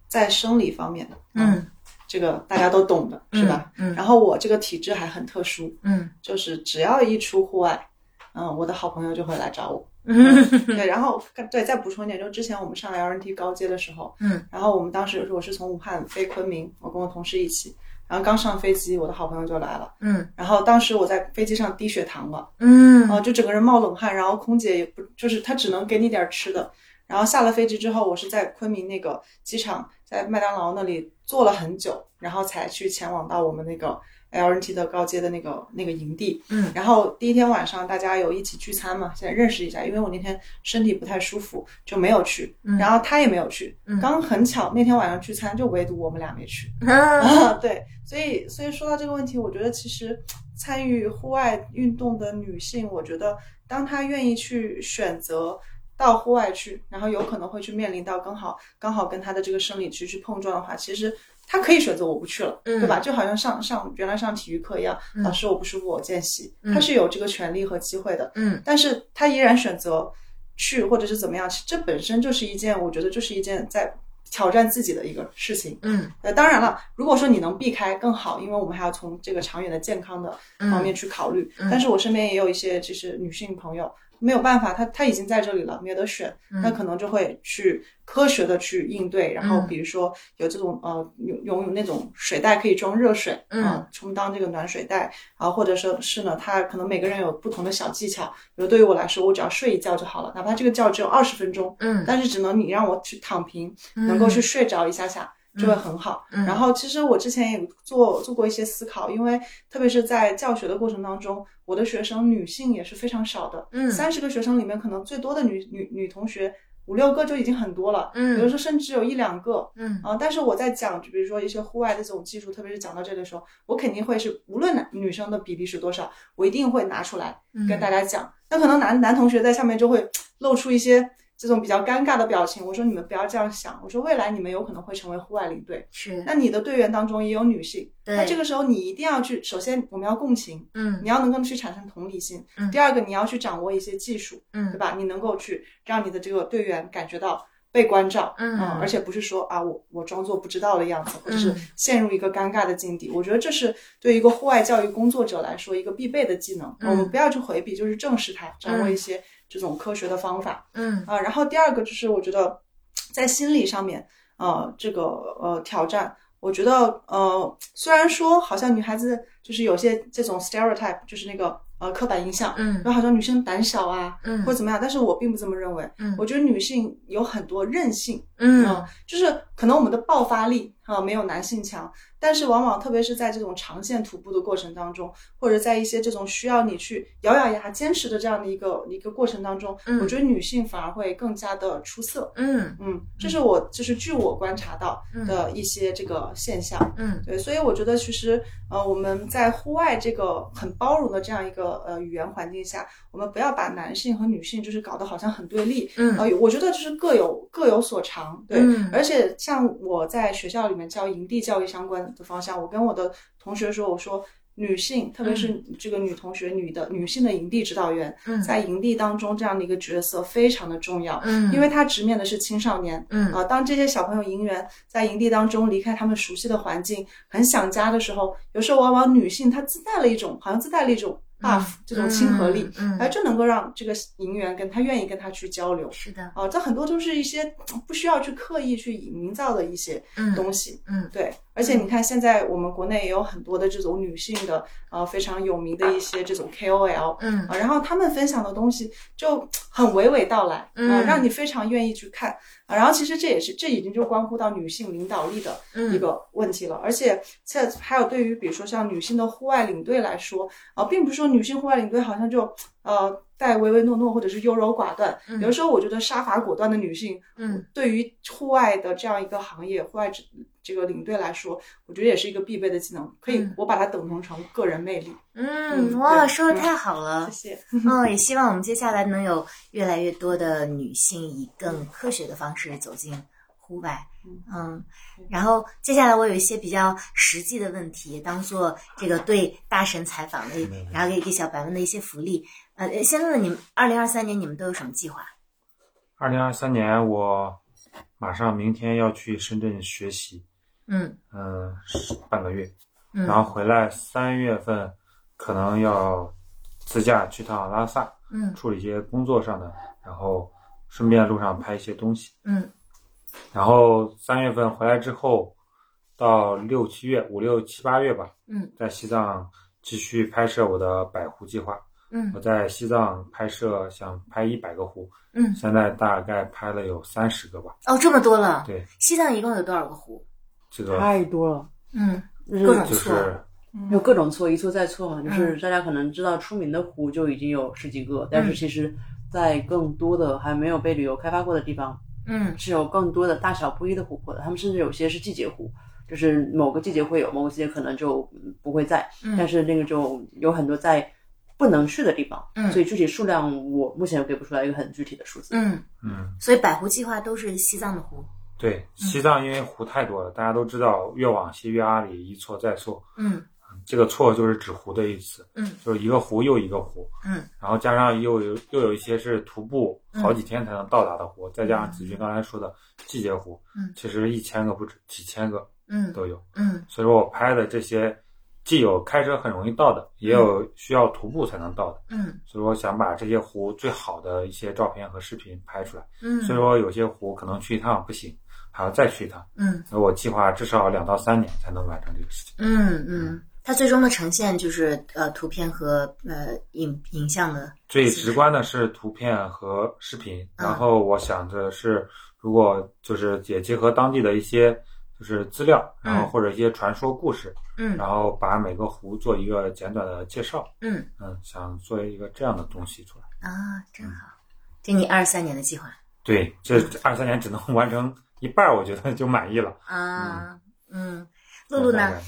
在生理方面，啊
嗯，
这个大家都懂的，是吧？？
嗯
然后我这个体质还很特殊，
嗯
就是只要一出户外，嗯，我的好朋友就会来找我。
嗯
对，然后对，再补充一点，就之前我们上 LNT 高阶的时候，
嗯，
然后我们当时我是从武汉飞昆明，我跟我同事一起，然后刚上飞机，我的好朋友就来了，
嗯
然后当时我在飞机上低血糖了，然
嗯
后就整个人冒冷汗，然后空姐也不就是她只能给你点儿吃的，然后下了飞机之后，我是在昆明那个机场，在麦当劳那里坐了很久，然后才去前往到我们那个 LNT 的高阶的那个那个营地，
嗯
然后第一天晚上大家有一起聚餐嘛，先认识一下，因为我那天身体不太舒服，就没有去，
嗯
然后他也没有去，
嗯
刚很巧那天晚上聚餐就唯独我们俩没去，
嗯
啊， 对，所以所以说到这个问题，我觉得其实参与户外运动的女性，我觉得当他愿意去选择到户外去，然后有可能会去面临到刚好刚好跟他的这个生理期去碰撞的话，其实他可以选择我不去了，
嗯
对吧？就好像上上原来上体育课一样，
嗯
老师我不舒服，我见习，
嗯
他是有这个权利和机会的。
嗯
但是他依然选择去或者是怎么样，这本身就是一件，我觉得就是一件在挑战自己的一个事情。
嗯
呃，当然了，如果说你能避开更好，因为我们还要从这个长远的健康的方面去考虑。
嗯
但是我身边也有一些就是女性朋友，没有办法，她她已经在这里了，没得选，
嗯
那可能就会去科学的去应对。然后
嗯
比如说有这种呃拥拥有那种水袋可以装热水，
嗯
啊充当这个暖水袋，啊，或者说是呢，他可能每个人有不同的小技巧。比如对于我来说，我只要睡一觉就好了，哪怕这个觉只有二十分钟，
嗯，
但是只能你让我去躺平，能够去睡着一下下，就会很好。
嗯
然后其实我之前也做做过一些思考，因为特别是在教学的过程当中，我的学生女性也是非常少的，
嗯
三十个学生里面可能最多的女女女同学五六个就已经很多了，
嗯
有的时候甚至有一两个，
嗯
啊、但是我在讲，就比如说一些户外的这种技术，特别是讲到这里的时候，我肯定会是无论男女生的比例是多少，我一定会拿出来
嗯
跟大家讲。那可能男男同学在下面就会露出一些这种比较尴尬的表情。我说你们不要这样想，我说未来你们有可能会成为户外领队，
是
那你的队员当中也有女性，那
对
这个时候你一定要去，首先我们要共情，
嗯
你要能够去产生同理心。
嗯
第二个，你要去掌握一些技术，
嗯
对吧？你能够去让你的这个队员感觉到被关照，
嗯
而且不是说啊，我我装作不知道的样子，或者是
嗯
陷入一个尴尬的境地。我觉得这是对一个户外教育工作者来说一个必备的技能。
嗯
我们不要去回避，就是正视它，掌握
嗯
一些这种科学的方法。
嗯
啊，然后第二个就是我觉得在心理上面，呃，这个呃挑战，我觉得呃，虽然说好像女孩子就是有些这种 stereotype，就是那个呃刻板印象，
嗯
然后好像女生胆小啊。
嗯
或怎么样，但是我并不这么认为。
嗯
我觉得女性有很多韧性，
嗯
啊就是可能我们的爆发力啊、没有男性强，但是往往特别是在这种长线徒步的过程当中，或者在一些这种需要你去咬咬牙坚持的这样的一个一个过程当中，
嗯
我觉得女性反而会更加的出色。
嗯
嗯，这是我就是据我观察到的一些这个现象。
嗯
对，所以我觉得其实呃，我们在户外这个很包容的这样一个呃语言环境下，我们不要把男性和女性就是搞得好像很对立。
嗯
呃，我觉得就是各有各有所长，对。
嗯
而且像我在学校里面教营地教育相关的方向，我跟我的同学说，我说女性，特别是这个女同学、女的女性的营地指导员，
嗯
在营地当中这样的一个角色非常的重要，
嗯，
因为她直面的是青少年，
嗯
啊，当这些小朋友营员在营地当中离开他们熟悉的环境，很想家的时候，有时候往往女性她自带了一种，好像自带了一种 buff、这种亲和力，，
嗯
哎，这能够让这个营员跟他愿意跟他去交流。
是的，
啊，这很多都是一些嗯不需要去刻意去营造的一些
嗯
东西，
嗯
对。而且你看，现在我们国内也有很多的这种女性的呃非常有名的一些这种 KOL，
嗯
啊，然后他们分享的东西就很娓娓道来，啊、
嗯
让你非常愿意去看啊。然后其实这也是这已经就关乎到女性领导力的
嗯
一个问题了，而且这还有对于比如说像女性的户外领队来说啊，并不是说女性户外领队好像就呃带唯唯诺诺或者是优柔寡断，
嗯
有的时候我觉得杀伐果断的女性，
嗯，
对于户外的这样一个行业，户外这这个领队来说，我觉得也是一个必备的技能，可以
嗯
我把它等同成个人魅力。
嗯，哇，说的太好了
谢，谢。
嗯，也希望我们接下来能有越来越多的女性以更科学的方式走进户外。嗯，然后接下来我有一些比较实际的问题，当做这个对大神采访的，然后给给小白们的一些福利。呃，先问问你们，二零二三年你们都有什么计划？
二零二三年我马上明天要去深圳学习，
嗯
嗯，半个月，
嗯，
然后回来三月份可能要自驾去趟拉萨，
嗯
处理一些工作上的，然后顺便路上拍一些东西。
嗯
然后三月份回来之后，到六七月、五六七八月吧，
嗯，
在西藏继续拍摄我的百湖计划。我
嗯
在西藏拍摄，想拍一百个湖，
嗯，
现在大概拍了有三十个吧。
哦，这么多了。
对，
西藏一共有多少个湖？
这个
太多了，
嗯
就
各
是
种
就是
有各种错，一错再错嘛。就是
嗯
大家可能知道出名的湖就已经有十几个，但是其实，在更多的还没有被旅游开发过的地方，
嗯
是有更多的大小不一的湖泊的。他们甚至有些是季节湖，就是某个季节会有，某个季节可能就嗯不会在。
嗯
但是那个就有很多在不能去的地方，
嗯
所以具体数量我目前给不出来一个很具体的数字。
嗯，
嗯，
所以百湖计划都是西藏的湖。
对，西藏因为湖太多了，大家都知道，越往西越阿里，一错再错。
嗯
这个错就是指湖的意思，
嗯，
就是一个湖又一个湖，
嗯，
然后加上又有又有一些是徒步
嗯
好几天才能到达的湖，再加上子君刚才说的季节湖，
嗯
其实一千个不止，几千个
嗯
都有。
嗯
所以说我拍的这些，既有开车很容易到的，也有需要徒步才能到的，
嗯
所以我想把这些湖最好的一些照片和视频拍出来。
嗯
所以说有些湖可能去一趟不行，还要再去一趟，
嗯
所以我计划至少两到三年才能完成这个事情。
嗯嗯，它最终的呈现就是呃图片和呃影影像的。
最直观的是图片和视频，
嗯
然后我想着是，如果就是也结合当地的一些就是资料，
嗯
然后或者一些传说故事，
嗯
然后把每个湖做一个简短的介绍，
嗯
嗯，想做一个这样的东西出来。
啊，真好，这你二三年的计划
对，这二三年只能 完成一半儿，我觉得就满意了。
啊。嗯，露露呢？？
呃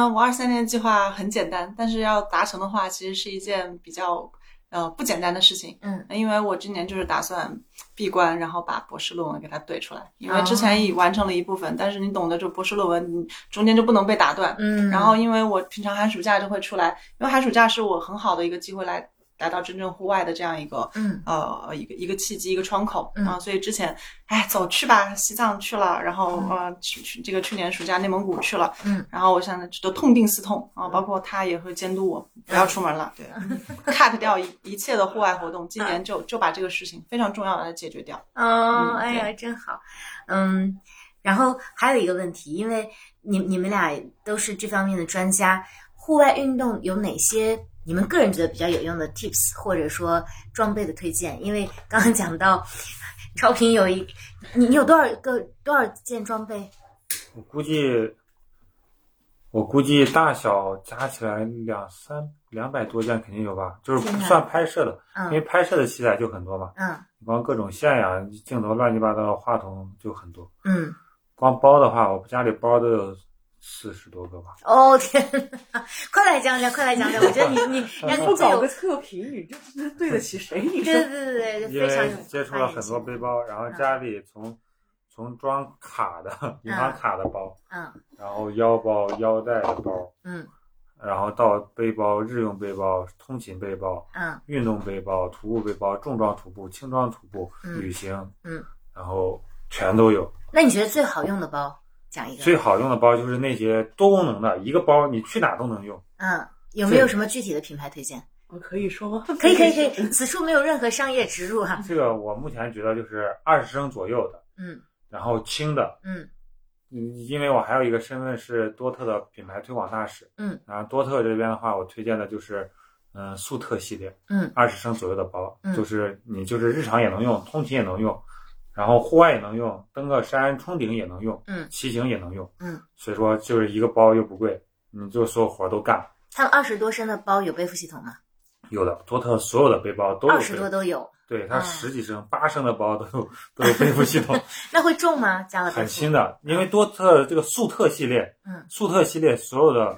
嗯，我二三年计划很简单，但是要达成的话，其实是一件比较呃不简单的事情。
嗯，
因为我今年就是打算闭关，然后把博士论文给它怼出来。因为
哦
之前已完成了一部分，但是你懂得，就博士论文你中间就不能被打断。
嗯，
然后因为我平常寒暑假就会出来，因为寒暑假是我很好的一个机会来来到真正户外的这样一个
嗯
呃一个一个契机一个窗口
嗯
啊，所以之前哎走去吧，西藏去了，然后呃去去这个去年暑假内蒙古去了，
嗯，
然后我想着都痛定思痛啊，包括他也会监督我不要出门了，对
嗯
，cut 掉一一切的户外活动，今年就就把这个事情非常重要的来解决掉。
哦，
嗯
哎呀，
对
真好，嗯，然后还有一个问题，因为你你们俩都是这方面的专家，户外运动有哪些你们个人觉得比较有用的 tips，或者说装备的推荐？因为刚刚讲到超频有一，你你有多少个多少件装备？
我估计，我估计大小加起来两三两百多件肯定有吧，就是不
天哪
算拍摄的，因为
嗯
拍摄的器材就很多嘛，
嗯
光各种线呀、镜头乱七八糟，话筒就很多。
嗯，
光包的话，我家里包都有四十多个吧。
哦天哪，快来讲讲，快来讲讲，我觉得你 你让你最有，
测评，你这是对得起谁？你
对对对对，
因
非常有
为接触了
发
很
言嗯
多
性
背，包，然后家里从从装卡的银行卡的包，
嗯
然后腰包、腰带的包，
嗯
然后到背包、日用背包、通勤背包、
嗯
运动背包、徒步背包、重装徒步、轻装徒步、
嗯
旅行，
嗯，
然后全都有。
那你觉得最好用的包讲一个？
最好用的包就是那些多功能的，一个包你去哪都能用。
嗯，有没有什么具体的品牌推荐？
我可以说吗？
可以可以可
嗯
以，此处没有任何商业植入 啊。
这个我目前觉得就是二十升左右的，
嗯
然后轻的，
嗯
嗯，因为我还有一个身份是多特的品牌推广大使，
嗯，
然后多特这边的话，我推荐的就是，嗯、速特系列，
嗯，
二十升左右的包，
嗯
就是你就是日常也能用，通勤也能用，然后户外也能用，登个山冲顶也能用，
嗯
骑行也能用，
嗯，
所以说就是一个包又不贵，你就所有活儿都干了。
他们二十多升的包有背负系统吗？
有的，多特所有的背包都有
二
背
十多都有，
对它
嗯
十几升、八升的包都有都有背负系统，
那会重吗？加了背负
很轻的，因为多特这个速特系列，
啊嗯
速特系列所有的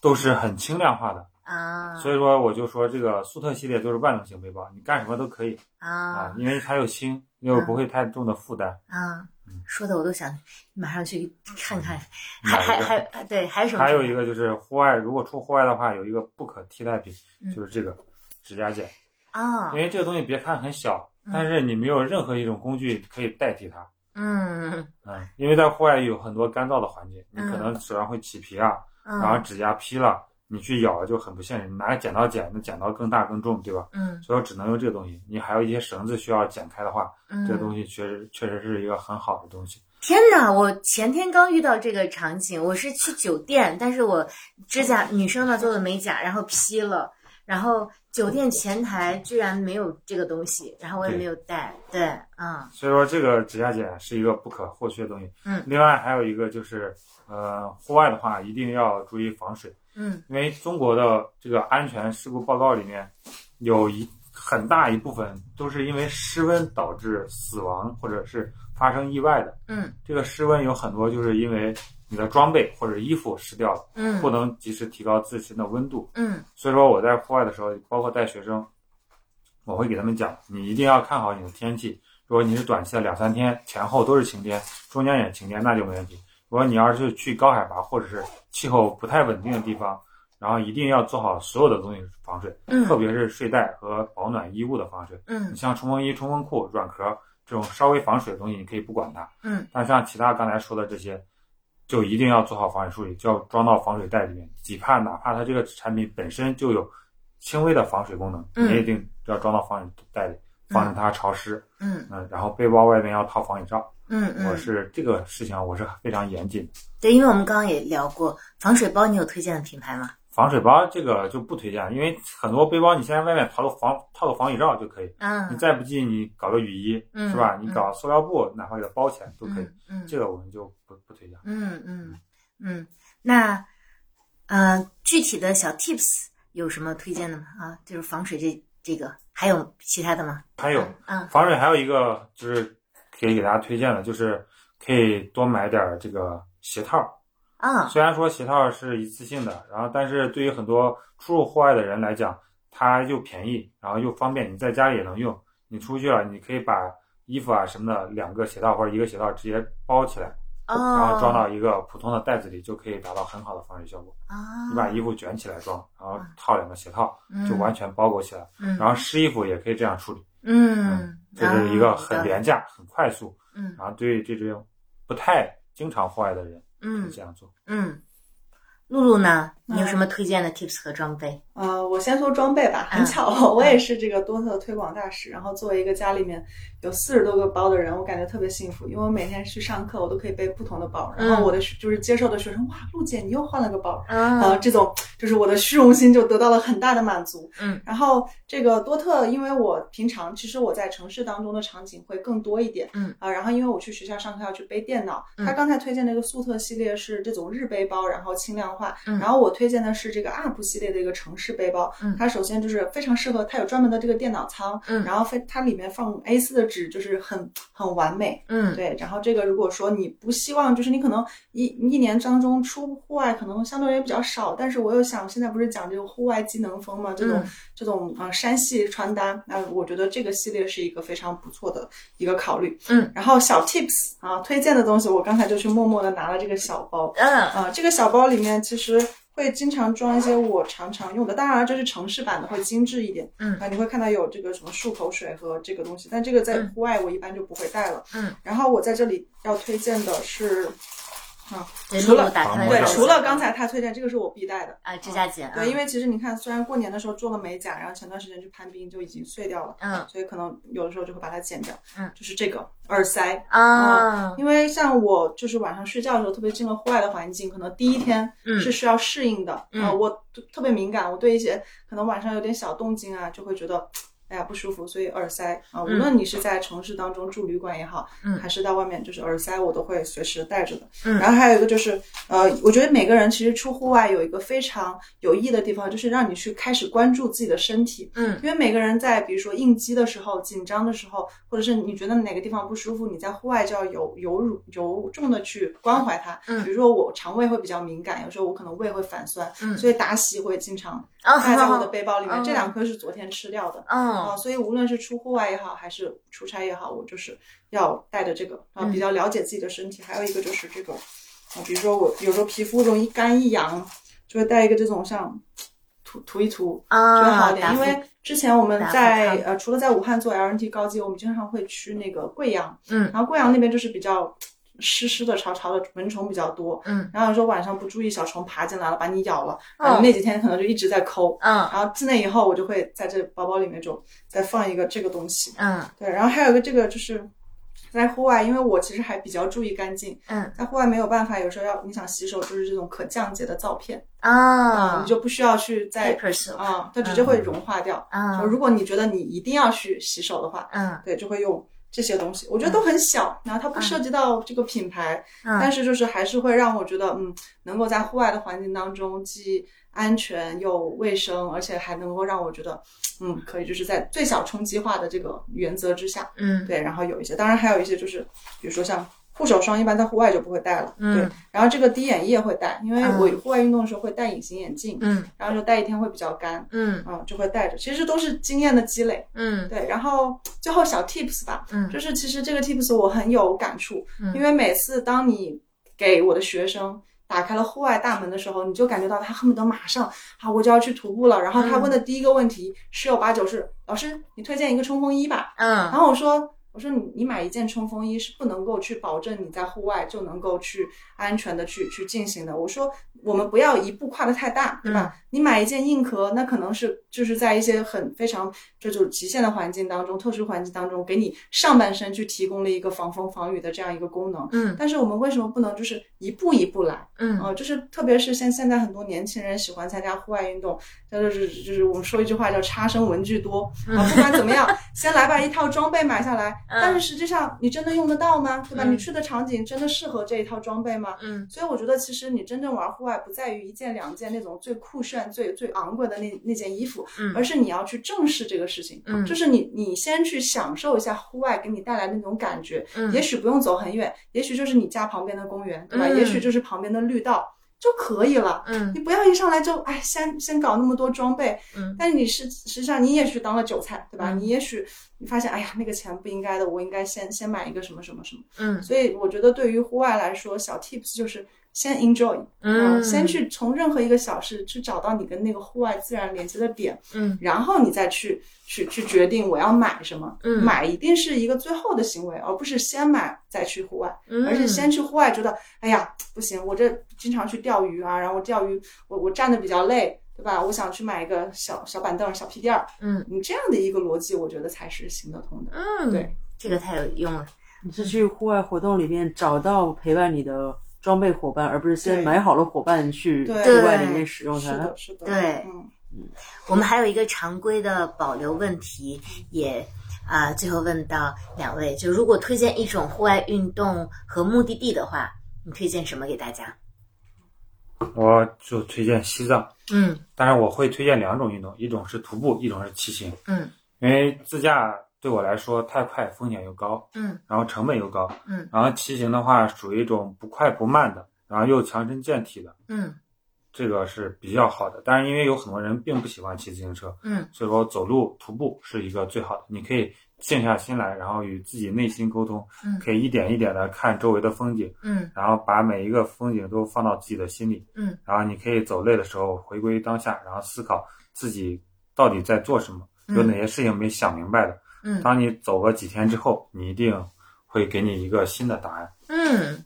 都是很轻量化的，
啊
所以说我就说这个速特系列就是万能型背包，你干什么都可以啊
啊，
因为它又轻，又不会太重的负担。
啊
嗯！
说的我都想马上去看看，还
买一
还
个
还还对，还有什么？
还有一个就是户外，如果出户外的话，有一个不可替代品
嗯，
就是这个指甲剪，
啊
因，为这个东西别看很小
嗯，
但是你没有任何一种工具可以代替它。
嗯
嗯，因为在户外有很多干燥的环境，你
嗯
可能手上会起皮啊，然后
嗯
指甲劈了，你去咬就很不现实。你拿剪刀剪，那剪刀更大更重，对吧？
嗯
所以我只能用这个东西。你还有一些绳子需要剪开的话，
嗯，
这个东西确实确实是一个很好的东西。
天哪！我前天刚遇到这个场景，我是去酒店，但是我指甲女生嘛做的美甲，然后劈了，然后酒店前台居然没有这个东西，然后我也没有带。对，嗯
所以说这个指甲剪是一个不可或缺的东西。
嗯
另外还有一个就是，呃，户外的话一定要注意防水，
嗯
因为中国的这个安全事故报告里面有一很大一部分都是因为失温导致死亡或者是发生意外的。
嗯
这个失温有很多就是因为你的装备或者衣服湿掉了，
嗯
不能及时提高自身的温度。
嗯
所以说我在户外的时候，包括带学生，我会给他们讲，你一定要看好你的天气。如果你是短期的两三天前后都是晴天，中间也晴天，那就没问题。如果你要是去高海拔或者是气候不太稳定的地方，然后一定要做好所有的东西防水，特
嗯
别是睡袋和保暖衣物的防水。你
嗯
像冲锋衣、冲锋裤、软壳这种稍微防水的东西，你可以不管它。
嗯，
但像其他刚才说的这些，就一定要做好防水处理，就要装到防水袋里面。哪怕哪怕它这个产品本身就有轻微的防水功能，
嗯
你也一定要装到防水袋里，防止它潮湿。
嗯
嗯，然后背包外面要套防水罩。
嗯
我
嗯，
是这个事情，啊我是非常严谨的。
对，因为我们刚刚也聊过防水包，你有推荐的品牌吗？
防水包这个就不推荐，因为很多背包你现在外面套个防套个防水罩就可以，你
嗯，
再不济你搞个雨衣、
嗯
是吧？
嗯
你搞塑料布，哪怕给它包起来都可以。
嗯。
这个我们就不不推荐。
嗯嗯嗯，那呃，具体的小 tips 有什么推荐的吗？啊，就是防水这这个，还有其他的吗？
还有
嗯
防水还有一个就是可以给大家推荐的，就是可以多买点儿这个鞋套。
啊
虽然说鞋套是一次性的，然后但是对于很多出入户外的人来讲，它又便宜，然后又方便，你在家里也能用。你出去了，你可以把衣服啊什么的两个鞋套或者一个鞋套直接包起来，然后装
哦
到一个普通的袋子里，就可以达到很好的防水效果。
啊，
你把衣服卷起来装，然后套两个鞋套，
嗯
就完全包裹起来。
嗯
然后湿衣服也可以这样处理。
嗯，
这是一个
啊
很
有道理
廉价、很快速，
嗯
然后对这种不太经常户外的人可以
嗯
这样做。
嗯，露露呢？你有
嗯
什么推荐的 tips 和装备？
呃，我先说装备吧。
嗯
很巧，我也是这个多特的推广大使。然后作为一个家里面有四十多个包的人，我感觉特别幸福，因为我每天去上课，我都可以背不同的包。然
嗯
后我的学就是接受的学生，哇，陆姐你又换了个包，啊、
啊
这种就是我的虚荣心就得到了很大的满足。
嗯，
然后这个多特，因为我平常其实我在城市当中的场景会更多一点。
嗯
啊、然后因为我去学校上课要去背电脑，
嗯
他刚才推荐的一个速特系列是这种日背包，然后轻量化。
嗯
然后我推荐的是这个 UP 系列的一个城市背包，
嗯
它首先就是非常适合，它有专门的这个电脑仓，
嗯
然后非它里面放 A4 的纸，就是很很完美，
嗯
对，然后这个如果说你不希望，就是你可能一一年当中出户外可能相对也比较少，但是我又想现在不是讲这个户外机能风嘛，这种、
嗯
这种呃山系穿搭，那我觉得这个系列是一个非常不错的一个考虑。
嗯，
然后小 tips 啊，推荐的东西我刚才就去默默的拿了这个小包，
嗯
啊，这个小包里面其实会经常装一些我常常用的，当然这是城市版的，会精致一点。
嗯
啊，你会看到有这个什么漱口水和这个东西，但这个在户外我一般就不会带了。
嗯，
然后我在这里要推荐的是，
对，
除
露
了
露打
防
开了
嗯
对
这个，
除了刚才他推荐，这个是我必带的。
啊指甲剪，
对，因为其实你看，虽然过年的时候做了美甲，然后前段时间去攀冰就已经碎掉了，
嗯
所以可能有的时候就会把它剪掉。
嗯，
就是这个耳塞，
啊
因为像我就是晚上睡觉的时候，特别进了户外的环境，可能第一天
嗯
是需要适应的。
嗯
啊我特特别敏感，我对一些可能晚上有点小动静啊，就会觉得。哎呀，不舒服，所以耳塞啊，无
嗯
论你是在城市当中住旅馆也好，
嗯
还是到外面，就是耳塞我都会随时带着的。
嗯
然后还有一个就是，呃，我觉得每个人其实出户外有一个非常有益的地方，就是让你去开始关注自己的身体。
嗯
因为每个人在比如说应激的时候、紧张的时候，或者是你觉得哪个地方不舒服，你在户外就要由由柔由重的去关怀它。
嗯
比如说我肠胃会比较敏感，有时候我可能胃会反酸，
嗯
所以达喜会经常
啊
带在我的背包 里面。
哦
这两颗是昨天吃掉的。啊，
嗯
所以无论是出户外也好，还是出差也好，我就是要带着这个啊，
嗯
比较了解自己的身体。还有一个就是这个啊，比如说我有时候皮肤容易干一痒，就会带一个这种像涂涂一涂，觉得
啊
好一点，因为之前我们
打
在
服
呃，除了在武汉做 LNT 高级，我们经常会去那个贵阳，
嗯
然后贵阳那边就是比较湿湿的、潮潮的，蚊虫比较多。
嗯
然后有时候晚上不注意，小虫爬进来了，把你咬了，
哦
然后那几天可能就一直在抠。
嗯
然后自那以后，我就会在这包包里面就再放一个这个东西。
嗯
对，然后还有一个这个就是在户外，因为我其实还比较注意干净，
嗯
在户外没有办法，有时候要你想洗手，就是这种可降解的皂片
啊，
嗯你就不需要去再
paper soap
啊，它直接会融化掉。
啊
嗯就如果你觉得你一定要去洗手的话，
嗯
对，就会用这些东西。我觉得都很小，然后它不涉及到这个品牌，但
嗯
是就是还是会让我觉得，嗯，能够在户外的环境当中既安全又卫生，而且还能够让我觉得，嗯，可以就是在最小冲击化的这个原则之下，
嗯
对，然后有一些，当然还有一些就是，比如说像护手霜一般在户外就不会戴了，对
嗯。
然后这个滴眼液会戴，因为
嗯
我户外运动的时候会戴隐形眼镜，
嗯
然后就戴一天会比较干，
嗯
嗯，就会戴着。其实都是经验的积累。
嗯
对，然后最后小 tips 吧，
嗯
就是其实这个 tips 我很有感触，
嗯
因为每次当你给我的学生打开了户外大门的时候，你就感觉到他恨不得马上啊，我就要去徒步了。然后他问的第一个问题十有八九是老师，你推荐一个冲锋衣吧？然
嗯
后我说。我说你你买一件冲锋衣是不能够去保证你在户外就能够去安全的去去进行的。我说我们不要一步跨的太大，对吧？你买一件硬壳，那可能是就是在一些很非常这种极限的环境当中、特殊环境当中，给你上半身去提供了一个防风防雨的这样一个功能。
嗯
但是我们为什么不能就是一步一步来？
嗯
呃，就是特别是像现在很多年轻人喜欢参加户外运动，那就是就是我们说一句话叫“差生文具多”
嗯
啊，不管怎么样，先来把一套装备买下来。但是实际上，你真的用得到吗？对吧？
嗯
你去的场景真的适合这一套装备吗？
嗯
所以我觉得，其实你真正玩户外，不在于一件两件那种最酷炫、最最昂贵的那那件衣服，
嗯
而是你要去正视这个事情。
嗯
就是你你先去享受一下户外给你带来的那种感觉，
嗯
也许不用走很远，也许就是你家旁边的公园，对吧？
嗯
也许就是旁边的绿道就可以了。
嗯
你不要一上来就哎，先先搞那么多装备，
嗯
但你是实际上你也许当了韭菜，对吧？
嗯
你也许你发现，哎呀，那个钱不应该的，我应该先先买一个什么什么什么。
嗯
所以我觉得对于户外来说，小 tips 就是先 enjoy，啊
嗯
先去从任何一个小事去找到你跟那个户外自然连接的点，
嗯
然后你再去去去决定我要买什么。
嗯
买一定是一个最后的行为，而不是先买再去户外。
嗯，
而是先去户外，觉得哎呀不行，我这经常去钓鱼啊，然后我钓鱼我我站的比较累，对吧？我想去买一个小小板凳、小屁垫儿，
嗯，
你这样的一个逻辑，我觉得才是行得通的。
嗯
对，
这个太有用了。
你是去户外活动里面找到陪伴你的装备伙伴，而不是先
对
买好了伙伴去户
对
外里面使用
是
它
的，。是的，
对
嗯，
我们还有一个常规的保留问题，也啊、呃最后问到两位，就如果推荐一种户外运动和目的地的话，你推荐什么给大家？
我就推荐西藏，
嗯
当然我会推荐两种运动，一种是徒步，一种是骑行，
嗯
因为自驾对我来说太快，风险又高，
嗯
然后成本又高，
嗯，
然后骑行的话属于一种不快不慢的，然后又强身健体的，
嗯
这个是比较好的。但是因为有很多人并不喜欢骑自行车，
嗯
所以说走路、徒步是一个最好的。你可以静下心来，然后与自己内心沟通，
嗯
可以一点一点的看周围的风景，
嗯
然后把每一个风景都放到自己的心里，
嗯，
然后你可以走累的时候回归当下，然后思考自己到底在做什么，
嗯
有哪些事情没想明白的。
嗯
当你走个几天之后，你一定会给你一个新的答案。
嗯，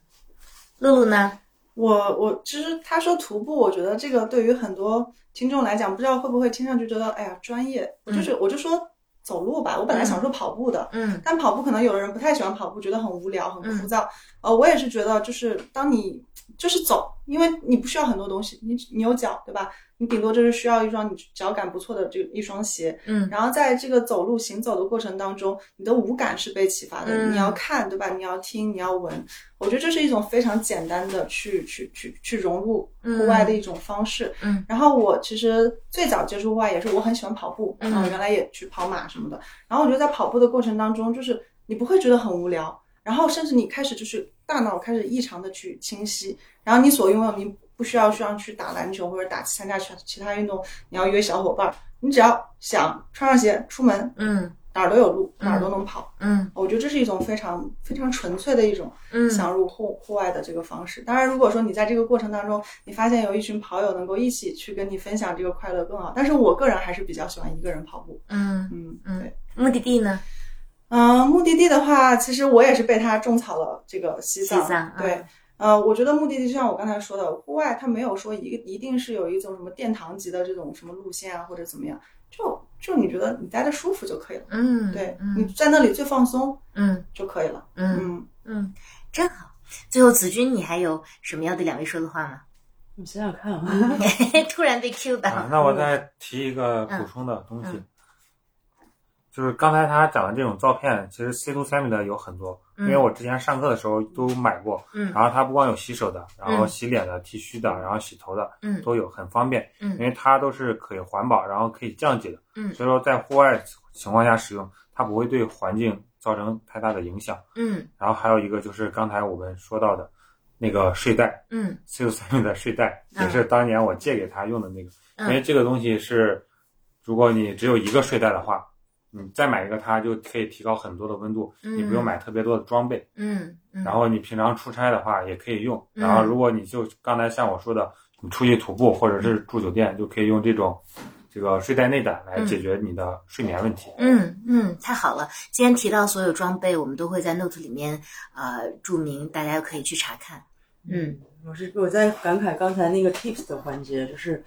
露露呢？
我我其实他说徒步，我觉得这个对于很多听众来讲，不知道会不会听上去觉得哎呀专业，我就是、我就说走路吧，我本来想说跑步的，
嗯
但跑步可能有的人不太喜欢跑步，觉得很无聊、很枯燥。呃，我也是觉得，就是当你就是走，因为你不需要很多东西，你你有脚，对吧？你顶多就是需要一双你脚感不错的这个一双鞋，
嗯
然后在这个走路行走的过程当中，你的五感是被启发的，
嗯
你要看对吧？你要听，你要闻。我觉得这是一种非常简单的去去去去融入户外的一种方式。
嗯
然后我其实最早接触户外也是我很喜欢跑步，
嗯
然后原来也去跑马什么的。然后我觉得在跑步的过程当中，就是你不会觉得很无聊，然后甚至你开始就是大脑开始异常的去清晰，然后你所拥有你不需要像去打篮球或者打参加其其他运动，你要约小伙伴儿，你只要想穿上鞋出门，
嗯
哪儿都有路，
嗯
哪儿都能跑。
嗯
我觉得这是一种非常非常纯粹的一种
嗯
想入户户外的这个方式。当然，如果说你在这个过程当中，你发现有一群跑友能够一起去跟你分享这个快乐更好。但是我个人还是比较喜欢一个人跑步。
嗯，
嗯，
嗯
对。
目的地呢？
嗯，目的地的话，其实我也是被他种草了这个西藏。
西藏
对
嗯，
呃，我觉得目的地就像我刚才说的，户外它没有说一个一定是有一种什么殿堂级的这种什么路线啊，或者怎么样，就就你觉得你待的舒服就可以了。
嗯，
对，你
嗯
在那里最放松
嗯
就可以了。
嗯
嗯，
嗯，真好。最后，子君，你还有什么要对两位说的话吗？
你想想看
嗯
啊，
突然被 Q 到
啊，，那我再提一个补充的东西，
嗯
就是刚才他讲的这种照片，其实 C to Semi 的有很多，
嗯
因为我之前上课的时候都买过。
嗯
然后它不光有洗手的，然后
嗯
洗脸的、剃须的，然后洗头的
嗯
都有，很方便。
嗯
因为它都是可以环保，然后可以降解的。
嗯
所以说在户外情况下使用，它不会对环境造成太大的影响。
嗯
然后还有一个就是刚才我们说到的那个睡袋，
嗯
四十三米的睡袋，
嗯
也是当年我借给他用的那个，因为
嗯
这个东西是，如果你只有一个睡袋的话，你再买一个它就可以提高很多的温度，
嗯
你不用买特别多的装备。
嗯嗯，
然后你平常出差的话也可以用，
嗯
然后如果你就刚才像我说的，你出去徒步或者
嗯
是住酒店，就可以用这种这个睡袋内胆来解决你的睡眠问题。
嗯嗯，太好了！今天提到所有装备，我们都会在 Note 里面呃注明，大家可以去查看。嗯
我是我在感慨刚才那个 tips 的环节，就是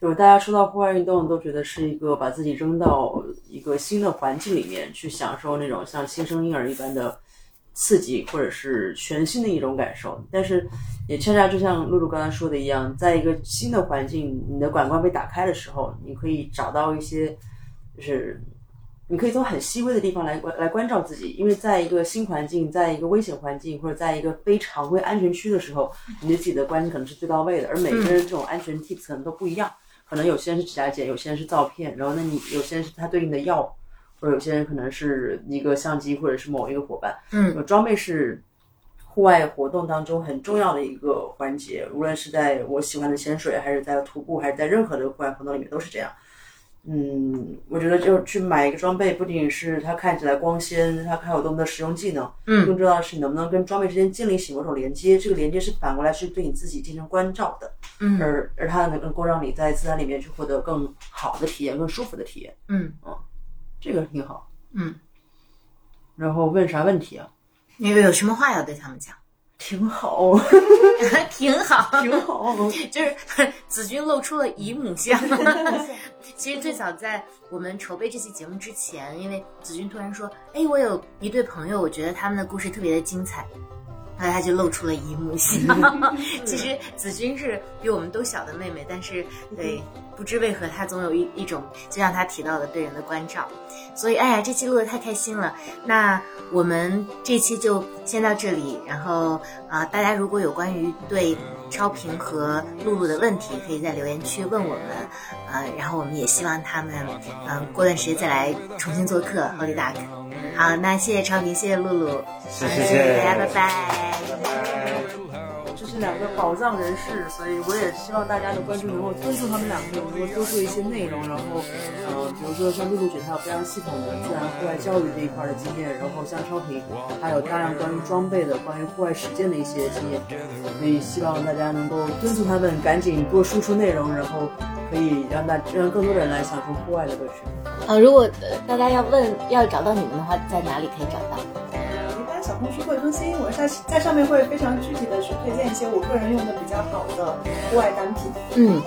就是大家说到户外运动，都觉得是一个把自己扔到一个新的环境里面去享受那种像新生婴儿一般的刺激，或者是全新的一种感受。但是也恰恰就像露露刚才说的一样，在一个新的环境，你的感官被打开的时候，你可以找到一些就是。你可以从很细微的地方来观来关照自己，因为在一个新环境，在一个危险环境，或者在一个非常规安全区的时候，你对自己的关心可能是最到位的，而每个人这种安全 tips 可能都不一样，可能有些人是指甲剪，有些人是照片，然后那你有些人是他对应的药，或者有些人可能是一个相机或者是某一个伙伴，
嗯
呃装备是户外活动当中很重要的一个环节，无论是在我喜欢的潜水，还是在徒步，还是在任何的户外活动里面都是这样。嗯，我觉得就是去买一个装备，不仅是它看起来光鲜，它还有多么的实用技能，更
嗯
重要的是你能不能跟装备之间建立起某种连接，这个连接是反过来是对你自己进行关照的，
嗯
而而它能够让你在自然里面去获得更好的体验，更舒服的体验，
嗯，
这个挺好。
嗯，
然后问啥问题啊？
你有什么话要对他们讲？
挺好，
挺好，
挺好。
就是 子君露出了姨母相。其实最早在我们筹备这期节目之前，因为子君突然说：“哎，我有一对朋友，我觉得他们的故事特别的精彩。”然后他就露出了姨母笑。 其实子君是比我们都小的妹妹，但是对，不知为何她总有一一种，就像她提到的对人的关照。所以，哎呀，这期录的太开心了。那我们这期就先到这里。然后啊、大家如果有关于对超平和露露的问题，可以在留言区问我们。呃，然后我们也希望他们，嗯、过段时间再来重新做客 Holy Duck。好，那谢谢超平，谢谢露露，
谢
谢
谢
大家，拜拜。
这是两个宝藏人士，所以我也希望大家的关注能够关注他们两个，能够多做一些内容，然后，呃，比如说像露露姐，她有非常系统的自然户外教育这一块的经验，然后像超平，还有大量关于装备的、关于户外实践的一些经验，所以希望大家能够敦促他们赶紧多输出内容，然后可以让大让更多人来享受户外的乐趣。
呃，如果呃大家要问要找到你们的话，在哪里可以找到？
一般小红书会更新，我在在上面会非常具体的去推荐一些我个人用的比较好的户外单品。
嗯，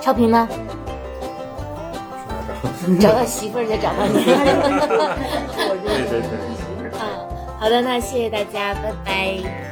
超平呢？找到媳妇儿就找到 你。
对对对。
嗯，好的，那谢谢大家，拜拜。